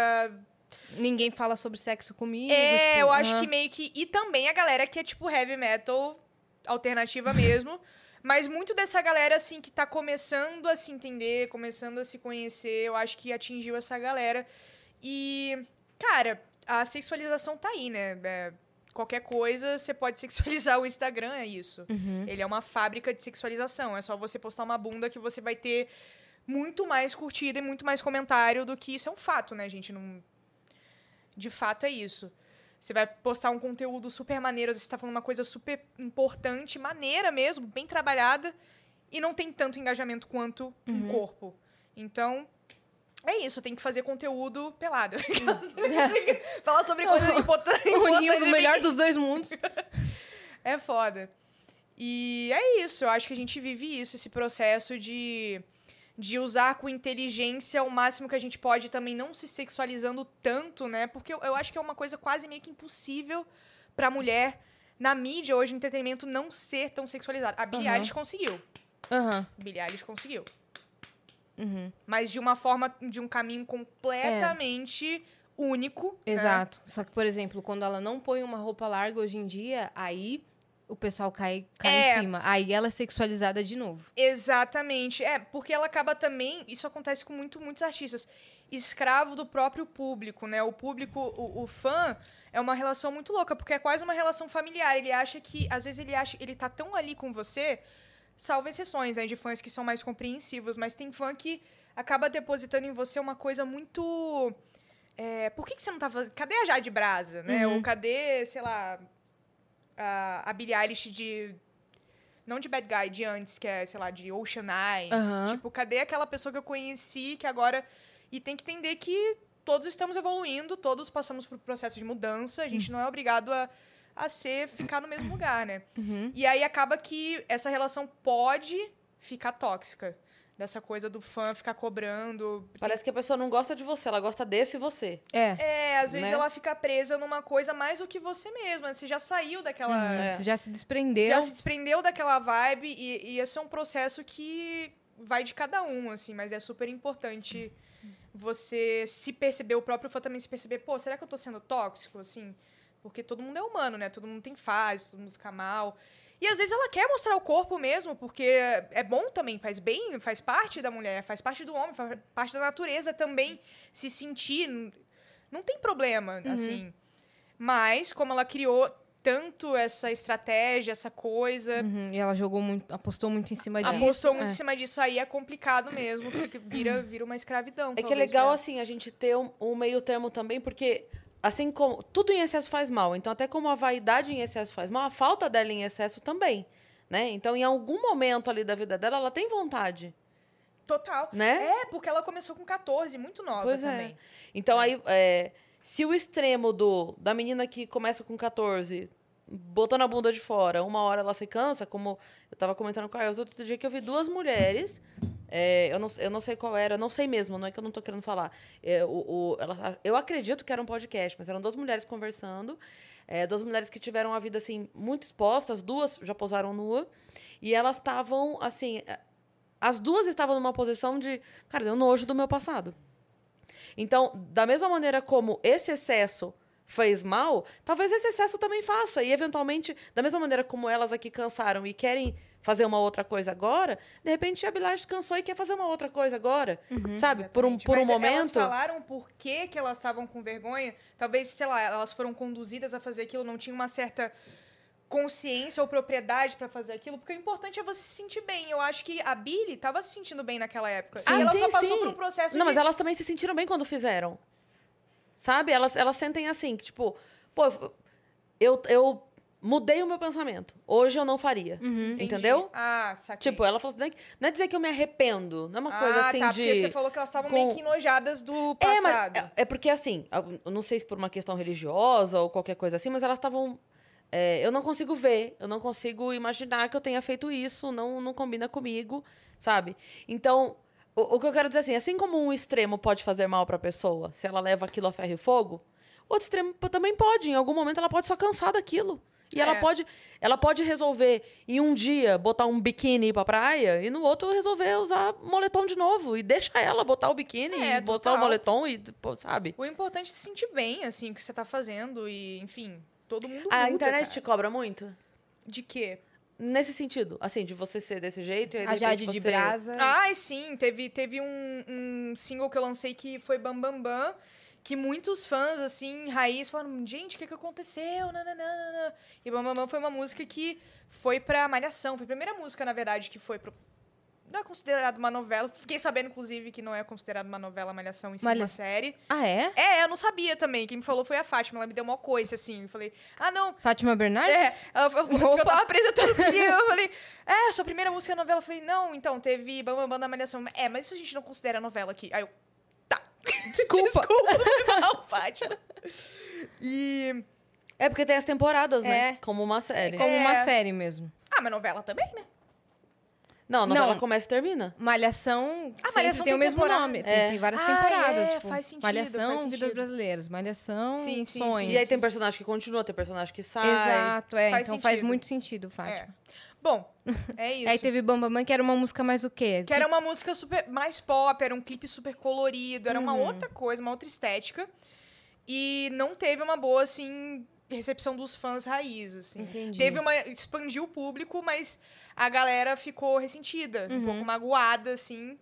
[SPEAKER 2] Ninguém fala sobre sexo comigo.
[SPEAKER 3] é,
[SPEAKER 2] tipo,
[SPEAKER 3] eu acho
[SPEAKER 2] ah,
[SPEAKER 3] que meio que. E também a galera que é tipo heavy metal alternativa mesmo. Mas muito dessa galera, assim, que tá começando a se entender, começando a se conhecer, eu acho que atingiu essa galera. E, cara, a sexualização tá aí, né? É, qualquer coisa, você pode sexualizar o Instagram, é isso.
[SPEAKER 2] uhum.
[SPEAKER 3] Ele é uma fábrica de sexualização. É só você postar uma bunda que você vai ter muito mais curtida e muito mais comentário do que isso é um fato, né, gente? Não... De fato é isso. Você vai postar um conteúdo super maneiro, às vezes você tá falando uma coisa super importante, maneira mesmo, bem trabalhada, e não tem tanto engajamento quanto um corpo. Então, é isso, tem que fazer conteúdo pelado. Falar sobre coisas importantes.
[SPEAKER 2] Uniu
[SPEAKER 3] importantes
[SPEAKER 2] do
[SPEAKER 3] e
[SPEAKER 2] melhor dos dois mundos.
[SPEAKER 3] é foda. E é isso, eu acho que a gente vive isso, esse processo de, de usar com inteligência o máximo que a gente pode, também não se sexualizando tanto, né? Porque eu, eu acho que é uma coisa quase meio que impossível pra mulher na mídia hoje, no entretenimento, não ser tão sexualizada. A Billie
[SPEAKER 2] Aham.
[SPEAKER 3] Eilish conseguiu.
[SPEAKER 2] Aham.
[SPEAKER 3] Billie Eilish conseguiu.
[SPEAKER 2] Uhum. É.
[SPEAKER 3] Mas de uma forma, de um caminho completamente único. né?
[SPEAKER 2] Exato. Só que, por exemplo, quando ela não põe uma roupa larga hoje em dia, aí o pessoal cai, cai
[SPEAKER 3] É.
[SPEAKER 2] em cima. Aí ela é sexualizada de novo.
[SPEAKER 3] Exatamente. É, porque ela acaba também, isso acontece com muito, muitos artistas, escravo do próprio público, né? O público, o, o fã, é uma relação muito louca, porque é quase uma relação familiar. Ele acha que, às vezes, ele acha, ele tá tão ali com você, salvo exceções, né, de fãs que são mais compreensivos, mas tem fã que acaba depositando em você uma coisa muito. é, por que, que você não tá fazendo. Cadê a Jade Brasa, né?
[SPEAKER 2] Uhum.
[SPEAKER 3] Ou cadê, sei lá, a, a Billie Eilish de. Não de Bad Guy, de antes, que é, sei lá, de Ocean Eyes.
[SPEAKER 2] Aham.
[SPEAKER 3] Tipo, cadê aquela pessoa que eu conheci que agora. E tem que entender que todos estamos evoluindo, todos passamos por processo de mudança, a
[SPEAKER 2] Hum.
[SPEAKER 3] gente não é obrigado a, a ser, ficar no mesmo lugar, né?
[SPEAKER 2] Uhum.
[SPEAKER 3] E aí acaba que essa relação pode ficar tóxica. Dessa coisa do fã ficar cobrando.
[SPEAKER 4] Parece que a pessoa não gosta de você, ela gosta desse você.
[SPEAKER 2] É.
[SPEAKER 3] É, às vezes
[SPEAKER 4] Né?
[SPEAKER 3] ela fica presa numa coisa mais do que você mesma. Você já saiu daquela.
[SPEAKER 4] É.
[SPEAKER 2] Você já se desprendeu.
[SPEAKER 3] Já se desprendeu daquela vibe e, e esse é um processo que vai de cada um, assim, mas é super importante você se perceber, o próprio fã também se perceber, pô, será que eu tô sendo tóxico, assim? Porque todo mundo é humano, né? Todo mundo tem fase, todo mundo fica mal. E às vezes ela quer mostrar o corpo mesmo, porque é bom também, faz bem, faz parte da mulher, faz parte do homem,
[SPEAKER 4] Uhum.
[SPEAKER 3] faz parte da natureza também se sentir. Não tem problema, assim. Mas, como ela criou tanto essa estratégia, essa coisa,
[SPEAKER 2] Uhum, e ela jogou muito, apostou muito em cima disso.
[SPEAKER 3] apostou muito
[SPEAKER 2] é.
[SPEAKER 3] em cima disso aí, é complicado mesmo, porque vira, vira uma escravidão.
[SPEAKER 4] É que é
[SPEAKER 3] talvez,
[SPEAKER 4] legal,
[SPEAKER 3] pra-
[SPEAKER 4] assim, a gente ter um, um meio termo também, porque, assim como... Tudo em excesso faz mal. Então, até como a vaidade em excesso faz mal, a falta dela em excesso também, né? Então, em algum momento ali da vida dela, ela tem vontade,
[SPEAKER 3] Total.
[SPEAKER 4] né?
[SPEAKER 3] É, porque ela começou com 14, muito nova
[SPEAKER 4] pois
[SPEAKER 3] também.
[SPEAKER 4] é. Então, aí, é, se o extremo do da menina que começa com 14... Botando a bunda de fora, uma hora ela se cansa, como eu tava comentando com a Elza outro dia que eu vi duas mulheres. é, eu, não, eu não sei qual era, eu não sei mesmo, não é que eu não tô querendo falar. É, o- o- ela- eu acredito que era um podcast, mas eram duas mulheres conversando. é, duas mulheres que tiveram a vida, assim, muito expostas. Duas já posaram nua. E elas estavam, assim... é, As duas estavam numa posição de... Cara, eu nojo do meu passado. Então, da mesma maneira como esse excesso fez mal, talvez esse excesso também faça. E, eventualmente, da mesma maneira como elas aqui cansaram e querem fazer uma outra coisa agora, de repente a Bilage cansou e quer fazer uma outra coisa agora. Sabe? Por um,
[SPEAKER 3] Uhum, Exatamente.
[SPEAKER 4] por um
[SPEAKER 3] Mas Elas
[SPEAKER 4] momento.
[SPEAKER 3] falaram por que, que elas estavam com vergonha. Talvez, sei lá, elas foram conduzidas a fazer aquilo, não tinham uma certa consciência ou propriedade pra fazer aquilo, porque o importante é você se sentir bem. Eu acho que a Billy tava se sentindo bem naquela época.
[SPEAKER 4] Ah,
[SPEAKER 3] e ela
[SPEAKER 4] sim,
[SPEAKER 3] só passou
[SPEAKER 4] sim.
[SPEAKER 3] por um processo
[SPEAKER 4] Não,
[SPEAKER 3] de...
[SPEAKER 4] mas elas também se sentiram bem quando fizeram. Sabe? Elas, elas sentem assim, que tipo, pô, eu, eu mudei o meu pensamento. Hoje eu não faria.
[SPEAKER 3] Uhum, Entendi.
[SPEAKER 4] Entendeu?
[SPEAKER 3] Ah, saquei.
[SPEAKER 4] Tipo, ela falou assim, não é que- não é dizer que eu me arrependo, não é uma
[SPEAKER 3] ah,
[SPEAKER 4] coisa assim
[SPEAKER 3] tá, porque
[SPEAKER 4] de...
[SPEAKER 3] você falou que elas estavam
[SPEAKER 4] com-
[SPEAKER 3] meio que enojadas do
[SPEAKER 4] É, mas
[SPEAKER 3] passado.
[SPEAKER 4] é- é porque assim, eu não sei se por uma questão religiosa ou qualquer coisa assim, mas elas estavam. é, eu não consigo ver, eu não consigo imaginar que eu tenha feito isso, não, não combina comigo, sabe? Então, o, o que eu quero dizer assim, assim como um extremo pode fazer mal pra pessoa, se ela leva aquilo a ferro e fogo, outro extremo po- também pode. Em algum momento ela pode só cansar daquilo. E ela
[SPEAKER 3] É.
[SPEAKER 4] pode ela pode resolver em um dia botar um biquíni e ir pra praia e no outro resolver usar moletom de novo. E deixa ela botar o biquíni
[SPEAKER 3] É,
[SPEAKER 4] e botar o
[SPEAKER 3] total.
[SPEAKER 4] moletom e, pô, sabe?
[SPEAKER 3] O importante é se sentir bem, assim, o que você tá fazendo e, enfim, todo mundo
[SPEAKER 4] A
[SPEAKER 3] muda,
[SPEAKER 4] internet
[SPEAKER 3] cara.
[SPEAKER 4] te cobra muito?
[SPEAKER 3] De quê?
[SPEAKER 4] Nesse sentido, assim, de você ser desse jeito e aí,
[SPEAKER 2] A
[SPEAKER 4] de repente,
[SPEAKER 2] Jade de
[SPEAKER 4] você-
[SPEAKER 2] Brasa.
[SPEAKER 3] Ai, sim, teve, teve um, um single que eu lancei que foi Bam Bam Bam, que muitos fãs, assim, raiz, falaram, gente, o que, que aconteceu? Nananana. E Bam Bam Bam foi uma música que foi pra Malhação, foi a primeira música, na verdade, que foi pro... Não é considerado uma novela. Fiquei sabendo, inclusive, que não é considerado uma novela Malhação em si,
[SPEAKER 2] Malha-
[SPEAKER 3] uma série.
[SPEAKER 2] Ah, é?
[SPEAKER 3] É, eu não sabia também. Quem me falou foi a Fátima. Ela me deu uma coisa, assim. Eu falei, ah, não,
[SPEAKER 2] Fátima
[SPEAKER 3] é,
[SPEAKER 2] Bernardes?
[SPEAKER 3] ela falou que eu tava apresentando o menino, eu falei, é, sua primeira música é novela. Eu falei, não, então, teve Bam Bam Bam da Malhação. É, mas isso a gente não considera novela aqui. Aí eu, tá.
[SPEAKER 4] Desculpa.
[SPEAKER 3] Desculpa, não, Fátima. E...
[SPEAKER 4] É porque tem as temporadas, né?
[SPEAKER 2] É.
[SPEAKER 4] Como uma série.
[SPEAKER 2] Como uma
[SPEAKER 3] É.
[SPEAKER 2] série mesmo.
[SPEAKER 3] Ah, mas novela também, né?
[SPEAKER 4] Não, a novela
[SPEAKER 2] Não.
[SPEAKER 4] começa e termina.
[SPEAKER 2] Malhação
[SPEAKER 3] Ah,
[SPEAKER 2] sempre
[SPEAKER 3] Malhação
[SPEAKER 2] tem o
[SPEAKER 3] tem
[SPEAKER 2] mesmo
[SPEAKER 3] temporada.
[SPEAKER 2] nome.
[SPEAKER 4] É.
[SPEAKER 2] Tem, tem várias
[SPEAKER 3] Ah,
[SPEAKER 2] temporadas.
[SPEAKER 3] é,
[SPEAKER 2] tipo,
[SPEAKER 3] faz sentido,
[SPEAKER 2] Malhação,
[SPEAKER 3] faz
[SPEAKER 2] Vidas
[SPEAKER 3] sentido.
[SPEAKER 2] Brasileiras. Malhação,
[SPEAKER 3] Sim, sim, sim.
[SPEAKER 2] Sonhos.
[SPEAKER 4] E aí tem personagem que continua, tem personagem que sai.
[SPEAKER 2] Exato, é.
[SPEAKER 3] Faz
[SPEAKER 2] então faz
[SPEAKER 3] sentido.
[SPEAKER 2] muito sentido, Fátima.
[SPEAKER 3] Bom, é isso.
[SPEAKER 2] Aí teve Bam Bam Bam, que era uma música mais o quê?
[SPEAKER 3] Que era uma música super mais pop, era um clipe super colorido, era uma
[SPEAKER 2] Uhum.
[SPEAKER 3] outra coisa, uma outra estética. E não teve uma boa, assim, recepção dos fãs raiz, assim.
[SPEAKER 2] Tipo, Entendi.
[SPEAKER 4] Uhum.
[SPEAKER 3] Teve uma. expandiu o público, mas a galera ficou ressentida,
[SPEAKER 4] Uhum.
[SPEAKER 3] um pouco magoada, assim.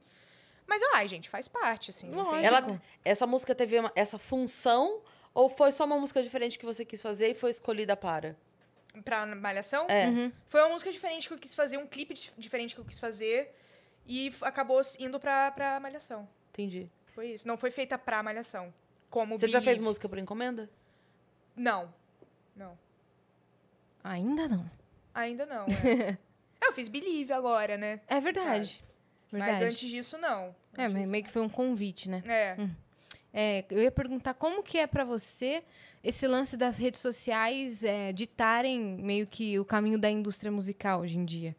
[SPEAKER 3] Mas, ai, gente, faz parte, assim. não tem-
[SPEAKER 4] Ela-
[SPEAKER 2] Lógico.
[SPEAKER 4] essa música teve uma- essa função ou foi só uma música diferente que você quis fazer e foi escolhida para?
[SPEAKER 3] Pra Malhação?
[SPEAKER 4] É.
[SPEAKER 2] Uhum.
[SPEAKER 3] Foi uma música diferente que eu quis fazer, um clipe dif- diferente que eu quis fazer. E f- acabou s- indo pra, pra Malhação.
[SPEAKER 4] Entendi.
[SPEAKER 3] Foi isso. Não foi feita pra Malhação. Como
[SPEAKER 4] Você já fez
[SPEAKER 3] Believe.
[SPEAKER 4] música por encomenda?
[SPEAKER 3] Não. Não.
[SPEAKER 2] Ainda não.
[SPEAKER 3] Ainda não. É. É, eu fiz Believe agora, né?
[SPEAKER 2] É verdade. É. Verdade.
[SPEAKER 3] Mas antes disso, não.
[SPEAKER 2] É, mas meio que foi um convite, né?
[SPEAKER 3] É.
[SPEAKER 2] É, eu ia perguntar como que é pra você esse lance das redes sociais é, ditarem meio que o caminho da indústria musical hoje em dia.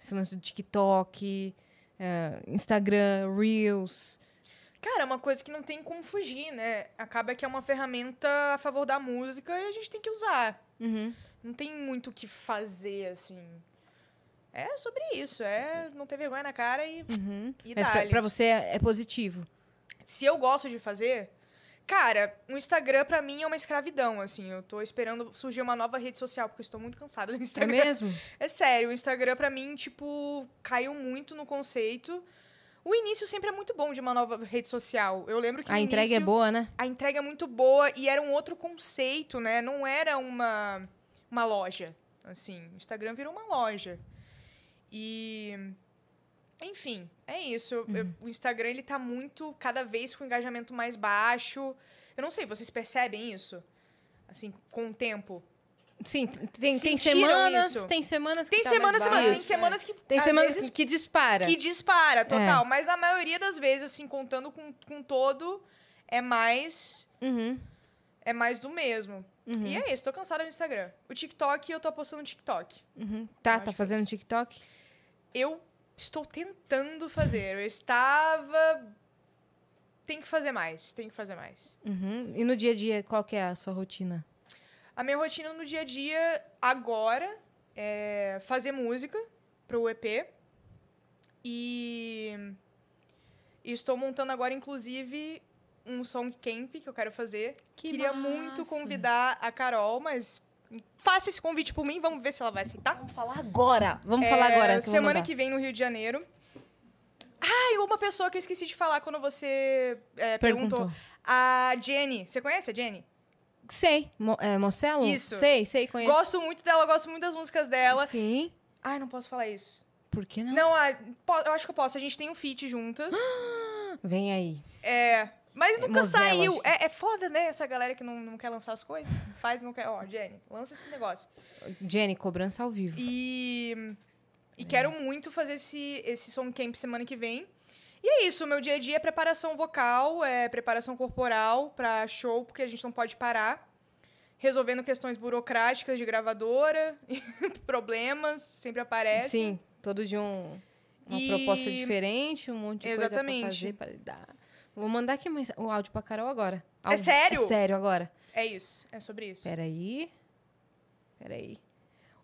[SPEAKER 2] Esse lance do TikTok, é, Instagram, Reels.
[SPEAKER 3] Cara, é uma coisa que não tem como fugir, né? Acaba que é uma ferramenta a favor da música e a gente tem que usar. Não tem muito o que fazer, assim. É sobre isso, é não ter vergonha na cara e, e
[SPEAKER 2] Uhum. Mas pra,
[SPEAKER 3] dá.
[SPEAKER 2] pra você é, é positivo.
[SPEAKER 3] Se eu gosto de fazer, cara, o Instagram pra mim é uma escravidão, assim. Eu tô esperando surgir uma nova rede social, porque eu estou muito cansada do
[SPEAKER 2] É
[SPEAKER 3] Instagram.
[SPEAKER 2] mesmo?
[SPEAKER 3] É sério, o Instagram pra mim, tipo, caiu muito no conceito. O início sempre é muito bom de uma nova rede social. Eu lembro que
[SPEAKER 2] A
[SPEAKER 3] no
[SPEAKER 2] entrega é
[SPEAKER 3] início-
[SPEAKER 2] boa, né?
[SPEAKER 3] a entrega é muito boa e era um outro conceito, né? Não era uma, uma loja. Assim, o Instagram virou uma loja. E. Enfim, é isso. Eu-
[SPEAKER 2] Uhum.
[SPEAKER 3] eu- o Instagram, ele tá muito, cada vez com engajamento mais baixo. Eu não sei, vocês percebem isso? Assim, com o tempo.
[SPEAKER 2] Sim, tem, tem
[SPEAKER 3] Sentiram
[SPEAKER 2] semanas,
[SPEAKER 3] isso?
[SPEAKER 2] tem semanas que
[SPEAKER 3] Tem
[SPEAKER 2] tá
[SPEAKER 3] semanas,
[SPEAKER 2] mais
[SPEAKER 3] semanas, tem
[SPEAKER 2] baixo.
[SPEAKER 3] semanas que.
[SPEAKER 2] Tem
[SPEAKER 3] às
[SPEAKER 2] semanas
[SPEAKER 3] vezes,
[SPEAKER 2] que É. dispara.
[SPEAKER 3] que dispara, total. Mas a maioria das vezes, assim, contando com, com todo, é mais.
[SPEAKER 2] Uhum,
[SPEAKER 3] É mais do mesmo.
[SPEAKER 2] uhum,
[SPEAKER 3] E é isso, tô cansada do Instagram. O TikTok, eu tô apostando no TikTok.
[SPEAKER 2] uhum.
[SPEAKER 3] Eu
[SPEAKER 2] Tá,
[SPEAKER 3] acho
[SPEAKER 2] tá
[SPEAKER 3] que- é
[SPEAKER 2] fazendo TikTok?
[SPEAKER 3] Eu estou tentando fazer. Eu estava. Tem que fazer mais, tem que fazer mais.
[SPEAKER 2] Uhum. E no dia a dia, qual que é a sua rotina?
[SPEAKER 3] A minha rotina no dia a dia agora é fazer música pro EP. E. e estou montando agora, inclusive, um song camp que eu quero fazer.
[SPEAKER 2] Que
[SPEAKER 3] Queria
[SPEAKER 2] massa.
[SPEAKER 3] muito convidar a Carol, mas faça esse convite por mim, vamos ver se ela vai aceitar.
[SPEAKER 2] Vamos falar agora. Vamos falar
[SPEAKER 3] É,
[SPEAKER 2] agora. que eu vou
[SPEAKER 3] semana
[SPEAKER 2] mandar.
[SPEAKER 3] que vem no Rio de Janeiro. Ah, e uma pessoa que eu esqueci de falar quando você é, perguntou.
[SPEAKER 2] perguntou.
[SPEAKER 3] A Jenny. Você conhece a Jenny?
[SPEAKER 2] Sei. Mo é, Mocelo?
[SPEAKER 3] Isso.
[SPEAKER 2] Sei, sei, conheço.
[SPEAKER 3] Gosto muito dela, gosto muito das músicas dela.
[SPEAKER 2] Sim.
[SPEAKER 3] Ai, não posso falar isso.
[SPEAKER 2] Por que não?
[SPEAKER 3] Não, a- po- eu acho que eu posso. A gente tem um feat juntas.
[SPEAKER 2] Vem aí.
[SPEAKER 3] É. Mas nunca
[SPEAKER 2] Mozela,
[SPEAKER 3] saiu.
[SPEAKER 2] acho.
[SPEAKER 3] É, é foda, né? Essa galera que não, não quer lançar as coisas. Faz, não quer. Ó, Jenny, lança esse negócio.
[SPEAKER 2] Jenny, cobrança ao vivo.
[SPEAKER 3] E, e quero
[SPEAKER 2] É.
[SPEAKER 3] muito fazer esse, esse som camp semana que vem. E é isso, o meu dia a dia é preparação vocal, é preparação corporal pra show, porque a gente não pode parar. Resolvendo questões burocráticas de gravadora, problemas, sempre aparece.
[SPEAKER 2] Sim, todo de um, uma
[SPEAKER 3] E-
[SPEAKER 2] proposta diferente, um monte de
[SPEAKER 3] Exatamente.
[SPEAKER 2] coisa pra fazer, pra dar. Vou mandar aqui mais- o áudio pra Carol agora.
[SPEAKER 3] É
[SPEAKER 2] Áudio-
[SPEAKER 3] sério?
[SPEAKER 2] É sério agora.
[SPEAKER 3] É isso, é sobre isso.
[SPEAKER 2] Peraí. Peraí.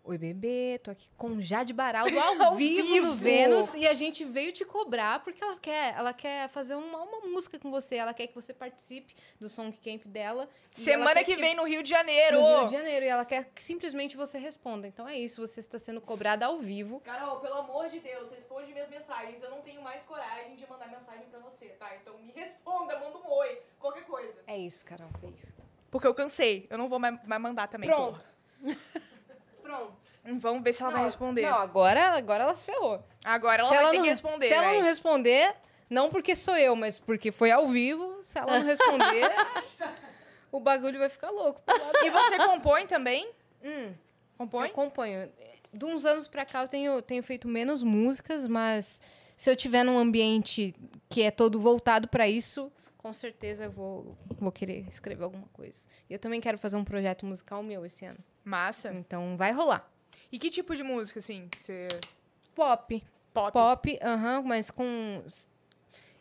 [SPEAKER 2] Oi, bebê. Tô aqui com Jade Baraldo ao,
[SPEAKER 3] Ao
[SPEAKER 2] vivo,
[SPEAKER 3] vivo!
[SPEAKER 2] no Vênus. E a gente veio te cobrar porque ela quer, ela quer fazer uma, uma música com você. Ela quer que você participe do Song Camp dela. E ela
[SPEAKER 3] Semana
[SPEAKER 2] quer
[SPEAKER 3] que vem no Rio de Janeiro!
[SPEAKER 2] no Rio de Janeiro. E ela quer que simplesmente você responda. Então é isso. Você está sendo cobrada ao vivo.
[SPEAKER 3] Carol, pelo amor de Deus, responde minhas mensagens. Eu não tenho mais coragem de mandar mensagem para você, tá? Então me responda, manda um oi, qualquer coisa.
[SPEAKER 2] É isso, Carol. Beijo.
[SPEAKER 3] Porque eu cansei. Eu não vou mais mais mandar também.
[SPEAKER 2] Pronto. Pronto.
[SPEAKER 3] porra. Vamos ver se ela
[SPEAKER 2] Não,
[SPEAKER 3] vai responder.
[SPEAKER 2] Não, agora, agora ela se ferrou.
[SPEAKER 3] Agora ela
[SPEAKER 2] se
[SPEAKER 3] vai
[SPEAKER 2] ela
[SPEAKER 3] ter
[SPEAKER 2] não,
[SPEAKER 3] que responder.
[SPEAKER 2] Se ela não
[SPEAKER 3] véi.
[SPEAKER 2] responder, não porque sou eu, mas porque foi ao vivo, se ela não responder, o bagulho vai ficar louco. pro lado.
[SPEAKER 3] E você compõe também?
[SPEAKER 2] Hum, eu
[SPEAKER 3] Compõe?
[SPEAKER 2] acompanho. De uns anos pra cá eu tenho, tenho feito menos músicas, mas se eu tiver num ambiente que é todo voltado pra isso, com certeza eu vou, vou querer escrever alguma coisa. E eu também quero fazer um projeto musical meu esse ano.
[SPEAKER 3] Massa.
[SPEAKER 2] Então vai rolar.
[SPEAKER 3] E que tipo de música, assim? que Você...
[SPEAKER 2] Pop.
[SPEAKER 3] Pop?
[SPEAKER 2] Pop, aham, mas com.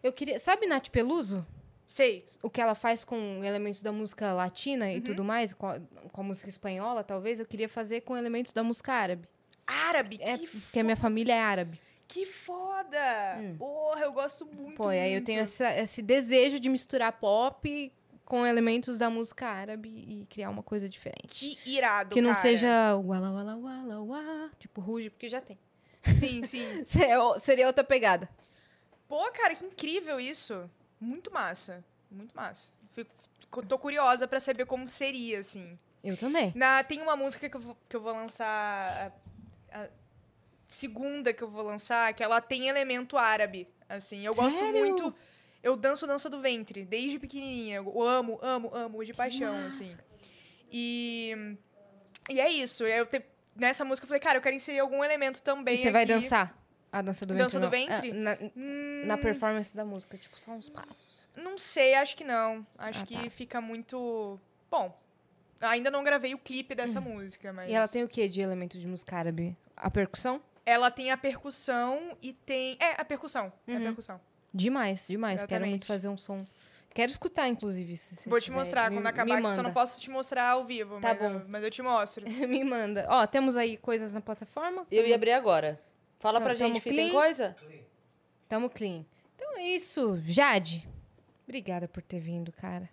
[SPEAKER 2] Eu queria. Sabe Nath Peluso?
[SPEAKER 3] Sei.
[SPEAKER 2] O que ela faz com elementos da música latina
[SPEAKER 3] Uhum.
[SPEAKER 2] e tudo mais, com a, com a música espanhola, talvez, eu queria fazer com elementos da música árabe.
[SPEAKER 3] Árabe?
[SPEAKER 2] É,
[SPEAKER 3] que,
[SPEAKER 2] porque a minha família é árabe.
[SPEAKER 3] que foda! Porra, eu gosto muito.
[SPEAKER 2] Pô, e aí eu
[SPEAKER 3] muito.
[SPEAKER 2] tenho essa- esse desejo de misturar pop com elementos da música árabe e criar uma coisa diferente.
[SPEAKER 3] Que irado,
[SPEAKER 2] Que não
[SPEAKER 3] cara.
[SPEAKER 2] seja wala wala wala wala, tipo ruge, porque já tem.
[SPEAKER 3] Sim, sim.
[SPEAKER 2] Seria outra pegada.
[SPEAKER 3] Pô, cara, que incrível isso. Muito massa. Muito massa. Fico- fico- tô curiosa pra saber como seria, assim.
[SPEAKER 2] Eu também.
[SPEAKER 3] Na, tem uma música que eu vou, que eu vou lançar. A, a segunda que eu vou lançar, que ela tem elemento árabe. Assim, eu gosto
[SPEAKER 2] Sério?
[SPEAKER 3] muito. Eu danço dança do ventre, desde pequenininha. Eu amo, amo, amo, de paixão, assim. E. E é isso. Eu te- nessa música eu falei, cara, eu quero inserir algum elemento também.
[SPEAKER 2] E você vai
[SPEAKER 3] aqui.
[SPEAKER 2] dançar a dança do
[SPEAKER 3] Dança do
[SPEAKER 2] ventre? não? Ah,
[SPEAKER 3] ventre?
[SPEAKER 2] na-
[SPEAKER 3] Hum,
[SPEAKER 2] na performance da música, tipo, só uns passos.
[SPEAKER 3] Não sei, acho que não. Acho
[SPEAKER 2] Ah,
[SPEAKER 3] que
[SPEAKER 2] tá.
[SPEAKER 3] fica muito. Bom, ainda não gravei o clipe dessa música, mas.
[SPEAKER 2] Uhum. E ela tem o que de elemento de música árabe? A percussão?
[SPEAKER 3] Ela tem a percussão e tem. É, a percussão. É a
[SPEAKER 2] Uhum.
[SPEAKER 3] percussão.
[SPEAKER 2] Demais, demais. Quero
[SPEAKER 3] Exatamente.
[SPEAKER 2] muito fazer um som. Quero escutar, inclusive. Se vocês
[SPEAKER 3] Vou te
[SPEAKER 2] tiverem.
[SPEAKER 3] mostrar
[SPEAKER 2] é, Me-
[SPEAKER 3] quando
[SPEAKER 2] me
[SPEAKER 3] acabar, que eu só
[SPEAKER 2] manda.
[SPEAKER 3] não posso te mostrar ao vivo.
[SPEAKER 2] Tá
[SPEAKER 3] mas, eu-
[SPEAKER 2] bom.
[SPEAKER 3] mas eu te mostro.
[SPEAKER 2] Me manda. Ó, temos aí coisas na plataforma.
[SPEAKER 4] Eu ia abrir agora. Fala
[SPEAKER 2] Hum. Tá,
[SPEAKER 4] pra
[SPEAKER 2] tamo
[SPEAKER 4] gente, Fih, tem
[SPEAKER 2] clean?
[SPEAKER 4] coisa?
[SPEAKER 2] Tamo clean. Então é isso. Jade, obrigada por ter vindo, cara.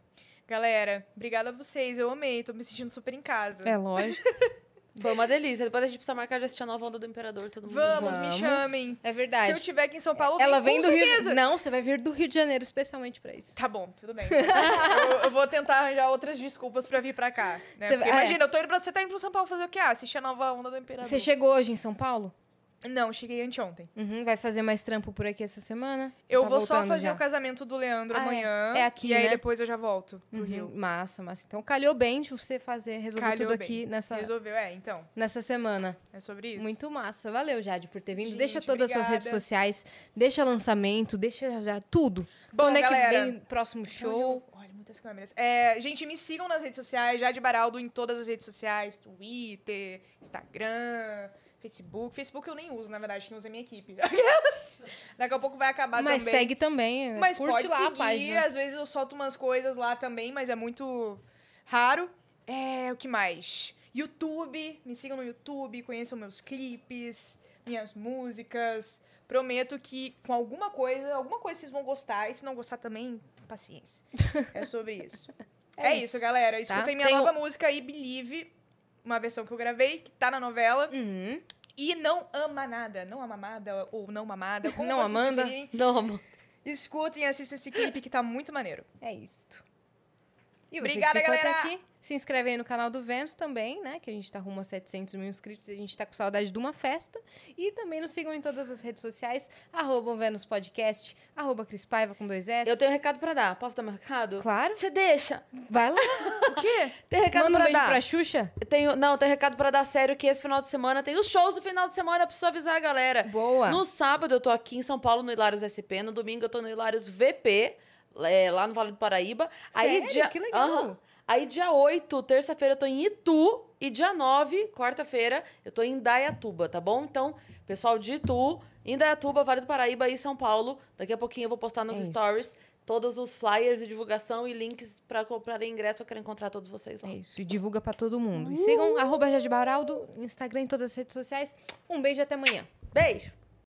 [SPEAKER 3] Galera, obrigada a vocês. Eu amei, tô me sentindo super em casa.
[SPEAKER 2] É lógico.
[SPEAKER 4] Foi uma delícia. Depois a gente precisa marcar de assistir a nova onda do Imperador, todo mundo.
[SPEAKER 3] Vamos, me
[SPEAKER 2] Vamos.
[SPEAKER 3] chamem.
[SPEAKER 2] É
[SPEAKER 3] Se
[SPEAKER 2] verdade. É,
[SPEAKER 3] eu tiver aqui em São Paulo,
[SPEAKER 2] Ela vem
[SPEAKER 3] vem, com
[SPEAKER 2] do
[SPEAKER 3] certeza.
[SPEAKER 2] Rio. Não, você vai vir do Rio de Janeiro especialmente pra isso.
[SPEAKER 3] Tá bom, tudo bem. eu, eu vou tentar arranjar outras desculpas pra vir pra cá. né?
[SPEAKER 2] Você
[SPEAKER 3] Porque
[SPEAKER 2] vai- é.
[SPEAKER 3] imagina, eu tô indo pra. Você tá indo pro São Paulo fazer o quê? Ah, assistir a nova onda do Imperador.
[SPEAKER 2] Você chegou hoje em São Paulo?
[SPEAKER 3] Não, cheguei anteontem.
[SPEAKER 2] Uhum, vai fazer mais trampo por aqui essa semana?
[SPEAKER 3] Eu
[SPEAKER 2] Tá
[SPEAKER 3] vou só
[SPEAKER 2] voltando
[SPEAKER 3] fazer
[SPEAKER 2] já.
[SPEAKER 3] o casamento do Leandro
[SPEAKER 2] Ah, é.
[SPEAKER 3] amanhã.
[SPEAKER 2] É aqui,
[SPEAKER 3] E aí
[SPEAKER 2] né?
[SPEAKER 3] depois eu já volto pro
[SPEAKER 2] Uhum,
[SPEAKER 3] Rio.
[SPEAKER 2] Massa, massa. Então calhou bem de você fazer, resolver
[SPEAKER 3] Calhou
[SPEAKER 2] tudo
[SPEAKER 3] bem.
[SPEAKER 2] aqui nessa,
[SPEAKER 3] Resolveu, é, então.
[SPEAKER 2] nessa semana.
[SPEAKER 3] É sobre isso.
[SPEAKER 2] Tá. Muito massa. Valeu, Jade, por ter vindo.
[SPEAKER 3] Gente,
[SPEAKER 2] deixa todas as suas redes
[SPEAKER 3] obrigada.
[SPEAKER 2] sociais, deixa lançamento, deixa já tudo.
[SPEAKER 3] Bom, né,
[SPEAKER 2] Quando é
[SPEAKER 3] galera,
[SPEAKER 2] que vem o próximo
[SPEAKER 3] Então,
[SPEAKER 2] show?
[SPEAKER 3] eu- Olha, muitas câmeras. É, gente, me sigam nas redes sociais, Jade Baraldo em todas as redes sociais, Twitter, Instagram, Facebook. Facebook eu nem uso, na verdade, quem usa é minha equipe. Daqui a pouco vai acabar
[SPEAKER 2] Mas
[SPEAKER 3] também.
[SPEAKER 2] segue também. é,
[SPEAKER 3] mas
[SPEAKER 2] curte
[SPEAKER 3] pode
[SPEAKER 2] lá
[SPEAKER 3] seguir,
[SPEAKER 2] a página.
[SPEAKER 3] às vezes eu solto umas coisas lá também, mas é muito raro. É, o que mais? YouTube, me sigam no YouTube, conheçam meus clipes, minhas músicas. Prometo que com alguma coisa, alguma coisa vocês vão gostar, e se não gostar também, paciência. É sobre isso. é,
[SPEAKER 2] É
[SPEAKER 3] isso,
[SPEAKER 2] isso, um
[SPEAKER 3] galera. Escutem minha
[SPEAKER 4] Tem o-
[SPEAKER 3] nova música aí, Believe, uma versão que eu gravei, que tá na novela.
[SPEAKER 2] Uhum.
[SPEAKER 3] E não ama nada, não amamada ou não mamada, como
[SPEAKER 2] Não
[SPEAKER 3] vocês
[SPEAKER 2] Amanda.
[SPEAKER 3] preferirem.
[SPEAKER 4] Não, amor.
[SPEAKER 3] Escutem e assistam esse clipe que tá muito maneiro.
[SPEAKER 2] É isto. E você
[SPEAKER 3] Obrigada,
[SPEAKER 2] que ficou até
[SPEAKER 3] galera!
[SPEAKER 2] aqui, se inscreve aí no canal do Vênus também, né? Que a gente tá rumo a 700 mil inscritos e a gente tá com saudade de uma festa. E também nos sigam em todas as redes sociais, arroba o Vênus Podcast, arroba Cris Paiva com dois S.
[SPEAKER 4] Eu tenho um recado pra dar. Posso dar meu recado?
[SPEAKER 2] É Claro,
[SPEAKER 4] Você deixa.
[SPEAKER 2] vai lá,
[SPEAKER 3] O quê?
[SPEAKER 4] Tem recado
[SPEAKER 2] manda um
[SPEAKER 4] pra
[SPEAKER 2] beijo
[SPEAKER 4] dar.
[SPEAKER 2] pra Xuxa.
[SPEAKER 4] Tenho, não, tem recado pra dar sério que esse final de semana tem os shows do final de semana, preciso avisar a galera.
[SPEAKER 2] Boa.
[SPEAKER 4] No sábado eu tô aqui em São Paulo, no Hilários SP. No domingo eu tô no Hilários VP, é, lá no Vale do Paraíba. Aí,
[SPEAKER 2] Sério?
[SPEAKER 4] dia...
[SPEAKER 2] Que legal.
[SPEAKER 4] Aham. Aí dia 8, terça-feira, eu tô em Itu. E dia 9, quarta-feira, eu tô em Dayatuba, tá bom? Então, pessoal de Itu, em Dayatuba, Vale do Paraíba e São Paulo. Daqui a pouquinho eu vou postar nos
[SPEAKER 2] É isso.
[SPEAKER 4] stories todos os flyers de divulgação e links pra comprar ingresso. Eu quero encontrar todos vocês lá.
[SPEAKER 2] É isso, Uh! e divulga pra todo mundo. E sigam arroba Jade Baraldo, Instagram e todas as redes sociais. Um beijo e até amanhã.
[SPEAKER 4] Beijo!